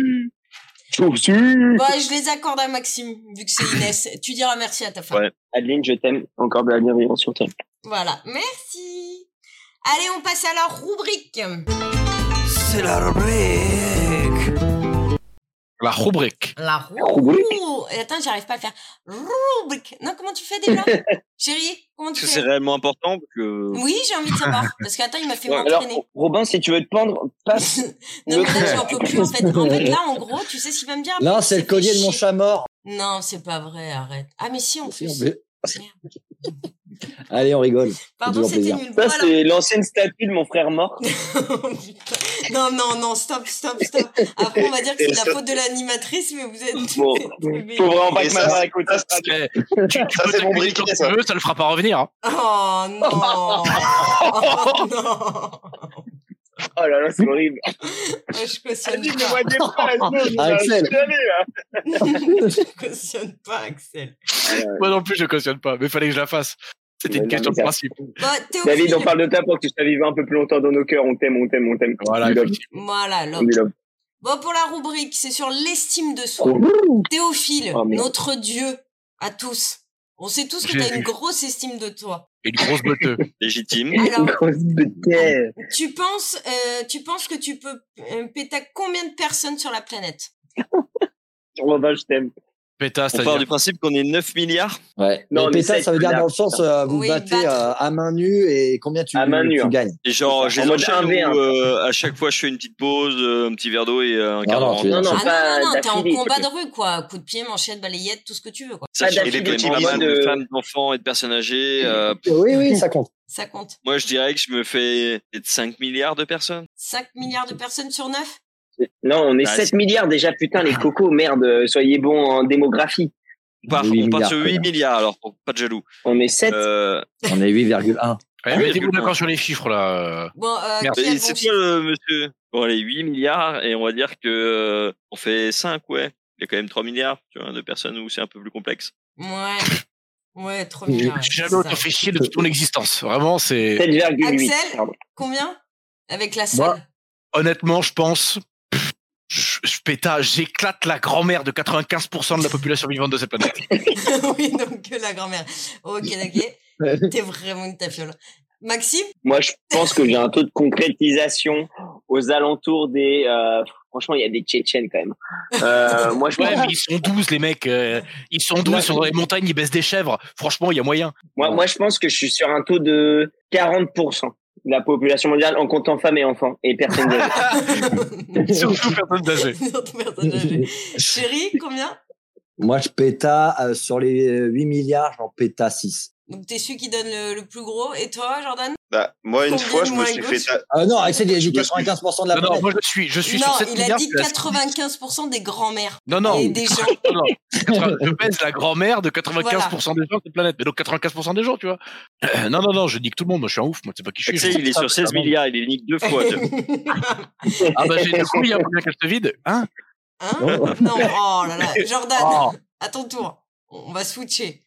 [SPEAKER 5] Chaussures
[SPEAKER 1] Bah, je les accorde à Maxime vu que c'est Inès. Tu diras merci à ta femme.
[SPEAKER 6] Ouais.
[SPEAKER 5] Adeline, je t'aime. Encore de la bienveillance sur toi.
[SPEAKER 1] Voilà, merci. Allez, on passe à la rubrique.
[SPEAKER 7] C'est la rubrique.
[SPEAKER 4] La rubrique.
[SPEAKER 1] La rubrique.
[SPEAKER 5] Rubrique.
[SPEAKER 1] Attends, j'arrive pas à le faire. Rubrique. Non, comment tu fais déjà Chérie, comment
[SPEAKER 6] Est-ce
[SPEAKER 1] tu
[SPEAKER 6] que c'est
[SPEAKER 1] fais
[SPEAKER 6] réellement important parce que...
[SPEAKER 1] Oui, j'ai envie de savoir. Parce qu'attends, il m'a fait
[SPEAKER 6] Ouais,
[SPEAKER 5] Alors,
[SPEAKER 1] m'entraîner.
[SPEAKER 5] Robin, si tu veux te pendre, passe.
[SPEAKER 1] non, mais là,
[SPEAKER 5] le-
[SPEAKER 1] j'en peux plus. En fait. en fait, là, en gros, tu sais ce qu'il va me dire
[SPEAKER 3] Non, c'est le collier de mon
[SPEAKER 1] chat.
[SPEAKER 3] chat mort.
[SPEAKER 1] Non, c'est pas vrai, arrête. Ah, mais si, en plus.
[SPEAKER 3] Allez, on rigole.
[SPEAKER 1] Pardon,
[SPEAKER 3] toujours
[SPEAKER 1] c'était
[SPEAKER 3] plaisir.
[SPEAKER 1] nul.
[SPEAKER 5] Ça,
[SPEAKER 1] Voilà.
[SPEAKER 5] c'est l'ancienne statue de mon frère mort.
[SPEAKER 1] non, non, non, stop, stop, stop. Après, on va dire que c'est de la faute de l'animatrice, mais vous êtes.
[SPEAKER 5] Bon, faut vraiment pas
[SPEAKER 2] Et
[SPEAKER 5] que
[SPEAKER 2] ça,
[SPEAKER 5] ma mère écoute ça.
[SPEAKER 4] Eh, tu- tu
[SPEAKER 2] Ça,
[SPEAKER 4] peux
[SPEAKER 2] Ah, c'est mon
[SPEAKER 4] t'accuser
[SPEAKER 2] briquet,
[SPEAKER 4] quand tu
[SPEAKER 2] ça.
[SPEAKER 4] veux, ça le fera pas revenir. hein.
[SPEAKER 1] Oh non Oh non
[SPEAKER 5] Oh là là, c'est horrible.
[SPEAKER 1] Moi, Je cautionne
[SPEAKER 5] Vas-y,
[SPEAKER 1] pas.
[SPEAKER 5] mais moi, pas la zone,
[SPEAKER 3] Ah,
[SPEAKER 5] là,
[SPEAKER 3] Axel.
[SPEAKER 5] je suis allé, là.
[SPEAKER 1] je cautionne pas, Axel.
[SPEAKER 4] Moi non plus, je cautionne pas, mais fallait que je la fasse. C'était une
[SPEAKER 5] Ouais, non,
[SPEAKER 4] question
[SPEAKER 5] mais
[SPEAKER 4] de
[SPEAKER 5] ça-
[SPEAKER 4] principe.
[SPEAKER 1] Bah, t'es
[SPEAKER 5] David,
[SPEAKER 1] obligé.
[SPEAKER 5] on parle de toi pour que tu sois vivant un peu plus longtemps dans nos cœurs. On t'aime, on t'aime, on t'aime.
[SPEAKER 4] Voilà,
[SPEAKER 5] On dit love,
[SPEAKER 4] effectivement.
[SPEAKER 1] Voilà,
[SPEAKER 5] on
[SPEAKER 1] l'homme.
[SPEAKER 5] dit love.
[SPEAKER 1] Bon, pour la rubrique, c'est sur l'estime de soi. Théophile,
[SPEAKER 5] Oh, merde.
[SPEAKER 1] notre dieu, à tous. On sait tous que
[SPEAKER 4] J'ai
[SPEAKER 1] t'as une
[SPEAKER 4] vu.
[SPEAKER 1] grosse estime de toi.
[SPEAKER 4] Et une grosse botteuse.
[SPEAKER 6] Légitime.
[SPEAKER 1] Alors,
[SPEAKER 5] Grosse bête.
[SPEAKER 1] Tu penses, euh, tu penses que tu peux euh, péter à combien de personnes sur la planète
[SPEAKER 5] Robin, je t'aime.
[SPEAKER 4] Péta,
[SPEAKER 6] On part du
[SPEAKER 4] c'est-à-dire.
[SPEAKER 6] principe qu'on est 9 milliards.
[SPEAKER 3] Ouais.
[SPEAKER 5] Non,
[SPEAKER 3] Non,
[SPEAKER 5] mais
[SPEAKER 3] mais ça,
[SPEAKER 5] c'est-
[SPEAKER 3] ça veut dire dans le sens, euh, vous
[SPEAKER 1] Oui,
[SPEAKER 3] battez
[SPEAKER 1] battre.
[SPEAKER 3] euh, à main nue et combien tu,
[SPEAKER 5] À main nue,
[SPEAKER 3] tu
[SPEAKER 5] hein.
[SPEAKER 3] gagnes.
[SPEAKER 6] Et genre, j'ai
[SPEAKER 5] En mode 1v1.
[SPEAKER 6] euh, à chaque fois, je fais une petite pause, euh, un petit verre d'eau et euh, un quart
[SPEAKER 3] non,
[SPEAKER 6] d'heure.
[SPEAKER 3] tu-
[SPEAKER 5] Non, non,
[SPEAKER 1] Ah
[SPEAKER 5] pas
[SPEAKER 1] non, non, non, t'es en
[SPEAKER 5] d'affilée.
[SPEAKER 1] combat de rue, quoi. Coup de pied, manchette, balayette, tout ce que tu veux, quoi.
[SPEAKER 6] Ça, j'ai
[SPEAKER 5] Adapté
[SPEAKER 6] des
[SPEAKER 5] des
[SPEAKER 6] petits
[SPEAKER 5] petits
[SPEAKER 6] mamans, de
[SPEAKER 5] de-
[SPEAKER 6] femmes, d'enfants et de personnes âgées.
[SPEAKER 1] Mmh.
[SPEAKER 6] euh,
[SPEAKER 3] Oui, oui, ça compte.
[SPEAKER 1] Ça compte.
[SPEAKER 6] moi, je dirais que je me fais peut-être 5 milliards de personnes.
[SPEAKER 1] 5 milliards de personnes sur 9
[SPEAKER 5] Non, on est
[SPEAKER 6] Ah,
[SPEAKER 5] 7
[SPEAKER 6] c'est-
[SPEAKER 5] milliards déjà, putain, les cocos, merde, euh, soyez bons en démographie.
[SPEAKER 6] On part,
[SPEAKER 3] Huit
[SPEAKER 6] on part
[SPEAKER 3] milliards,
[SPEAKER 6] sur
[SPEAKER 3] quand
[SPEAKER 6] 8
[SPEAKER 3] même.
[SPEAKER 6] milliards, alors, pour pas de jaloux.
[SPEAKER 5] On est 7.
[SPEAKER 6] Euh,
[SPEAKER 3] On est 8,1.
[SPEAKER 4] Eh,
[SPEAKER 6] Ah oui,
[SPEAKER 4] Mettez-vous
[SPEAKER 6] virgule
[SPEAKER 4] d'accord sur les chiffres là.
[SPEAKER 1] Bon, euh,
[SPEAKER 4] Merde.
[SPEAKER 1] qui a le
[SPEAKER 6] mais
[SPEAKER 1] bon
[SPEAKER 6] c'est
[SPEAKER 1] chiffre
[SPEAKER 6] toi, le monsieur Bon, allez, 8 milliards, et on va dire que euh, on fait 5, ouais. Il y a quand même 3 milliards, tu vois, de personnes où c'est un peu plus complexe.
[SPEAKER 1] Ouais. Ouais, 3 milliards. ouais,
[SPEAKER 4] J'ai
[SPEAKER 1] c'est
[SPEAKER 4] jamais autant
[SPEAKER 1] ça.
[SPEAKER 4] fait chier de toute mon existence. Vraiment, c'est.
[SPEAKER 5] 7,8.
[SPEAKER 1] Axel
[SPEAKER 5] pardon.
[SPEAKER 1] Combien Avec la
[SPEAKER 4] Moi,
[SPEAKER 1] salle.
[SPEAKER 4] Honnêtement, je pense. pff, Je, je péta, j'éclate la grand-mère de 95% de la population vivante de cette planète.
[SPEAKER 1] oui, donc que la grand-mère. Ok, ok. T'es vraiment une tafiole. Maxime
[SPEAKER 5] Moi, je pense que j'ai un taux de concrétisation aux alentours des euh, Franchement, il y a des Tchétchènes quand même. Euh, moi, je
[SPEAKER 4] Ouais,
[SPEAKER 5] pense-
[SPEAKER 4] mais ils sont 12, les mecs. euh, Ils sont 12, ils sont dans les montagnes, ils baissent des chèvres. Franchement, il y a moyen.
[SPEAKER 5] Moi, moi, je pense que je suis sur un taux de 40% de la population mondiale en comptant femmes et enfants et personnes âgées.
[SPEAKER 4] Ah. Surtout personne âgée.
[SPEAKER 1] Notre personne âgée. Chérie, combien
[SPEAKER 3] Moi, je péta euh, sur les euh, 8 milliards, j'en péta 6.
[SPEAKER 1] Donc, t'es celui qui donne le, le plus gros. Et toi, Jordan
[SPEAKER 2] Bah, moi, une
[SPEAKER 1] Combien
[SPEAKER 2] fois,
[SPEAKER 1] de
[SPEAKER 2] je me
[SPEAKER 1] moins
[SPEAKER 2] suis
[SPEAKER 1] gauche
[SPEAKER 2] fait. ta-
[SPEAKER 3] Ah non, Axel, il a dit
[SPEAKER 2] Je me
[SPEAKER 3] 95% de la
[SPEAKER 4] Non, non,
[SPEAKER 3] planète.
[SPEAKER 4] moi je suis, je suis
[SPEAKER 1] Non,
[SPEAKER 4] sur 7
[SPEAKER 1] il a
[SPEAKER 4] milliards.
[SPEAKER 1] dit 95% des grands-mères
[SPEAKER 4] Non, non.
[SPEAKER 1] et des gens.
[SPEAKER 4] Non, non. Quatre- je pèse la grand-mère de 95% des gens de cette planète. Mais donc 95% des gens, tu vois. Euh, non, non, non, je nique tout le monde. Moi, je suis un ouf. Moi, tu sais pas qui je suis.
[SPEAKER 6] Tu sais,
[SPEAKER 4] je
[SPEAKER 6] il est
[SPEAKER 4] sais
[SPEAKER 6] sur
[SPEAKER 4] pas.
[SPEAKER 6] 16 milliards, il est nique deux fois. tu vois.
[SPEAKER 4] Ah, bah, j'ai deux couilles, hein, pour bien qu'elle se vide. Hein
[SPEAKER 1] Hein
[SPEAKER 3] Oh.
[SPEAKER 1] Non, oh là là. Jordan,
[SPEAKER 4] Oh.
[SPEAKER 1] à ton tour. On va switcher.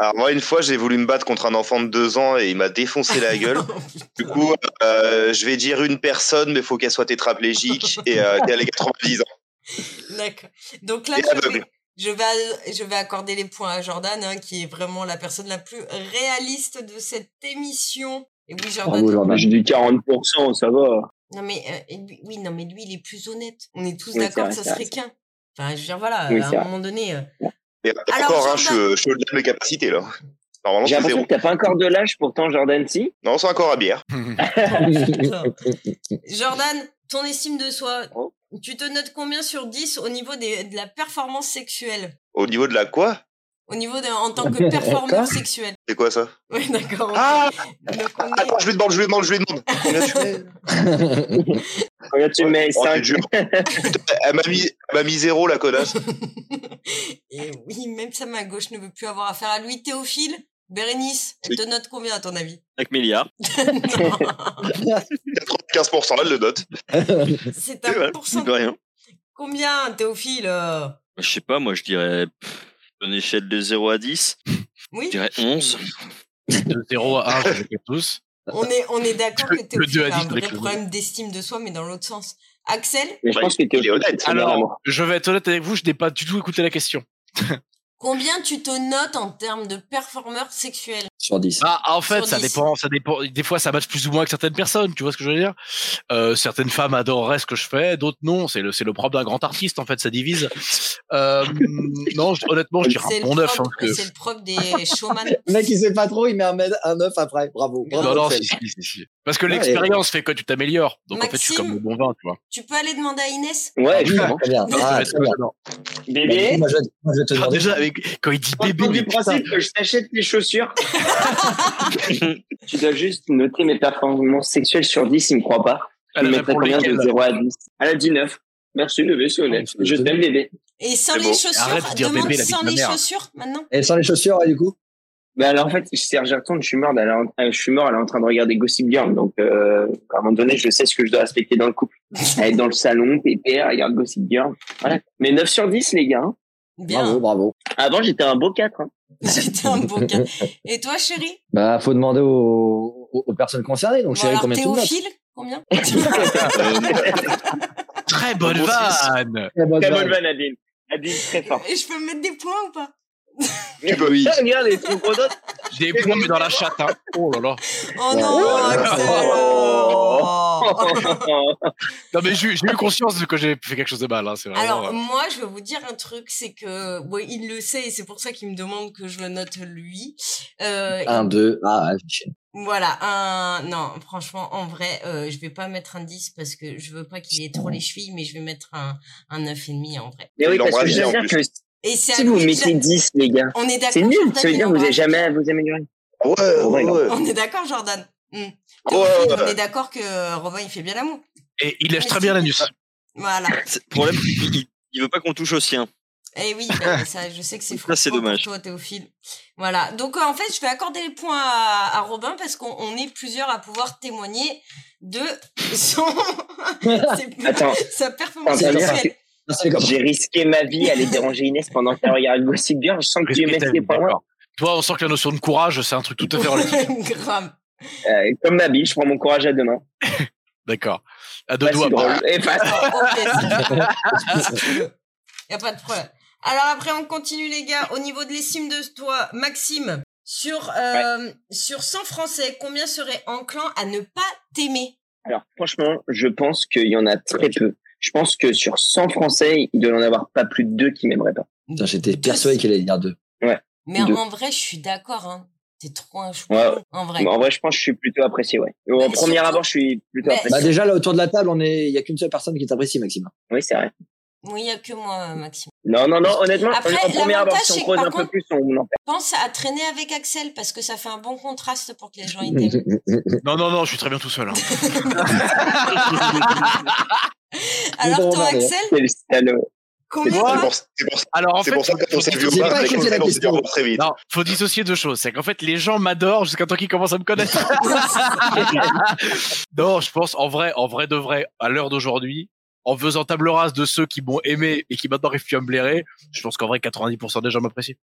[SPEAKER 2] Alors, moi, une fois, j'ai voulu me battre contre un enfant de deux ans et il m'a défoncé la gueule. Du coup, euh, je vais dire une personne, mais faut qu'elle soit tétraplégique et euh, qu'elle ait 90 ans.
[SPEAKER 1] D'accord. Donc là,
[SPEAKER 2] Et
[SPEAKER 1] je vais,
[SPEAKER 2] aveugle.
[SPEAKER 1] je, vais, je vais accorder les points à Jordan, hein, qui est vraiment la personne la plus réaliste de cette émission. Et oui, Jordan.
[SPEAKER 3] Bravo, Jordan.
[SPEAKER 5] J'ai dit 40%, ça va.
[SPEAKER 1] non, mais, euh, et lui- oui, non, mais lui, il est plus honnête. On est tous
[SPEAKER 5] Oui,
[SPEAKER 1] d'accord que
[SPEAKER 5] c'est
[SPEAKER 1] ça
[SPEAKER 5] vrai,
[SPEAKER 1] serait qu'un. Enfin, je veux dire, voilà,
[SPEAKER 5] Oui,
[SPEAKER 1] à
[SPEAKER 5] c'est
[SPEAKER 1] un
[SPEAKER 5] vrai.
[SPEAKER 1] moment donné. euh,
[SPEAKER 2] Et
[SPEAKER 1] Alors,
[SPEAKER 2] encore, hein, je,
[SPEAKER 1] Jordan-
[SPEAKER 2] suis- je suis au-delà de mes capacités, là. Normalement,
[SPEAKER 5] J'ai
[SPEAKER 2] c'est
[SPEAKER 5] l'impression
[SPEAKER 2] zéro.
[SPEAKER 5] que t'as pas encore de l'âge, pourtant, Jordan, si.
[SPEAKER 2] Non, c'est encore à bière.
[SPEAKER 1] Jordan, ton estime de soi,
[SPEAKER 5] Oh.
[SPEAKER 1] tu te notes combien sur 10 au niveau des, de la performance sexuelle
[SPEAKER 2] Au niveau de la quoi
[SPEAKER 1] Au niveau de, en tant que performeur sexuel.
[SPEAKER 2] C'est quoi ça
[SPEAKER 1] Oui, d'accord.
[SPEAKER 2] Ah
[SPEAKER 1] Donc, on est-
[SPEAKER 2] Attends, je lui demande, je lui demande, je lui demande. Combien tu mets
[SPEAKER 5] Combien tu mets
[SPEAKER 2] Oh, t'es
[SPEAKER 5] 5
[SPEAKER 2] dur. Putain, Elle m'a mis, elle m'a mis zéro, la connasse.
[SPEAKER 1] Et eh oui, même ça, ma gauche ne veut plus avoir affaire à lui. Théophile, Bérénice, elle
[SPEAKER 6] Oui.
[SPEAKER 1] te note combien à ton avis
[SPEAKER 6] 5 milliards.
[SPEAKER 1] Non,
[SPEAKER 2] 15%, elle le note.
[SPEAKER 4] Eh
[SPEAKER 1] C'est
[SPEAKER 6] Et
[SPEAKER 4] ben,
[SPEAKER 1] un
[SPEAKER 6] voilà,
[SPEAKER 1] pourcentage.
[SPEAKER 6] de rien.
[SPEAKER 1] Combien, Théophile euh
[SPEAKER 6] Je sais pas, moi je dirais pff, une échelle de 0 à 10,
[SPEAKER 1] Oui,
[SPEAKER 6] je dirais 11.
[SPEAKER 4] De 0 à 1, je les tous.
[SPEAKER 1] on est, on est d'accord
[SPEAKER 4] Le-
[SPEAKER 1] que
[SPEAKER 4] le
[SPEAKER 1] Théophile
[SPEAKER 4] deux à
[SPEAKER 1] a un
[SPEAKER 4] dix
[SPEAKER 1] vrai
[SPEAKER 4] avec le-
[SPEAKER 1] problème d'estime de soi, mais dans l'autre sens. Axel,
[SPEAKER 5] Mais je
[SPEAKER 2] Bah,
[SPEAKER 5] pense que t'es
[SPEAKER 2] Il est honnête.
[SPEAKER 4] Alors, je vais être honnête avec vous, je n'ai pas du tout écouté la question.
[SPEAKER 1] combien tu te notes en termes de performeur sexuel
[SPEAKER 3] Sur 10.
[SPEAKER 4] Ah, en fait,
[SPEAKER 1] Sur
[SPEAKER 4] ça
[SPEAKER 1] 10.
[SPEAKER 4] dépend, ça dépend. Des fois, ça match plus ou moins avec certaines personnes, tu vois ce que je veux dire Euh, Certaines femmes adoreraient ce que je fais, d'autres non. C'est le, c'est le propre d'un grand artiste, en fait, ça divise. Euh, non, je- honnêtement, je dirais
[SPEAKER 1] C'est
[SPEAKER 4] un
[SPEAKER 1] le,
[SPEAKER 4] bon neuf.
[SPEAKER 1] propre-
[SPEAKER 4] hein, parce que-
[SPEAKER 1] c'est le propre des showman.
[SPEAKER 3] Le mec, il sait pas trop, il met un, mètre- un œuf après. Bravo.
[SPEAKER 4] Non,
[SPEAKER 3] Bravo,
[SPEAKER 4] non,
[SPEAKER 3] Axel.
[SPEAKER 4] si, si, si, si. Parce que
[SPEAKER 3] Ouais,
[SPEAKER 4] l'expérience fait que tu t'améliores. Donc, en fait, tu es
[SPEAKER 1] Maxime.
[SPEAKER 4] comme le bon vin, tu vois.
[SPEAKER 1] Tu peux aller demander à Inès
[SPEAKER 5] Ouais,
[SPEAKER 3] Oui,
[SPEAKER 5] justement.
[SPEAKER 3] très bien. Ah, très bien.
[SPEAKER 5] Bébé,
[SPEAKER 3] Bah, Moi, je vais- moi, je vais te
[SPEAKER 4] Ah,
[SPEAKER 3] demander.
[SPEAKER 4] déjà, avec, quand il dit bébé,
[SPEAKER 5] Partons
[SPEAKER 4] mais
[SPEAKER 5] du
[SPEAKER 4] putain,
[SPEAKER 5] principe que je t'achète tes chaussures. tu dois juste noter mes performances sexuelles sur 10, il me croit pas.
[SPEAKER 4] elle
[SPEAKER 5] tu mettrais
[SPEAKER 4] répond
[SPEAKER 5] combien de
[SPEAKER 4] laquelle
[SPEAKER 5] 0 à 10 Elle a dit 9. Merci bébé, Ah, c'est honnête.
[SPEAKER 3] Oh, c'est
[SPEAKER 5] Je t'aime bébé.
[SPEAKER 1] Et sans
[SPEAKER 2] C'est
[SPEAKER 1] les
[SPEAKER 2] beau.
[SPEAKER 1] chaussures,
[SPEAKER 4] Arrête de dire
[SPEAKER 1] demande
[SPEAKER 4] bébé, la vie
[SPEAKER 1] sans
[SPEAKER 4] de ma
[SPEAKER 1] les
[SPEAKER 4] mère.
[SPEAKER 1] chaussures maintenant.
[SPEAKER 3] Et sans les chaussures, et du coup
[SPEAKER 5] Bah alors en fait, Serge retourne, je suis mort, elle est en- euh, je suis mort, elle est en train de regarder Gossip Girl. Donc euh, à un moment donné, je sais ce que je dois respecter dans le couple. Elle est dans le salon, pépère, elle regarde Gossip Girl. Voilà. Mais 9 sur 10 les gars. hein.
[SPEAKER 1] Bien.
[SPEAKER 3] Bravo, bravo.
[SPEAKER 5] Avant j'étais un beau 4. Hein.
[SPEAKER 1] C'était un bon gars. Et toi, chérie
[SPEAKER 3] Bah, faut demander aux, aux- aux personnes concernées. Donc,
[SPEAKER 1] Bon,
[SPEAKER 3] chérie,
[SPEAKER 1] alors,
[SPEAKER 3] combien tu notes
[SPEAKER 1] Théophile, combien
[SPEAKER 4] Très bonne
[SPEAKER 6] Bon, c'est-
[SPEAKER 4] vanne
[SPEAKER 3] Très bonne
[SPEAKER 5] Très bonne
[SPEAKER 3] vanne.
[SPEAKER 5] vanne Adine. Adine très fort.
[SPEAKER 1] Et je peux me mettre des points ou pas
[SPEAKER 6] Oui.
[SPEAKER 5] Ah, regarde, elle est trop contente.
[SPEAKER 4] Des points, mais dans la chatte. hein. Oh là là.
[SPEAKER 1] Oh non, Axel Oh.
[SPEAKER 4] Non, mais j'ai j'ai eu conscience que j'ai fait quelque chose de mal. Hein, c'est vraiment,
[SPEAKER 1] Alors,
[SPEAKER 4] euh,
[SPEAKER 1] moi, je vais vous dire un truc, c'est que... Bon, il le sait et c'est pour ça qu'il me demande que je le note lui. Euh,
[SPEAKER 3] Un, deux. Ah, ouais, je-
[SPEAKER 1] Voilà, un... Non, franchement, en vrai, euh, je vais pas mettre un 10 parce que je veux pas qu'il ait trop les chevilles, mais je vais mettre un, un 9,5 en vrai.
[SPEAKER 5] Mais oui,
[SPEAKER 2] Il
[SPEAKER 5] parce que
[SPEAKER 2] l'embrasse
[SPEAKER 5] je
[SPEAKER 2] bien,
[SPEAKER 5] veux
[SPEAKER 2] en
[SPEAKER 5] dire
[SPEAKER 2] plus.
[SPEAKER 5] que
[SPEAKER 1] Et c'est
[SPEAKER 5] si
[SPEAKER 1] à
[SPEAKER 5] vous
[SPEAKER 1] lui de
[SPEAKER 5] mettez
[SPEAKER 1] ja-
[SPEAKER 5] 10 les gars,
[SPEAKER 1] On est d'accord,
[SPEAKER 5] c'est nul.
[SPEAKER 1] Jordan,
[SPEAKER 5] Ça veut
[SPEAKER 1] il
[SPEAKER 5] dire que vous
[SPEAKER 1] embrasse.
[SPEAKER 5] n'avez jamais à vous améliorer.
[SPEAKER 2] Ouais, ouais,
[SPEAKER 5] Ouais,
[SPEAKER 2] ouais.
[SPEAKER 1] On est d'accord, Jordan Hmm.
[SPEAKER 2] Ouais,
[SPEAKER 1] Théophile,
[SPEAKER 2] ouais,
[SPEAKER 1] On
[SPEAKER 2] ouais.
[SPEAKER 1] est d'accord que euh, Robin, il fait bien l'amour.
[SPEAKER 4] Et il lèche très bien l'anus.
[SPEAKER 1] Voilà.
[SPEAKER 6] C'est- Le problème, il, il- il veut pas qu'on touche au sien.
[SPEAKER 1] Eh oui, bah, ça, je sais que c'est
[SPEAKER 6] Ça, c'est
[SPEAKER 1] frustrant pour
[SPEAKER 6] dommage.
[SPEAKER 1] toi, Théophile. Voilà. Donc, euh, en fait, je vais accorder les points à, à Robin parce qu'on on est plusieurs à pouvoir témoigner de son, ses-
[SPEAKER 5] Attends.
[SPEAKER 1] sa performance
[SPEAKER 5] Attends,
[SPEAKER 1] sexuelle.
[SPEAKER 3] Non, c'est les copains.
[SPEAKER 5] J'ai risqué ma vie à aller déranger Inès pendant qu'elle regarde Gossip Girl. Je sens que tu es
[SPEAKER 4] Respectez,
[SPEAKER 5] tes pas loin.
[SPEAKER 4] d'accord. Toi, on sent que la notion de courage, c'est un truc tout à fait relatif.
[SPEAKER 1] Grave.
[SPEAKER 5] Euh, comme ma bille, je prends mon courage à deux mains.
[SPEAKER 4] D'accord. À deux
[SPEAKER 5] Pas si
[SPEAKER 4] doigts.
[SPEAKER 5] drôle. Et face.
[SPEAKER 1] Oh, Il n'y a pas de problème. Alors après, on continue les gars. Au niveau de l'estime de toi, Maxime, sur, euh, sur 100 Français, combien seraient enclin à ne pas t'aimer
[SPEAKER 5] Alors franchement, je pense qu'il y en a très peu. je pense que sur 100 Français, il doit en avoir pas plus de deux qui m'aimeraient pas.
[SPEAKER 3] Putain, J'étais persuadé qu'elle allait dire deux. Bah,
[SPEAKER 1] Mais
[SPEAKER 5] de-
[SPEAKER 1] en vrai, je suis d'accord. Hein. T'es trop un chou.
[SPEAKER 5] Ouais.
[SPEAKER 1] En vrai.
[SPEAKER 5] En vrai, je pense que je suis plutôt apprécié, ouais. Au
[SPEAKER 1] Bah,
[SPEAKER 5] premier
[SPEAKER 1] surtout-
[SPEAKER 5] abord, je suis plutôt
[SPEAKER 1] Bah,
[SPEAKER 5] apprécié.
[SPEAKER 3] Bah déjà là autour de la table, on est, il y a qu'une seule personne qui t'apprécie, Maxime.
[SPEAKER 5] Oui, c'est vrai.
[SPEAKER 1] Oui, il n'y a que moi, Maxime.
[SPEAKER 5] Non, non, non, honnêtement,
[SPEAKER 1] Après,
[SPEAKER 5] au premier
[SPEAKER 1] l'avantage,
[SPEAKER 5] abord, si
[SPEAKER 1] c'est
[SPEAKER 5] on
[SPEAKER 1] que
[SPEAKER 5] creuse
[SPEAKER 1] par
[SPEAKER 5] un peu
[SPEAKER 1] contre-
[SPEAKER 5] plus, on en perd.
[SPEAKER 1] Pense à traîner avec Axel parce que ça fait un bon contraste pour que les gens y t'aiment.
[SPEAKER 3] Nous
[SPEAKER 4] Non, non, non, je suis très bien tout seul. hein.
[SPEAKER 1] Alors,
[SPEAKER 3] bon,
[SPEAKER 1] toi,
[SPEAKER 3] bah, ouais.
[SPEAKER 1] Axel,
[SPEAKER 5] C'est le salaud.
[SPEAKER 1] combien
[SPEAKER 2] C'est
[SPEAKER 1] toi
[SPEAKER 2] pour, c'est pour-
[SPEAKER 4] Alors, en
[SPEAKER 2] c'est
[SPEAKER 4] fait,
[SPEAKER 2] pour ça que quand on s'est vu au
[SPEAKER 3] J'ai
[SPEAKER 2] bar,
[SPEAKER 3] pas
[SPEAKER 2] c'est
[SPEAKER 3] écouté
[SPEAKER 2] qu'on
[SPEAKER 3] la
[SPEAKER 2] s'est rendu
[SPEAKER 3] question.
[SPEAKER 2] au bar très vite.
[SPEAKER 4] Non, faut dissocier deux choses. C'est qu'en fait, les gens m'adorent jusqu'à temps qu'ils commencent à me connaître. non, je pense en vrai, en vrai de vrai, à l'heure d'aujourd'hui, en faisant table rase de ceux qui m'ont aimé et qui maintenant arrivent plus à me blairer, je pense qu'en vrai, 90% des gens m'apprécient.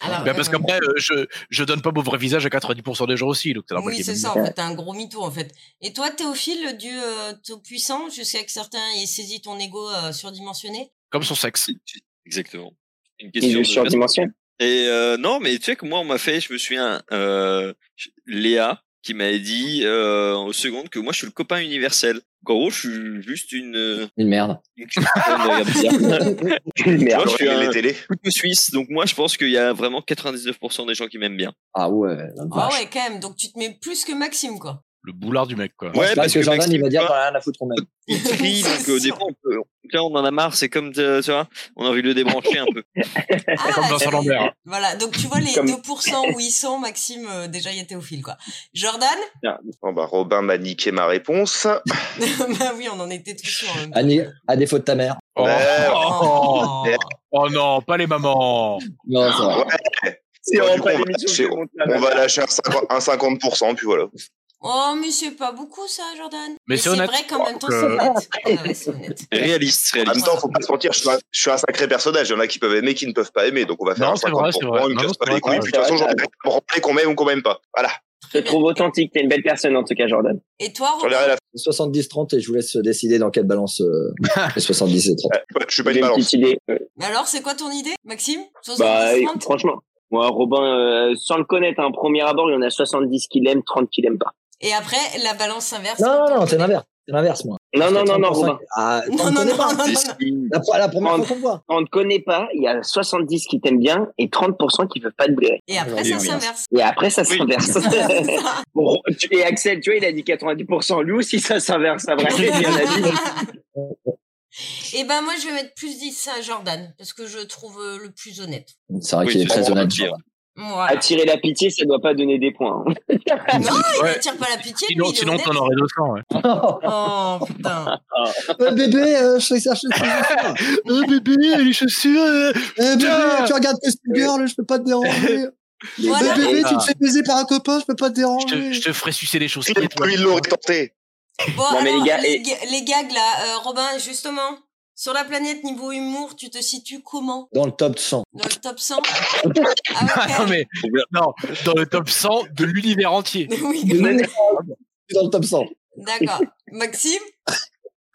[SPEAKER 1] Alors,
[SPEAKER 4] Ben, parce
[SPEAKER 1] euh,
[SPEAKER 4] qu'après, euh, je, je donne pas mon vrai visage à 90% des gens aussi. Donc, c'est normal
[SPEAKER 1] Oui,
[SPEAKER 4] qu'ils
[SPEAKER 1] c'est
[SPEAKER 4] m'aiment.
[SPEAKER 1] ça, en fait, t'es un gros mytho, en fait. Et toi, Théophile, le dieu euh, tout-puissant, je sais que certains aient saisi ton ego euh, surdimensionné.
[SPEAKER 4] Comme son sexe.
[SPEAKER 6] Exactement. Une
[SPEAKER 5] Il
[SPEAKER 6] question
[SPEAKER 5] joue
[SPEAKER 6] de-
[SPEAKER 5] sur dimension.
[SPEAKER 6] Et euh, non, mais tu sais que moi, on m'a fait, je me souviens, euh, je- Léa qui m'avait dit euh, en seconde que moi, je suis le copain universel. En gros, je suis juste une. euh,
[SPEAKER 3] Une merde.
[SPEAKER 6] une- une- regarde bien.
[SPEAKER 5] Merde.
[SPEAKER 6] je
[SPEAKER 2] Genre,
[SPEAKER 6] suis
[SPEAKER 2] il y avait
[SPEAKER 6] un-
[SPEAKER 2] les télés.
[SPEAKER 6] Couteau suisse, donc moi, je pense qu'il y a vraiment 99% des gens qui m'aiment bien.
[SPEAKER 3] Ah ouais. la
[SPEAKER 1] Ah
[SPEAKER 3] vache.
[SPEAKER 1] ouais, quand même, donc tu te mets plus que Maxime, quoi.
[SPEAKER 4] Le boulard du mec, quoi.
[SPEAKER 6] Ouais,
[SPEAKER 3] Parce
[SPEAKER 6] parce
[SPEAKER 3] que
[SPEAKER 6] que
[SPEAKER 3] Jordan, il va
[SPEAKER 6] Maxime,
[SPEAKER 3] dire
[SPEAKER 6] toi-
[SPEAKER 3] t'en as rien à foutre, on m'aime.
[SPEAKER 6] Ils crient,
[SPEAKER 1] C'est
[SPEAKER 6] donc euh, des
[SPEAKER 1] sûr.
[SPEAKER 6] fois, on peut- là, on en a marre, c'est comme, euh, tu vois, on a envie de le débrancher un peu.
[SPEAKER 1] Ah,
[SPEAKER 4] Comme Vincent
[SPEAKER 1] c'est-
[SPEAKER 4] Lambert. hein.
[SPEAKER 1] Voilà, donc tu vois les
[SPEAKER 5] Comme-
[SPEAKER 1] 2% où ils sont, Maxime, euh, déjà, il y a Théophile, quoi. Jordan
[SPEAKER 2] Bon, bah, Robin m'a niqué ma réponse.
[SPEAKER 1] Bah oui, on en était tous sûrs. en même temps.
[SPEAKER 3] Annie, à défaut de ta mère.
[SPEAKER 4] Oh,
[SPEAKER 2] Ouais.
[SPEAKER 4] oh,
[SPEAKER 1] Oh.
[SPEAKER 4] oh non, pas les mamans.
[SPEAKER 3] Non, c'est vrai.
[SPEAKER 5] C'est
[SPEAKER 2] Bon,
[SPEAKER 5] vraiment
[SPEAKER 2] du
[SPEAKER 5] pas
[SPEAKER 2] coup, on va
[SPEAKER 5] l'émission
[SPEAKER 2] lâcher-
[SPEAKER 5] que je monte là.
[SPEAKER 2] On va lâcher un 50%, un 50% puis voilà.
[SPEAKER 1] Oh, mais c'est pas beaucoup, ça, Jordan.
[SPEAKER 4] Mais c'est honnête.
[SPEAKER 1] vrai qu'en même temps, c'est
[SPEAKER 4] Donc,
[SPEAKER 1] honnête. Ah ouais, c'est honnête.
[SPEAKER 6] Réaliste,
[SPEAKER 2] En même
[SPEAKER 6] réaliste.
[SPEAKER 2] temps, faut pas se mentir, je suis, un, je suis un sacré personnage. Il y en a qui peuvent aimer, qui ne peuvent pas aimer. Donc on va faire
[SPEAKER 4] Non,
[SPEAKER 2] un
[SPEAKER 4] c'est vrai,
[SPEAKER 2] 50%,
[SPEAKER 4] c'est vrai.
[SPEAKER 2] ils me
[SPEAKER 4] Non,
[SPEAKER 2] cassent
[SPEAKER 4] c'est
[SPEAKER 2] pas les
[SPEAKER 4] vrai,
[SPEAKER 2] couilles.
[SPEAKER 4] c'est
[SPEAKER 2] Puis de toute façon,
[SPEAKER 5] vrai.
[SPEAKER 2] j'en ai rien à me rappeler qu'on m'aime ou qu'on m'aime pas. Voilà.
[SPEAKER 5] Je te trouve authentique, t'es une belle personne en tout cas, Jordan.
[SPEAKER 1] Et toi,
[SPEAKER 2] J'en ai
[SPEAKER 1] Robin
[SPEAKER 2] rien à
[SPEAKER 3] 70-30 et je vous laisse décider dans quelle balance euh, les 70 et 30.
[SPEAKER 2] faire. Je suis pas une
[SPEAKER 5] J'ai une
[SPEAKER 2] balance.
[SPEAKER 5] petite idée. Euh,
[SPEAKER 1] Mais alors, c'est quoi ton idée, Maxime
[SPEAKER 5] Bah,
[SPEAKER 1] 70, 30?
[SPEAKER 5] franchement, moi, Robin, euh, sans le connaître, un premier abord, il y en a 70 qui l'aiment, 30 qui l'aiment pas.
[SPEAKER 1] Et après, la balance s'inverse.
[SPEAKER 3] Non, non, non, c'est l'inverse. C'est l'inverse, moi.
[SPEAKER 5] Non, non, non, non, Robin.
[SPEAKER 3] Ah,
[SPEAKER 1] Non, non,
[SPEAKER 3] non,
[SPEAKER 1] non, non, non, non.
[SPEAKER 6] Si,
[SPEAKER 3] La, la première fois qu'on voit.
[SPEAKER 5] On ne connaît pas, il y a 70 qui t'aiment bien et 30% qui veulent pas te blairer.
[SPEAKER 1] Et après,
[SPEAKER 3] Oui,
[SPEAKER 1] ça
[SPEAKER 3] oui.
[SPEAKER 1] s'inverse.
[SPEAKER 5] Et après, ça
[SPEAKER 6] Oui.
[SPEAKER 5] s'inverse. Bon, tu- et Axel, tu vois, il a dit 90%. Lui aussi, ça s'inverse, ça vrai. Il en a dit.
[SPEAKER 1] Et ben moi, je vais mettre plus 10 à Jordan, parce que je trouve euh, le plus honnête.
[SPEAKER 3] C'est vrai
[SPEAKER 6] Oui,
[SPEAKER 3] qu'il est
[SPEAKER 6] c'est
[SPEAKER 3] très
[SPEAKER 6] bon, on va
[SPEAKER 3] honnête.
[SPEAKER 6] dire.
[SPEAKER 1] Voilà.
[SPEAKER 5] Attirer la pitié, ça doit pas donner des points. hein.
[SPEAKER 1] Non, il
[SPEAKER 4] Ouais.
[SPEAKER 1] n'attire pas la pitié, lui,
[SPEAKER 4] Sinon,
[SPEAKER 1] il est
[SPEAKER 4] sinon
[SPEAKER 1] honnête.
[SPEAKER 4] t'en aurais 200. Ouais.
[SPEAKER 1] Oh, putain.
[SPEAKER 3] Euh, bébé, euh, je fais ça, je fais ça.
[SPEAKER 4] Euh, bébé, les chaussures. euh,
[SPEAKER 3] Euh,
[SPEAKER 4] Putain.
[SPEAKER 3] bébé, tu regardes Test Girl, je peux pas te déranger.
[SPEAKER 1] Voilà.
[SPEAKER 3] Euh, bébé,
[SPEAKER 4] Ah.
[SPEAKER 3] tu te fais baiser par un copain, je peux pas te
[SPEAKER 4] Je te,
[SPEAKER 3] déranger.
[SPEAKER 4] je te ferai sucer les chaussures. et toi.
[SPEAKER 2] Ils l'auraient tenté.
[SPEAKER 1] Bon,
[SPEAKER 5] Non,
[SPEAKER 1] alors,
[SPEAKER 5] mais
[SPEAKER 1] les,
[SPEAKER 5] les gars, et-
[SPEAKER 1] ga- les gags, là, euh, Robin, justement, sur la planète, niveau humour, tu te situes comment
[SPEAKER 3] Dans le top 100.
[SPEAKER 1] Dans le top 100 Ah, ouais,
[SPEAKER 4] Ah non, mais non, dans le top 100 de l'univers entier.
[SPEAKER 1] quand même. Oui, quand même.
[SPEAKER 3] Dans le top 100.
[SPEAKER 1] D'accord. Maxime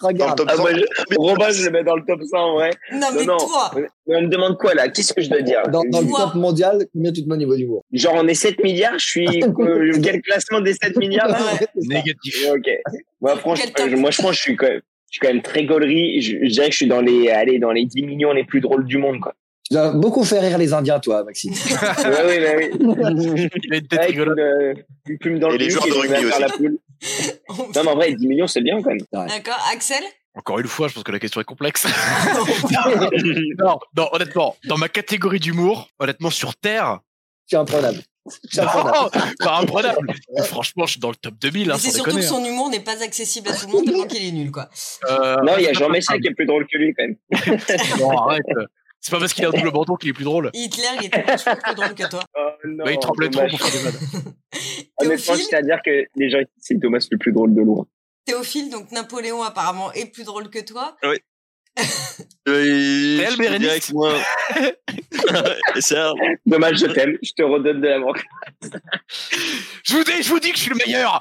[SPEAKER 2] Dans le
[SPEAKER 3] Regarde.
[SPEAKER 2] top
[SPEAKER 5] Ah,
[SPEAKER 2] 100.
[SPEAKER 5] moi, je- Robin, je le mets dans le top 100, ouais.
[SPEAKER 1] Non,
[SPEAKER 5] Non,
[SPEAKER 1] mais
[SPEAKER 5] non.
[SPEAKER 1] toi
[SPEAKER 5] Mais on me demande quoi, là Qu'est-ce que je dois dire
[SPEAKER 3] Dans, dans le
[SPEAKER 1] Wow.
[SPEAKER 3] top mondial, combien tu te mets au niveau du mot
[SPEAKER 5] Genre, on est 7 milliards, je suis. euh, quel classement des 7 milliards là
[SPEAKER 1] Ouais.
[SPEAKER 4] Négatif.
[SPEAKER 5] Ouais, Ok. Moi, franchement,
[SPEAKER 1] Quel top.
[SPEAKER 5] je- moi, je pense que je suis quand même, je suis quand même très gaulerie. Je, je dirais que je suis dans les, allez, dans les 10 millions les plus drôles du monde, quoi.
[SPEAKER 3] Tu dois beaucoup faire rire les Indiens, toi, Maxime.
[SPEAKER 5] Ouais, ouais, ouais, ouais.
[SPEAKER 4] Il a une tête
[SPEAKER 5] Avec
[SPEAKER 4] rigolote.
[SPEAKER 5] une, euh, une plume dans
[SPEAKER 2] Et
[SPEAKER 5] le
[SPEAKER 2] les
[SPEAKER 5] cul
[SPEAKER 2] joueurs de
[SPEAKER 5] je vais
[SPEAKER 2] rugby
[SPEAKER 5] faire la poule. Non, mais en vrai, 10 millions, c'est bien, quand même.
[SPEAKER 1] D'accord, Axel
[SPEAKER 4] Encore une fois, je pense que la question est complexe. non, non, honnêtement, dans ma catégorie d'humour, honnêtement, sur Terre,
[SPEAKER 3] Tu es imprenable. Tu es imprenable.
[SPEAKER 4] oh, pas imprenable. Mais franchement, je suis dans le top 2000, hein,
[SPEAKER 1] Mais c'est
[SPEAKER 4] sans
[SPEAKER 1] surtout
[SPEAKER 4] déconner.
[SPEAKER 1] que son humour n'est pas accessible à tout le monde tellement qu'il est nul, quoi.
[SPEAKER 4] Euh,
[SPEAKER 5] Non, il y a Jean Messia qui est plus drôle que lui, quand même.
[SPEAKER 4] non, arrête. C'est pas parce qu'il a un double menton qu'il est plus drôle.
[SPEAKER 1] Hitler, il était plus fort que drôle que toi.
[SPEAKER 5] Oh, non,
[SPEAKER 4] Bah, il tremblait trop
[SPEAKER 5] dommage.
[SPEAKER 4] pour faire des vannes.
[SPEAKER 5] Honnêtement, je
[SPEAKER 1] Théophile,
[SPEAKER 5] tiens à dire que les gens, c'est Thomas le plus drôle de loin.
[SPEAKER 1] Théophile, donc Napoléon apparemment est plus drôle que toi.
[SPEAKER 6] Euh,
[SPEAKER 4] Réal
[SPEAKER 6] je te dirais
[SPEAKER 4] Bérénice.
[SPEAKER 6] que moi- Et ça,
[SPEAKER 5] Dommage, je t'aime. Je te redonne de l'amour.
[SPEAKER 4] Je vous dis, je vous dis que je suis le meilleur.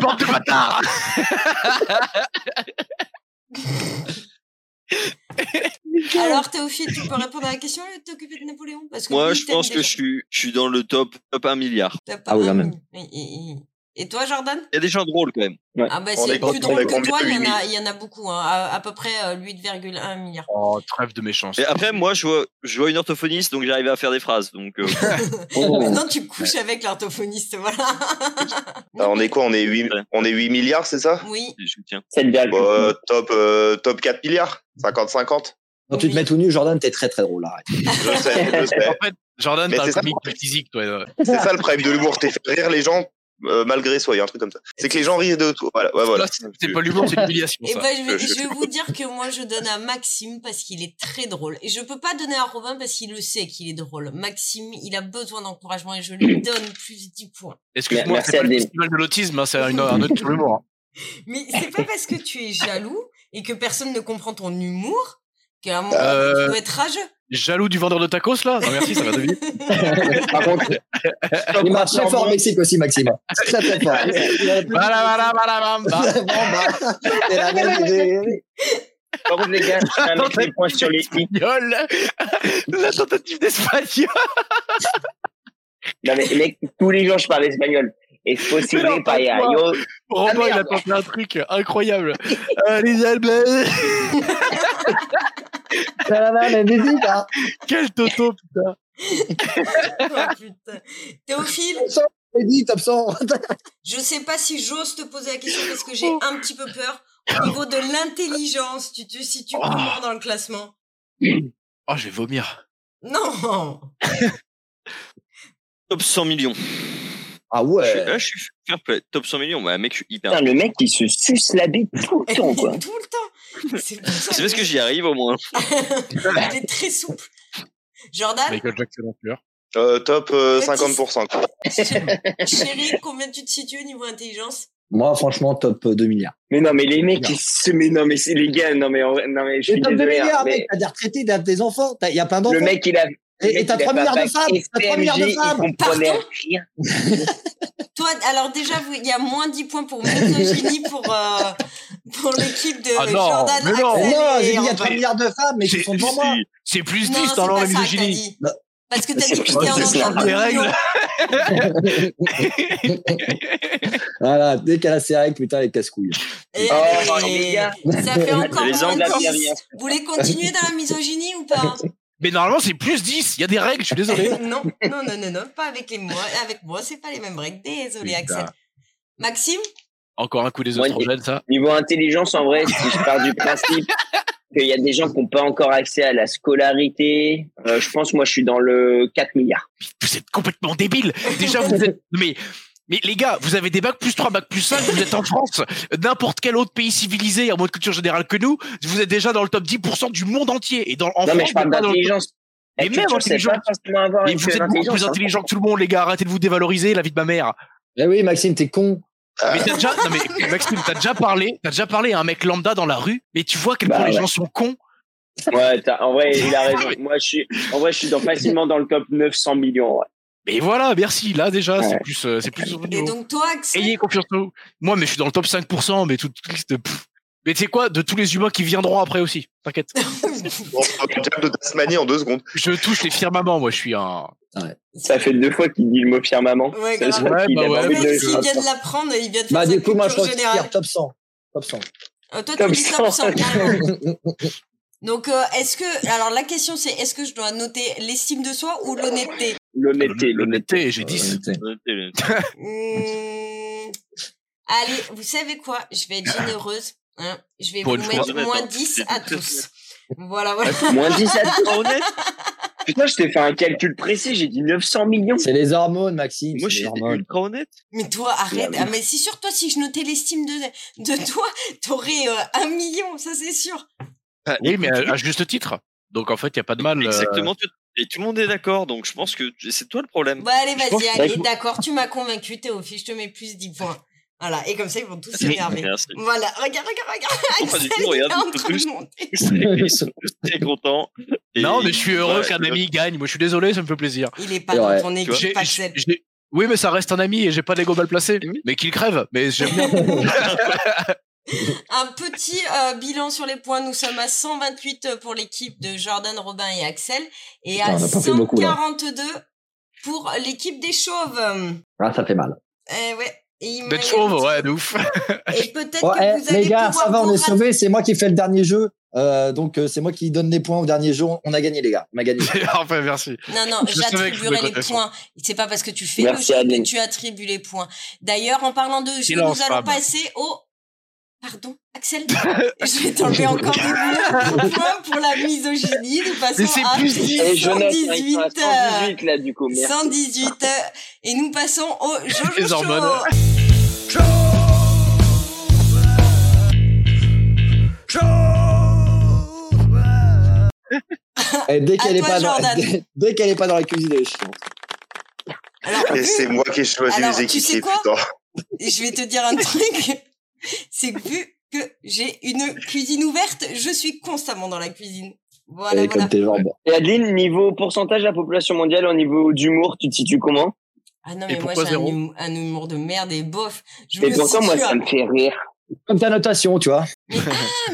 [SPEAKER 4] Bande de bâtards.
[SPEAKER 1] Alors Théophile, tu peux répondre à la question au lieu de t'occuper de Napoléon parce que
[SPEAKER 6] moi,
[SPEAKER 1] lui,
[SPEAKER 6] je
[SPEAKER 1] t'aimes
[SPEAKER 6] pense que
[SPEAKER 1] déjà.
[SPEAKER 6] je suis, je suis dans le top, top 1 milliard.
[SPEAKER 1] T'as pas
[SPEAKER 3] Ah oui, quand
[SPEAKER 1] un-
[SPEAKER 3] même.
[SPEAKER 1] Et, et- Et toi, Jordan
[SPEAKER 6] Il y a des gens drôles quand même.
[SPEAKER 1] Ah bah
[SPEAKER 2] On
[SPEAKER 1] c'est
[SPEAKER 2] est con-
[SPEAKER 1] plus
[SPEAKER 2] on
[SPEAKER 1] drôle
[SPEAKER 2] est
[SPEAKER 1] que
[SPEAKER 2] combien
[SPEAKER 1] toi,
[SPEAKER 2] de
[SPEAKER 1] il y, en a, il y en a beaucoup, hein, à, à peu près euh, 8,1 milliards.
[SPEAKER 4] Oh, trêve de méchance.
[SPEAKER 6] Et après, moi, je vois, je vois une orthophoniste, donc j'arrive à faire des phrases. Donc, euh,
[SPEAKER 4] Oh.
[SPEAKER 1] Maintenant tu couches avec l'orthophoniste, voilà.
[SPEAKER 2] Alors, Euh, on est quoi on est, 8, on est 8 milliards, c'est ça
[SPEAKER 1] Oui.
[SPEAKER 6] je tiens.
[SPEAKER 5] 7,8.
[SPEAKER 2] Bon, euh, top, euh, top 4 milliards 50-50
[SPEAKER 3] Quand tu te mets tout nu, Jordan, t'es très très drôle. Arrête.
[SPEAKER 2] Je sais, je sais.
[SPEAKER 4] En fait, Jordan,
[SPEAKER 2] Mais
[SPEAKER 4] t'as un
[SPEAKER 2] c'est ça,
[SPEAKER 4] comique
[SPEAKER 2] en fait.
[SPEAKER 4] physique, toi. euh.
[SPEAKER 2] C'est ça le problème de l'humour, t'es fait rire les gens euh, malgré soi, il y a un truc comme ça. C'est que les gens rient de toi. Voilà, ouais, voilà.
[SPEAKER 4] Là, c'est c'est pas l'humour, c'est l'humiliation.
[SPEAKER 1] Et
[SPEAKER 4] ça.
[SPEAKER 1] ben je vais,
[SPEAKER 2] je-
[SPEAKER 1] je vais vous dire que moi je donne à Maxime parce qu'il est très drôle. Et je peux pas donner à Robin parce qu'il le sait qu'il est drôle. Maxime, il a besoin d'encouragement et je lui donne plus 10 points.
[SPEAKER 4] Excuse-moi,
[SPEAKER 5] Merci,
[SPEAKER 4] c'est pas le
[SPEAKER 5] Adil.
[SPEAKER 4] festival de l'autisme, hein, c'est une- un autre sur l'humour. hein.
[SPEAKER 1] Mais c'est pas parce que tu es jaloux et que personne ne comprend ton humour qu'à un moment
[SPEAKER 4] Euh.
[SPEAKER 1] tu dois être rageux.
[SPEAKER 4] Jaloux du vendeur de tacos, là Non, merci, ça va deviner.
[SPEAKER 3] Par contre, il marche très fort au Mexique aussi, Maxime. Très très fort.
[SPEAKER 4] Voilà, voilà, voilà, bam, bam.
[SPEAKER 3] Bon, bah, c'est la même idée.
[SPEAKER 5] Par contre, les gars, je vais mettre les points sur les i.
[SPEAKER 4] Espagnol. La tentative d'espagnol
[SPEAKER 5] Non, mais mec, tous les jours, je parle espagnol. Et
[SPEAKER 4] Non,
[SPEAKER 5] possible,
[SPEAKER 4] pas
[SPEAKER 5] pas y a-
[SPEAKER 4] toi.
[SPEAKER 5] yo.
[SPEAKER 4] Robin, il a
[SPEAKER 5] merde.
[SPEAKER 4] tenté un truc incroyable. Euh, les Albanais
[SPEAKER 9] Ça va, mais vas-y, hein.
[SPEAKER 4] Quel toto, putain
[SPEAKER 1] Oh, putain. Théophile,
[SPEAKER 3] Edith, absent.
[SPEAKER 1] je sais pas si j'ose te poser la question parce que j'ai un petit peu peur. Au niveau de l'intelligence, tu te situes
[SPEAKER 5] Oh.
[SPEAKER 1] comment dans le classement
[SPEAKER 4] Oh, je vais vomir.
[SPEAKER 1] Non
[SPEAKER 6] Top 100 millions.
[SPEAKER 3] Ah
[SPEAKER 6] Je suis-
[SPEAKER 3] ouais.
[SPEAKER 6] là, je suis fair play. Top 100 millions. Bah, mec, je suis hyper.
[SPEAKER 5] Putain, le mec, il se suce la bite tout le temps, quoi.
[SPEAKER 1] Tout le temps C'est pour ça
[SPEAKER 6] C'est parce que j'y arrive au moins.
[SPEAKER 1] Il est très souple. Jordan,
[SPEAKER 4] Michael Jackson en fleur.
[SPEAKER 2] Euh, top euh, 50%. quoi.
[SPEAKER 1] chérie, combien tu te situes au niveau intelligence
[SPEAKER 3] Moi, franchement, top 2 milliards.
[SPEAKER 5] Mais non, mais les mecs, ils se. Mais non, mais c'est les gars, non, mais, en vrai- non, mais je
[SPEAKER 3] Et
[SPEAKER 5] suis
[SPEAKER 3] top 2
[SPEAKER 5] désolé. hein,
[SPEAKER 3] milliards, mec.
[SPEAKER 5] mais
[SPEAKER 3] T'as des retraités, t'as des enfants. t'as- Il y a plein
[SPEAKER 5] Le
[SPEAKER 3] d'enfants.
[SPEAKER 5] mec, il a. le
[SPEAKER 3] Et
[SPEAKER 5] mec,
[SPEAKER 3] et t'as
[SPEAKER 5] il a
[SPEAKER 3] 3
[SPEAKER 5] pas
[SPEAKER 3] milliards de
[SPEAKER 5] bac
[SPEAKER 3] femmes. T'as 3 milliards de
[SPEAKER 5] SPMJ,
[SPEAKER 3] femmes.
[SPEAKER 5] Il comprenait
[SPEAKER 1] Pardon
[SPEAKER 5] rien.
[SPEAKER 1] Toi, alors déjà, vous- il y a moins 10 points pour misogynie pour, euh, pour l'équipe de
[SPEAKER 4] Ah non,
[SPEAKER 1] Jordan.
[SPEAKER 4] mais non.
[SPEAKER 3] Oh, Non,
[SPEAKER 1] Axel et
[SPEAKER 3] j'ai dit il y a
[SPEAKER 1] Robin.
[SPEAKER 3] 3 milliards de femmes, mais ils sont devant moi.
[SPEAKER 4] si, c'est plus
[SPEAKER 1] Non,
[SPEAKER 4] 10
[SPEAKER 1] c'est
[SPEAKER 4] dans
[SPEAKER 1] pas
[SPEAKER 4] la
[SPEAKER 1] ça que t'as
[SPEAKER 4] misogynie.
[SPEAKER 1] dit. Parce que t'as
[SPEAKER 5] C'est
[SPEAKER 1] dit que
[SPEAKER 5] pas
[SPEAKER 1] t'étais en
[SPEAKER 5] ça, c'est
[SPEAKER 1] entraînement.
[SPEAKER 4] les règles.
[SPEAKER 3] Voilà, dès qu'elle a ses règles, putain, les casse-couilles.
[SPEAKER 1] Et-
[SPEAKER 5] Oh,
[SPEAKER 1] et-
[SPEAKER 5] les gars.
[SPEAKER 1] Ça fait encore
[SPEAKER 6] Les
[SPEAKER 1] moins
[SPEAKER 6] angles
[SPEAKER 5] à
[SPEAKER 1] 10.
[SPEAKER 5] pierre, rien.
[SPEAKER 1] Vous voulez continuer dans la misogynie ou pas
[SPEAKER 4] Mais normalement, c'est plus 10. Il y a des règles, je suis désolé.
[SPEAKER 1] Non, non, non, non, non, pas avec les moi. Avec moi, c'est pas les mêmes règles. Désolé,
[SPEAKER 4] Putain.
[SPEAKER 1] Axel. Maxime
[SPEAKER 4] Encore un coup des
[SPEAKER 5] Ouais,
[SPEAKER 4] oestrogènes, ça.
[SPEAKER 5] Niveau intelligence, en vrai, si je pars du principe qu'il y a des gens qui n'ont pas encore accès à la scolarité, euh, je pense, moi, je suis dans le 4 milliards.
[SPEAKER 4] Vous êtes complètement débiles. Déjà, vous êtes. Mais. Mais les gars, vous avez des bacs plus 3, bacs plus 5, vous êtes en France, n'importe quel autre pays civilisé en mode culture générale que nous, vous êtes déjà dans le top 10% du monde entier. Et dans, en
[SPEAKER 5] non,
[SPEAKER 4] France,
[SPEAKER 5] mais je parle
[SPEAKER 4] vous êtes pas dans le-
[SPEAKER 5] d'intelligence. Eh, La
[SPEAKER 4] Mais même
[SPEAKER 5] culture, c'est
[SPEAKER 4] intelligence.
[SPEAKER 5] pas forcément avoir
[SPEAKER 4] Mais
[SPEAKER 5] avec
[SPEAKER 4] vous êtes beaucoup plus
[SPEAKER 5] l'intelligence, hein.
[SPEAKER 4] intelligent que tout le monde, les gars. Arrêtez de vous dévaloriser, la vie de ma mère.
[SPEAKER 3] Eh oui, Maxime, t'es con.
[SPEAKER 4] Mais t'as déjà, non mais Maxime, t'as déjà parlé, t'as déjà parlé à un mec lambda dans la rue, mais tu vois à quel
[SPEAKER 5] Bah
[SPEAKER 4] point les
[SPEAKER 5] ouais.
[SPEAKER 4] gens sont cons.
[SPEAKER 5] Ouais, t'as- en vrai, il a raison. Moi, je suis, en vrai, je suis dans, facilement dans le top 900 millions. ouais.
[SPEAKER 4] Mais voilà, merci. Là déjà, c'est
[SPEAKER 5] Ouais.
[SPEAKER 4] plus, euh, c'est plus sur le
[SPEAKER 1] Et
[SPEAKER 4] niveau.
[SPEAKER 1] donc, toi, Axel
[SPEAKER 4] Ayez confiance en vous. Moi, mais je suis dans le top 5%, mais tout. tout- pff. Mais tu sais quoi, de tous les humains qui viendront après aussi. T'inquiète.
[SPEAKER 2] On se retrouve au de Tasmanie en deux secondes.
[SPEAKER 4] Je touche les firmaments, moi. Je suis un.
[SPEAKER 5] Ça fait deux fois qu'il dit le mot firmament.
[SPEAKER 1] Ouais,
[SPEAKER 5] Ça,
[SPEAKER 1] grave.
[SPEAKER 5] je crois
[SPEAKER 4] Ouais,
[SPEAKER 5] qu'il
[SPEAKER 4] bah
[SPEAKER 5] a pas
[SPEAKER 4] ouais,
[SPEAKER 1] Le
[SPEAKER 5] envie de
[SPEAKER 1] mec,
[SPEAKER 5] le-
[SPEAKER 3] mais-
[SPEAKER 1] il vient de l'apprendre, il vient de faire
[SPEAKER 3] Bah,
[SPEAKER 1] sa
[SPEAKER 3] du coup, moi, je
[SPEAKER 1] culture
[SPEAKER 3] pense qu'il y a
[SPEAKER 1] générale.
[SPEAKER 3] top 100. Top 100.
[SPEAKER 1] Euh, toi, tu
[SPEAKER 5] Top
[SPEAKER 1] dis top 100,
[SPEAKER 5] 100.
[SPEAKER 1] carrément. Donc, euh, est-ce que. Alors, la question, c'est est-ce que je dois noter l'estime de soi ou l'honnêteté
[SPEAKER 5] L'honnêteté, l'honnêteté.
[SPEAKER 4] L'honnêteté, j'ai
[SPEAKER 3] Euh,
[SPEAKER 4] 10.
[SPEAKER 1] Mmh. Allez, vous savez quoi Je vais être généreuse. hein. Je vais
[SPEAKER 4] Pour
[SPEAKER 1] vous
[SPEAKER 4] une
[SPEAKER 1] mettre
[SPEAKER 6] fois, honnête,
[SPEAKER 1] moins
[SPEAKER 6] hein.
[SPEAKER 1] 10
[SPEAKER 6] C'est
[SPEAKER 1] à
[SPEAKER 6] très
[SPEAKER 1] tous. Voilà, voilà.
[SPEAKER 5] Moins 10 à tous.
[SPEAKER 6] Honnête,
[SPEAKER 5] Putain, je t'ai fait un calcul précis, j'ai dit 900 millions.
[SPEAKER 3] C'est les hormones, Maxime.
[SPEAKER 6] moi,
[SPEAKER 3] C'est
[SPEAKER 6] je
[SPEAKER 3] les
[SPEAKER 6] suis
[SPEAKER 3] hormones.
[SPEAKER 6] ultra honnête.
[SPEAKER 1] Mais toi, arrête. Ah, mais c'est sûr, toi, si je notais l'estime de, de toi, t'aurais euh, un million, ça c'est sûr.
[SPEAKER 4] Ah, Oui, mais à, à juste titre. Donc en fait, il y a pas de mal. euh,
[SPEAKER 6] Exactement. tu- Et tout le monde est d'accord, donc je pense que tu- c'est toi le problème.
[SPEAKER 1] Bah, allez,
[SPEAKER 4] pense
[SPEAKER 1] vas-y,
[SPEAKER 4] que-
[SPEAKER 1] allez, d'accord, tu m'as convaincu, Théophile, je te mets plus 10 points. Voilà, et comme ça, ils vont tous s'énerver.
[SPEAKER 6] Merci.
[SPEAKER 1] Voilà, regarde, regarde, regarde.
[SPEAKER 6] Non, pas du
[SPEAKER 1] Axel,
[SPEAKER 6] tout,
[SPEAKER 1] il est
[SPEAKER 4] Ah
[SPEAKER 6] regarde,
[SPEAKER 1] en train de
[SPEAKER 6] juste-
[SPEAKER 1] monter.
[SPEAKER 6] Ils sont tous très contents. Et-
[SPEAKER 4] Non, mais je suis heureux
[SPEAKER 6] Ouais,
[SPEAKER 4] qu'un
[SPEAKER 6] je-
[SPEAKER 4] ami gagne. Moi, je suis désolé, ça me fait plaisir.
[SPEAKER 1] Il est pas
[SPEAKER 3] C'est
[SPEAKER 1] dans
[SPEAKER 3] vrai.
[SPEAKER 1] ton
[SPEAKER 4] J'ai-
[SPEAKER 1] équipe, Axel.
[SPEAKER 4] j'ai- Oui, mais ça reste un ami et j'ai pas d'ego mal placé.
[SPEAKER 6] Oui.
[SPEAKER 4] Mais qu'il crève. Mais j'aime bien.
[SPEAKER 1] Un petit euh, bilan sur les points. Nous sommes à 128 pour l'équipe de Jordan, Robin et Axel. Et
[SPEAKER 3] Putain,
[SPEAKER 1] à
[SPEAKER 3] on a pas fait beaucoup, là.
[SPEAKER 1] 142 pour l'équipe des Chauves.
[SPEAKER 3] Ah, ça fait mal.
[SPEAKER 1] Eh ouais. Et il m'a-
[SPEAKER 4] D'être chauve, ouais, de ouf.
[SPEAKER 1] Et peut-être
[SPEAKER 3] Bon,
[SPEAKER 1] que
[SPEAKER 3] eh,
[SPEAKER 1] vous allez
[SPEAKER 3] les gars,
[SPEAKER 1] pouvoir
[SPEAKER 3] ça va, on
[SPEAKER 1] vous
[SPEAKER 3] est
[SPEAKER 1] rattraper.
[SPEAKER 3] sauvés. C'est moi qui fais le dernier jeu. Euh, donc, euh, c'est moi qui donne les points au dernier jeu. On a gagné, les gars. On a gagné.
[SPEAKER 4] enfin, merci.
[SPEAKER 1] Non, non,
[SPEAKER 4] Je savais que je
[SPEAKER 1] j'attribuerai
[SPEAKER 4] pouvais
[SPEAKER 1] les
[SPEAKER 4] compter.
[SPEAKER 1] points. C'est pas parce que tu fais
[SPEAKER 5] Merci,
[SPEAKER 1] le jeu que
[SPEAKER 5] Adeline.
[SPEAKER 1] tu attribues les points. D'ailleurs, en parlant de jeu,
[SPEAKER 4] Silence,
[SPEAKER 1] nous allons
[SPEAKER 4] Fab.
[SPEAKER 1] passer au... Pardon, Axel Je vais t'enlever encore des points- points pour la misogynie. Nous
[SPEAKER 4] Mais
[SPEAKER 1] passons
[SPEAKER 4] c'est
[SPEAKER 1] à
[SPEAKER 4] plus dix.
[SPEAKER 5] Et je note, hein,
[SPEAKER 1] 118.
[SPEAKER 5] ils sont à 118 là du coup. Merde.
[SPEAKER 1] 118. euh, Et nous passons au Jojo
[SPEAKER 4] Les
[SPEAKER 1] Show.
[SPEAKER 4] hormones.
[SPEAKER 3] Eh, dès qu'elle
[SPEAKER 1] À
[SPEAKER 3] est
[SPEAKER 1] toi,
[SPEAKER 3] pas dans,
[SPEAKER 1] Jordan.
[SPEAKER 3] dès, dès qu'elle est pas dans la cuisine, elle est chiante.
[SPEAKER 2] Et c'est moi qui ai choisi
[SPEAKER 1] Alors,
[SPEAKER 2] les
[SPEAKER 1] tu sais
[SPEAKER 2] équipiers,
[SPEAKER 1] quoi
[SPEAKER 2] putain.
[SPEAKER 1] Et je vais te dire un truc, c'est que vu que j'ai une cuisine ouverte, je suis constamment dans la cuisine. Voilà,
[SPEAKER 3] Elle est
[SPEAKER 1] voilà.
[SPEAKER 3] comme tes jambes.
[SPEAKER 5] Et Adeline, niveau pourcentage de la population mondiale, au niveau d'humour, tu te situes comment
[SPEAKER 1] Ah non, mais moi
[SPEAKER 4] pourquoi
[SPEAKER 1] j'ai un,
[SPEAKER 4] zéro
[SPEAKER 1] hum- un humour de merde et bof. Je
[SPEAKER 5] Et
[SPEAKER 1] me
[SPEAKER 5] pourtant,
[SPEAKER 1] situe
[SPEAKER 5] moi,
[SPEAKER 1] à-
[SPEAKER 5] ça me fait rire.
[SPEAKER 3] Comme ta notation, tu vois.
[SPEAKER 1] Ah,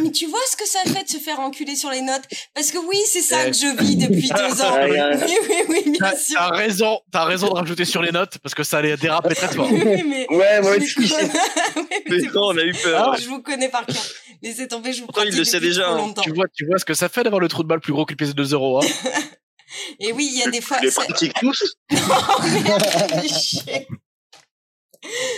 [SPEAKER 1] mais tu vois ce que ça fait de se faire enculer sur les notes Parce que oui, c'est ça
[SPEAKER 4] Ouais.
[SPEAKER 1] que je vis depuis deux ans.
[SPEAKER 5] Ouais, ouais.
[SPEAKER 1] Oui, oui, oui, bien
[SPEAKER 4] T'as
[SPEAKER 1] sûr.
[SPEAKER 4] t'as raison, t'as raison de rajouter sur les notes parce que ça les déraper très fort.
[SPEAKER 1] Oui, oui, mais...
[SPEAKER 5] Ouais,
[SPEAKER 1] je
[SPEAKER 5] moi
[SPEAKER 1] les
[SPEAKER 5] aussi.
[SPEAKER 1] connais. Oui, mais c'est
[SPEAKER 6] Putain, on a eu
[SPEAKER 5] Ah.
[SPEAKER 6] peur.
[SPEAKER 1] bon, Je vous connais par cœur. Laissez tomber, je vous
[SPEAKER 6] Pourtant, il
[SPEAKER 1] pratique
[SPEAKER 6] le
[SPEAKER 1] depuis
[SPEAKER 6] sait déjà,
[SPEAKER 1] trop
[SPEAKER 6] hein.
[SPEAKER 1] longtemps.
[SPEAKER 4] Tu vois, tu vois ce que ça fait d'avoir le trou de balle plus gros que le pièce de 0 hein.
[SPEAKER 1] Et oui, il y a des fois...
[SPEAKER 2] Les
[SPEAKER 1] Ah, ça-
[SPEAKER 2] pratiques tous.
[SPEAKER 1] Oh, merde, fais chier.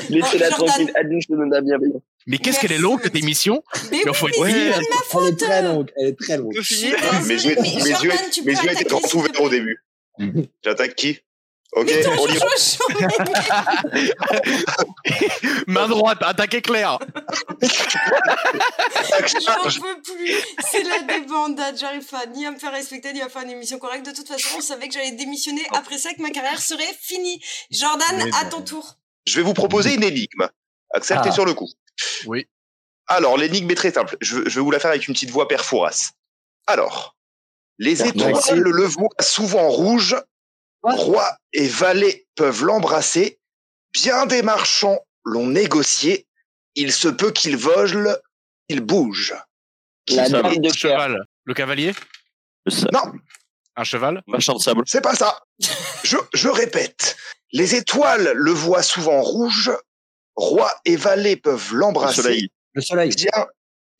[SPEAKER 5] Laissez-la
[SPEAKER 1] Jordan.
[SPEAKER 5] tranquille. Adeline, je te donne la bienveillance.
[SPEAKER 4] Mais qu'est-ce qu'elle est
[SPEAKER 1] Merci,
[SPEAKER 4] longue cette
[SPEAKER 1] merci.
[SPEAKER 4] émission
[SPEAKER 1] Mais
[SPEAKER 4] Mais
[SPEAKER 1] oui,
[SPEAKER 4] faut être-
[SPEAKER 1] mais c'est
[SPEAKER 4] Ouais.
[SPEAKER 1] pas de ma faute.
[SPEAKER 3] Elle est très longue. Elle est très
[SPEAKER 6] On
[SPEAKER 3] longue.
[SPEAKER 6] peut
[SPEAKER 1] Je suis
[SPEAKER 6] finir
[SPEAKER 1] désolée,
[SPEAKER 2] Mes yeux,
[SPEAKER 1] mais
[SPEAKER 2] mes yeux,
[SPEAKER 1] Jordan, tu
[SPEAKER 2] mes
[SPEAKER 1] peux
[SPEAKER 2] yeux étaient
[SPEAKER 1] attaquer,
[SPEAKER 2] grands
[SPEAKER 1] s'il te
[SPEAKER 2] ouverts au
[SPEAKER 1] plaît.
[SPEAKER 2] début. J'attaque qui Ok,
[SPEAKER 1] Mais ton
[SPEAKER 2] on y
[SPEAKER 1] Jojo
[SPEAKER 2] va.
[SPEAKER 1] Show, mais-
[SPEAKER 4] Main droite, attaque éclair Ah,
[SPEAKER 1] J'en peux plus. C'est la débandade. J'arrive pas ni à me faire respecter ni à faire une émission correcte. De toute façon, on savait que j'allais démissionner
[SPEAKER 4] Oh.
[SPEAKER 1] après ça, que ma carrière serait finie. Jordan,
[SPEAKER 8] Mais
[SPEAKER 1] à
[SPEAKER 8] non.
[SPEAKER 1] ton tour.
[SPEAKER 2] Je vais vous proposer une énigme. Axel, t'es
[SPEAKER 3] Ah.
[SPEAKER 2] sur le coup.
[SPEAKER 4] Oui.
[SPEAKER 2] Alors, l'énigme est très simple. Je, je vais vous la faire avec une petite voix perforace. Alors, les étoiles le voient souvent rouge.
[SPEAKER 3] Quoi
[SPEAKER 2] Rois et valets peuvent l'embrasser. Bien des marchands l'ont négocié. Il se peut qu'il vole, il bouge. Qui
[SPEAKER 5] La
[SPEAKER 2] ça
[SPEAKER 5] dame de cœur.
[SPEAKER 4] Cheval. Le cavalier
[SPEAKER 6] Ça,
[SPEAKER 2] Non,
[SPEAKER 4] Un cheval
[SPEAKER 6] Marchand de sable.
[SPEAKER 2] c'est pas ça. Je, je répète. Les étoiles le voient souvent rouge. Rois et valets peuvent
[SPEAKER 6] Le
[SPEAKER 2] l'embrasser. Eh
[SPEAKER 6] soleil.
[SPEAKER 3] Le soleil.
[SPEAKER 2] Bien,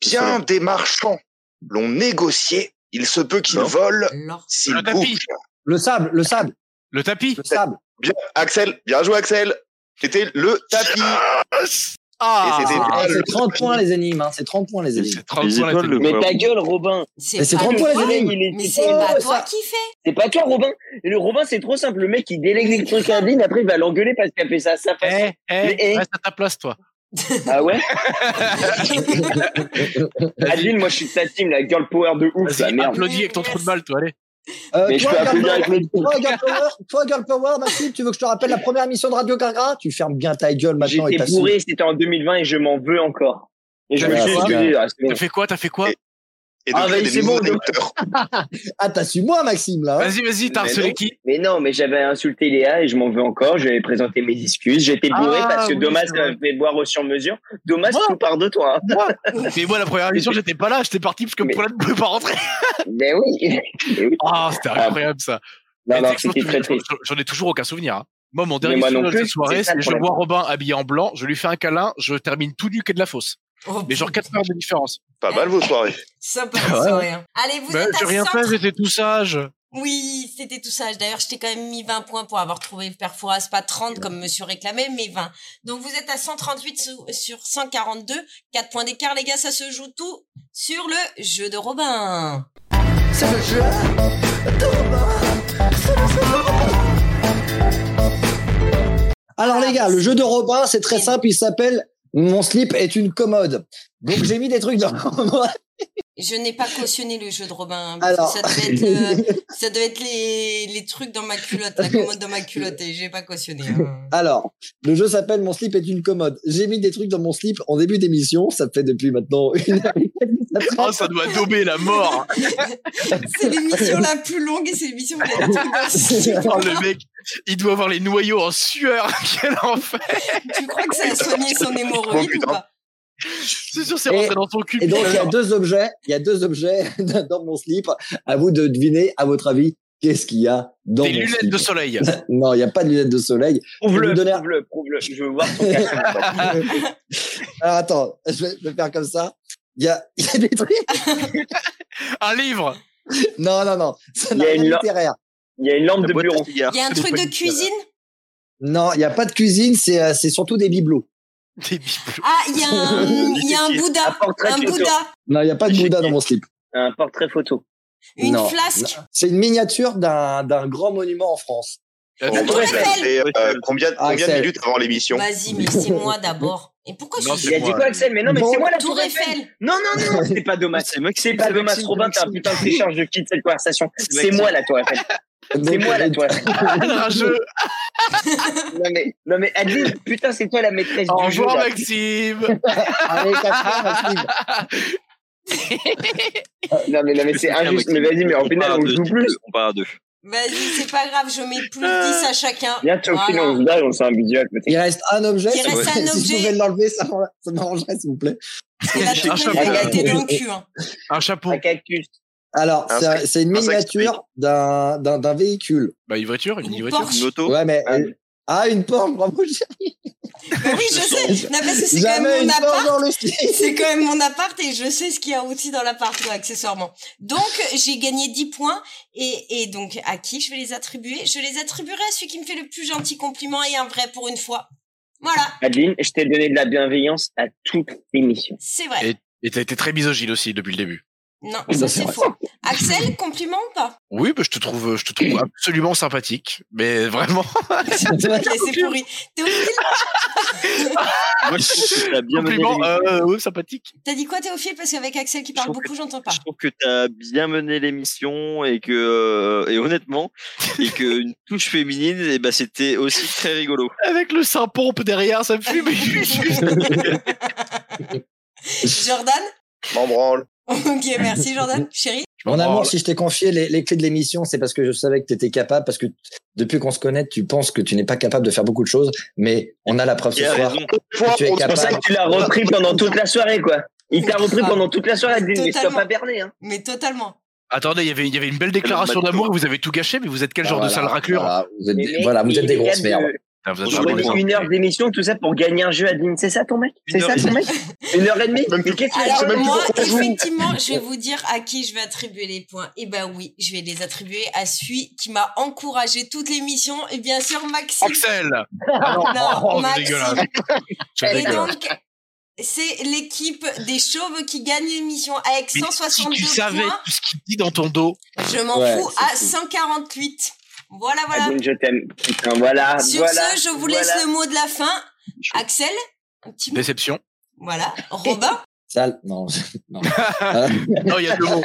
[SPEAKER 2] bien
[SPEAKER 6] Soleil.
[SPEAKER 2] des marchands l'ont négocié. Il se peut qu'il
[SPEAKER 6] Non.
[SPEAKER 2] vole
[SPEAKER 1] Alors,
[SPEAKER 2] s'il
[SPEAKER 4] Le tapis.
[SPEAKER 2] bouge.
[SPEAKER 3] Le sable. Le sable.
[SPEAKER 4] Le tapis
[SPEAKER 3] Le sable.
[SPEAKER 2] Bien, Axel, bien joué, Axel. C'était le tapis. Et
[SPEAKER 4] Ah
[SPEAKER 2] c'était-
[SPEAKER 3] Ah,
[SPEAKER 2] le
[SPEAKER 3] c'est 30 points les énigmes. Hein. C'est 30 points les énigmes.
[SPEAKER 4] C'est 30
[SPEAKER 6] Les
[SPEAKER 4] points, la
[SPEAKER 6] étoiles,
[SPEAKER 4] télé.
[SPEAKER 6] le-
[SPEAKER 5] Mais ta gueule, Robin.
[SPEAKER 3] Mais c'est
[SPEAKER 1] pas
[SPEAKER 3] 30
[SPEAKER 1] Ah, le
[SPEAKER 3] points,
[SPEAKER 1] droit.
[SPEAKER 3] les amis.
[SPEAKER 5] il
[SPEAKER 1] Mais
[SPEAKER 5] est
[SPEAKER 1] c'est
[SPEAKER 5] tout-
[SPEAKER 1] pas
[SPEAKER 3] ça.
[SPEAKER 1] toi qui fais.
[SPEAKER 5] C'est pas toi, Robin. Et le Robin, c'est trop simple. Le mec, il délègue les trucs à Adeline, après, il va l'engueuler parce qu'il a fait ça à sa façon.
[SPEAKER 4] Eh,
[SPEAKER 5] Mais, eh.
[SPEAKER 4] eh, reste à ta place, toi.
[SPEAKER 5] Ah ouais? Adeline, moi, je suis de ta team, la girl power de ouf, Ah, la
[SPEAKER 4] Vas-y,
[SPEAKER 5] merde.
[SPEAKER 4] applaudis avec ton trou de balle, toi, allez.
[SPEAKER 3] Euh,
[SPEAKER 5] Mais je
[SPEAKER 3] toi,
[SPEAKER 5] peux
[SPEAKER 3] Girl
[SPEAKER 5] applaudir avec
[SPEAKER 3] Power,
[SPEAKER 5] les pieds.
[SPEAKER 3] toi, Girl Power, toi, Girl Power, Maxime, tu veux que je te rappelle la première émission de Radio Gargra Tu fermes bien ta gueule maintenant et
[SPEAKER 5] J'étais
[SPEAKER 3] ta
[SPEAKER 5] bourré, c'était en 2020 et je m'en veux encore. Et je me
[SPEAKER 3] Voilà,
[SPEAKER 5] suis
[SPEAKER 3] voilà.
[SPEAKER 5] excusé. ah, c'est bon.
[SPEAKER 4] T'as fait quoi T'as fait quoi
[SPEAKER 2] Et- Et
[SPEAKER 5] Ah,
[SPEAKER 2] donc,
[SPEAKER 5] bah,
[SPEAKER 2] des
[SPEAKER 5] c'est bon,
[SPEAKER 2] nouveaux
[SPEAKER 5] donc.
[SPEAKER 2] acteurs.
[SPEAKER 3] Ah, t'assumes-moi, Maxime, là. hein
[SPEAKER 4] Vas-y, vas-y, t'as
[SPEAKER 5] Mais
[SPEAKER 4] harcelé
[SPEAKER 5] non.
[SPEAKER 4] qui
[SPEAKER 5] Mais non, mais j'avais insulté Léa et je m'en veux encore. J'avais présenté mes excuses. J'étais bourré
[SPEAKER 4] Ah,
[SPEAKER 5] parce que
[SPEAKER 4] oui,
[SPEAKER 5] Domas
[SPEAKER 4] c'est vrai.
[SPEAKER 5] m'avait fait boire au sur-mesure. Domas,
[SPEAKER 4] Moi
[SPEAKER 5] tout part de toi. hein.
[SPEAKER 4] Mais moi, la première émission, j'étais pas là, j'étais parti parce que
[SPEAKER 5] Mais-
[SPEAKER 4] Paulette ne pouvait pas rentrer.
[SPEAKER 5] Mais oui. Mais oui.
[SPEAKER 4] Ah, c'était incroyable ça. Mais
[SPEAKER 5] Non, non,
[SPEAKER 4] tu sais que
[SPEAKER 5] c'était
[SPEAKER 4] je pense que
[SPEAKER 5] très triste.
[SPEAKER 4] j'en- J'en ai toujours aucun souvenir. hein. Moi, mon dernier
[SPEAKER 5] moi non
[SPEAKER 4] souvenir de
[SPEAKER 5] plus,
[SPEAKER 4] cette soirée,
[SPEAKER 5] c'est ça
[SPEAKER 4] c'est
[SPEAKER 5] le
[SPEAKER 4] je
[SPEAKER 5] problème.
[SPEAKER 4] vois Robin habillé en blanc, je lui fais un câlin, je termine tout nu qu'est de la fosse.
[SPEAKER 1] Oh,
[SPEAKER 4] Mais genre 4 heures de différence.
[SPEAKER 2] Pas mal vos soirées.
[SPEAKER 1] Sympa,
[SPEAKER 4] Ouais.
[SPEAKER 1] c'est hein. rien. Allez, vous
[SPEAKER 4] Bah,
[SPEAKER 1] êtes
[SPEAKER 4] j'ai
[SPEAKER 1] à
[SPEAKER 4] rien fait,
[SPEAKER 1] 100.
[SPEAKER 4] j'étais tout sage.
[SPEAKER 1] Oui, c'était tout sage. D'ailleurs, je t'ai quand même mis 20 points pour avoir trouvé Perforas, pas 30 comme monsieur réclamait, mais 20. Donc, vous êtes à 138 sou- sur 142. 4 points d'écart, les gars, ça se joue tout sur le jeu de Robin.
[SPEAKER 7] C'est le jeu de Robin. C'est le jeu de Robin.
[SPEAKER 3] Alors, les gars, le jeu de Robin, c'est très simple. Il s'appelle Mon slip est une commode. Donc, j'ai mis des trucs dans
[SPEAKER 1] Je n'ai pas cautionné le jeu de Robin. hein, parce que
[SPEAKER 3] Alors.
[SPEAKER 1] Ça devait être, euh, ça devait être les, les trucs dans ma culotte, la commode dans ma culotte, et j'ai pas cautionné. hein.
[SPEAKER 3] Alors, le jeu s'appelle Mon slip est une commode. J'ai mis des trucs dans mon slip en début d'émission. Ça fait depuis maintenant une heure. et demie, ça traîne.
[SPEAKER 4] Oh, ça doit dober la mort.
[SPEAKER 1] C'est l'émission la plus longue et c'est l'émission où il y a des trucs dans le slip.
[SPEAKER 4] Oh, le mec, il doit avoir les noyaux en sueur. Quel enfer.
[SPEAKER 1] Tu crois que ça a soigné son hémorroïde ou pas
[SPEAKER 4] C'est sûr, c'est
[SPEAKER 3] Et-
[SPEAKER 4] rentré dans son cul.
[SPEAKER 3] Et donc, il y a
[SPEAKER 4] putain.
[SPEAKER 3] deux objets. Il y a deux objets dans mon slip. À vous de deviner, à votre avis, Qu'est-ce qu'il y a dans
[SPEAKER 4] Des
[SPEAKER 3] mon
[SPEAKER 4] lunettes
[SPEAKER 3] slip
[SPEAKER 4] de soleil.
[SPEAKER 3] Non, il n'y a pas de lunettes de soleil.
[SPEAKER 5] Prouve-le,
[SPEAKER 3] Vous donnez-
[SPEAKER 5] prouve-le, prouve-le. Je veux voir ton cas.
[SPEAKER 3] Alors attends, je vais, je vais faire comme ça. Il y a, il y a des trucs.
[SPEAKER 4] Un livre.
[SPEAKER 3] Non, non, non. Ça
[SPEAKER 5] Il y
[SPEAKER 3] n'a
[SPEAKER 5] a
[SPEAKER 3] rien
[SPEAKER 5] une
[SPEAKER 3] de
[SPEAKER 5] lampe.
[SPEAKER 3] littéraire.
[SPEAKER 5] Il y a une lampe
[SPEAKER 6] La
[SPEAKER 5] de
[SPEAKER 6] boîte à
[SPEAKER 5] bureau.
[SPEAKER 6] cigares.
[SPEAKER 1] Il y a un
[SPEAKER 4] C'est
[SPEAKER 1] truc
[SPEAKER 4] pas
[SPEAKER 1] de
[SPEAKER 4] une-
[SPEAKER 1] cuisine
[SPEAKER 3] Non, il n'y a pas de cuisine. C'est, euh, c'est surtout des bibelots.
[SPEAKER 4] Des bibelots.
[SPEAKER 1] Ah, il y a un, il y a un
[SPEAKER 5] Un
[SPEAKER 1] Bouddha.
[SPEAKER 5] portrait
[SPEAKER 1] Un
[SPEAKER 5] photo.
[SPEAKER 1] Bouddha.
[SPEAKER 3] Non, il n'y a pas de
[SPEAKER 5] J'ai-
[SPEAKER 3] Bouddha dans mon slip.
[SPEAKER 5] Un portrait photo.
[SPEAKER 1] Une
[SPEAKER 3] Non.
[SPEAKER 1] flasque.
[SPEAKER 3] C'est une miniature d'un, d'un grand monument en France.
[SPEAKER 4] Euh,
[SPEAKER 1] La
[SPEAKER 2] Bon,
[SPEAKER 1] Tour
[SPEAKER 2] bah, ça
[SPEAKER 1] Eiffel.
[SPEAKER 2] fait, euh, combien, combien de
[SPEAKER 3] Axel.
[SPEAKER 2] minutes avant l'émission
[SPEAKER 1] Vas-y, mais c'est moi d'abord. Et pourquoi
[SPEAKER 4] Non,
[SPEAKER 1] je
[SPEAKER 5] Il a
[SPEAKER 1] suis
[SPEAKER 4] c'est
[SPEAKER 5] dit
[SPEAKER 4] moi.
[SPEAKER 5] quoi, Axel Mais non, mais
[SPEAKER 3] Bon.
[SPEAKER 5] c'est moi la
[SPEAKER 1] Tour Eiffel
[SPEAKER 5] Non, non, non, c'est pas Domas.
[SPEAKER 6] C'est Maxime,
[SPEAKER 5] C'est pas
[SPEAKER 6] c'est
[SPEAKER 5] Domas
[SPEAKER 6] Maxime,
[SPEAKER 5] Robin, t'as un
[SPEAKER 6] Maxime.
[SPEAKER 5] putain de décharge de qui de cette conversation. C'est
[SPEAKER 6] Maxime.
[SPEAKER 5] moi la Tour Eiffel. C'est
[SPEAKER 3] Donc,
[SPEAKER 5] moi la
[SPEAKER 3] euh,
[SPEAKER 5] Tour Eiffel.
[SPEAKER 4] le rageux.
[SPEAKER 5] Non mais, non mais Adeline, putain, c'est toi la maîtresse
[SPEAKER 4] Au
[SPEAKER 5] du jeu.
[SPEAKER 4] revoir,
[SPEAKER 5] là.
[SPEAKER 4] Maxime.
[SPEAKER 3] Allez, casse-toi, Maxime.
[SPEAKER 5] Non mais, non, mais c'est injuste. Mais vas-y, mais en
[SPEAKER 6] on
[SPEAKER 5] final,
[SPEAKER 6] part à
[SPEAKER 5] on
[SPEAKER 6] deux,
[SPEAKER 5] joue plus.
[SPEAKER 6] On part à deux.
[SPEAKER 1] Vas-y, c'est pas grave, je mets plus 10 à chacun.
[SPEAKER 5] Bientôt, au final,
[SPEAKER 1] Voilà.
[SPEAKER 5] on se dalle, on s'est un budget. peut-être.
[SPEAKER 3] Il reste un objet.
[SPEAKER 1] Il reste un
[SPEAKER 3] Si
[SPEAKER 1] objet.
[SPEAKER 3] je pouvais l'enlever, ça m'en- ça m'arrangerait, s'il vous plaît.
[SPEAKER 1] C'est la
[SPEAKER 4] J'ai un
[SPEAKER 1] toute
[SPEAKER 4] chapeau.
[SPEAKER 1] l'égalité dans le cul. hein.
[SPEAKER 4] Un chapeau.
[SPEAKER 5] Un cactus.
[SPEAKER 3] Alors,
[SPEAKER 2] Un
[SPEAKER 3] c'est,
[SPEAKER 2] sac-
[SPEAKER 3] un- c'est une
[SPEAKER 2] un sac
[SPEAKER 3] miniature d'un, d'un, d'un véhicule.
[SPEAKER 4] Bah, une voiture, une
[SPEAKER 1] Une
[SPEAKER 4] voiture.
[SPEAKER 1] Porsche.
[SPEAKER 6] Une auto.
[SPEAKER 3] Ouais, mais.
[SPEAKER 5] Ah.
[SPEAKER 3] Ah, une Porsche, bravo, j'ai-
[SPEAKER 1] Bah oui, je sais. Non, parce que c'est quand
[SPEAKER 3] Jamais
[SPEAKER 1] même
[SPEAKER 3] une
[SPEAKER 1] mon appart.
[SPEAKER 3] Porsche dans le slip.
[SPEAKER 1] C'est quand même mon appart et je sais ce qu'il y a aussi dans l'appart, ouais, accessoirement. Donc, j'ai gagné 10 points et, et donc, à qui je vais les attribuer? Je les attribuerai à celui qui me fait le plus gentil compliment et un vrai pour une fois. Voilà,
[SPEAKER 5] Adeline, je t'ai donné de la bienveillance à toute l'émission.
[SPEAKER 1] c'est vrai.
[SPEAKER 4] Et t'as été très misogyne aussi depuis le début.
[SPEAKER 1] Non,
[SPEAKER 5] Eh ben,
[SPEAKER 1] ça
[SPEAKER 5] c'est
[SPEAKER 1] c'est
[SPEAKER 5] vrai.
[SPEAKER 1] faux. Axel, compliment ou pas?
[SPEAKER 4] Oui, bah, je te trouve, je te trouve absolument sympathique, mais vraiment.
[SPEAKER 1] Ok, c'est pourri. Théophile,
[SPEAKER 6] Moi, je trouve que t'as bien mené
[SPEAKER 4] Compliment,
[SPEAKER 6] l'émission.
[SPEAKER 4] euh, ouais, sympathique.
[SPEAKER 1] t'as dit quoi Théophile? Parce qu'avec Axel qui parle
[SPEAKER 6] trouve que-
[SPEAKER 1] beaucoup, j'entends pas.
[SPEAKER 6] Je trouve que t'as bien mené l'émission et que euh, et honnêtement et que une touche féminine et ben c'était aussi très rigolo.
[SPEAKER 4] Avec le sein pompe derrière, ça me fume.
[SPEAKER 1] Jordan?
[SPEAKER 2] M'en branle.
[SPEAKER 1] Ok, merci Jordan. Chérie?
[SPEAKER 3] Mon amour, si je t'ai confié les, les clés de l'émission, c'est parce que je savais que tu étais capable, parce que t- depuis qu'on se connaît, tu penses que tu n'es pas capable de faire beaucoup de choses, mais on a la preuve ce
[SPEAKER 6] Il a
[SPEAKER 3] soir. Ah,
[SPEAKER 6] raison.
[SPEAKER 3] Tu es
[SPEAKER 5] C'est pour ça
[SPEAKER 3] capable.
[SPEAKER 5] que tu l'as repris pendant toute la soirée, quoi. Il t'a repris pendant toute la soirée, Adeline.
[SPEAKER 1] Ah.
[SPEAKER 5] Mais
[SPEAKER 1] Totalement.
[SPEAKER 5] sois pas berné, hein.
[SPEAKER 1] Mais totalement.
[SPEAKER 4] Attendez, il y avait, il y avait une belle déclaration
[SPEAKER 6] Madame
[SPEAKER 4] d'amour et vous avez tout gâché, mais vous êtes quel genre de
[SPEAKER 3] Voilà,
[SPEAKER 4] sale raclure
[SPEAKER 3] Voilà, vous êtes
[SPEAKER 5] Mais
[SPEAKER 3] des,
[SPEAKER 5] mec,
[SPEAKER 3] voilà, vous êtes
[SPEAKER 5] il
[SPEAKER 3] des
[SPEAKER 5] est
[SPEAKER 3] grosses
[SPEAKER 5] capable
[SPEAKER 3] merdes.
[SPEAKER 5] de-
[SPEAKER 4] Ah, vous êtes
[SPEAKER 5] Je
[SPEAKER 6] Bonjour,
[SPEAKER 4] vraiment
[SPEAKER 5] remets
[SPEAKER 6] Adeline.
[SPEAKER 4] des-
[SPEAKER 5] une heure d'émission, tout ça pour gagner un jeu, Adeline. C'est ça ton mec C'est
[SPEAKER 6] Une
[SPEAKER 5] ça
[SPEAKER 6] heure
[SPEAKER 5] ton mec Une heure et demie Mais qu'est-ce que
[SPEAKER 1] Alors
[SPEAKER 5] c'est même
[SPEAKER 1] moi,
[SPEAKER 5] toujours pas joué.
[SPEAKER 1] effectivement, je vais vous dire à qui je vais attribuer les points. Eh ben oui, je vais les attribuer à celui qui m'a encouragé toute l'émission et bien sûr Maxime.
[SPEAKER 4] Axel
[SPEAKER 1] Non,
[SPEAKER 4] Oh, c'est
[SPEAKER 1] Maxime.
[SPEAKER 4] dégueulasse. C'est
[SPEAKER 1] Et
[SPEAKER 4] dégueulasse.
[SPEAKER 1] donc, c'est l'équipe des chauves qui gagne l'émission avec
[SPEAKER 4] Mais Si
[SPEAKER 1] 162
[SPEAKER 4] tu savais
[SPEAKER 1] points.
[SPEAKER 4] tout ce qu'il dit dans ton dos,
[SPEAKER 1] Je m'en
[SPEAKER 3] Ouais,
[SPEAKER 1] fous
[SPEAKER 3] c'est
[SPEAKER 1] à
[SPEAKER 3] fou.
[SPEAKER 1] 148. Voilà, voilà.
[SPEAKER 5] Adeline, Ah, je t'aime. Putain, voilà.
[SPEAKER 1] Sur
[SPEAKER 5] voilà,
[SPEAKER 1] ce, je vous laisse
[SPEAKER 5] voilà.
[SPEAKER 1] le mot de la fin. Axel, un petit mot.
[SPEAKER 4] déception.
[SPEAKER 1] Voilà. Robin,
[SPEAKER 3] Sale. Non, non. Euh,
[SPEAKER 4] Non, il y a deux mots.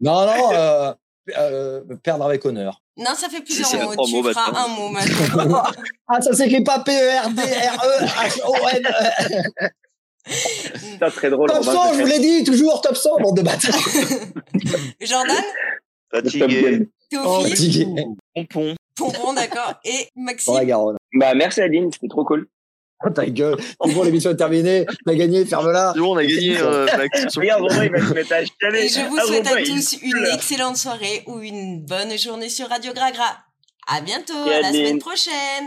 [SPEAKER 3] non, non, euh, euh, perdre avec honneur.
[SPEAKER 1] non, ça fait plusieurs
[SPEAKER 6] C'est la
[SPEAKER 1] mots.
[SPEAKER 6] trois
[SPEAKER 1] Tu
[SPEAKER 6] mots
[SPEAKER 1] feras
[SPEAKER 6] maintenant.
[SPEAKER 1] un mot maintenant.
[SPEAKER 3] Ah, ça s'écrit pas E P-E-R-D-R-E-H-O-N.
[SPEAKER 5] Putain, très drôle.
[SPEAKER 3] Top
[SPEAKER 5] Robin,
[SPEAKER 3] 100, je
[SPEAKER 5] je
[SPEAKER 3] vous
[SPEAKER 5] t'aime.
[SPEAKER 3] l'ai dit, toujours top 100, bande de bâtards.
[SPEAKER 1] Jordan,
[SPEAKER 5] Top Gun.
[SPEAKER 2] Fatigué.
[SPEAKER 1] Théophile.
[SPEAKER 3] Fatigué.
[SPEAKER 6] Pompon.
[SPEAKER 1] Pompon, d'accord. Et Maxime.
[SPEAKER 3] Pour Oh, la Garonne.
[SPEAKER 5] Bah, merci, Adeline. C'était trop cool.
[SPEAKER 3] Oh, ta gueule. C'est bon, l'émission est terminée. T'as gagné, ferme-la.
[SPEAKER 6] C'est bon, on a gagné. euh, Max.
[SPEAKER 5] Regarde, Robin, il va se mettre à chialer.
[SPEAKER 1] Et je vous
[SPEAKER 5] Ah,
[SPEAKER 1] souhaite à
[SPEAKER 5] Robin, il-
[SPEAKER 1] tous une excellente soirée ou une bonne journée sur Radio Gragra. À bientôt,
[SPEAKER 5] Et
[SPEAKER 1] à la
[SPEAKER 5] Adeline.
[SPEAKER 1] semaine prochaine.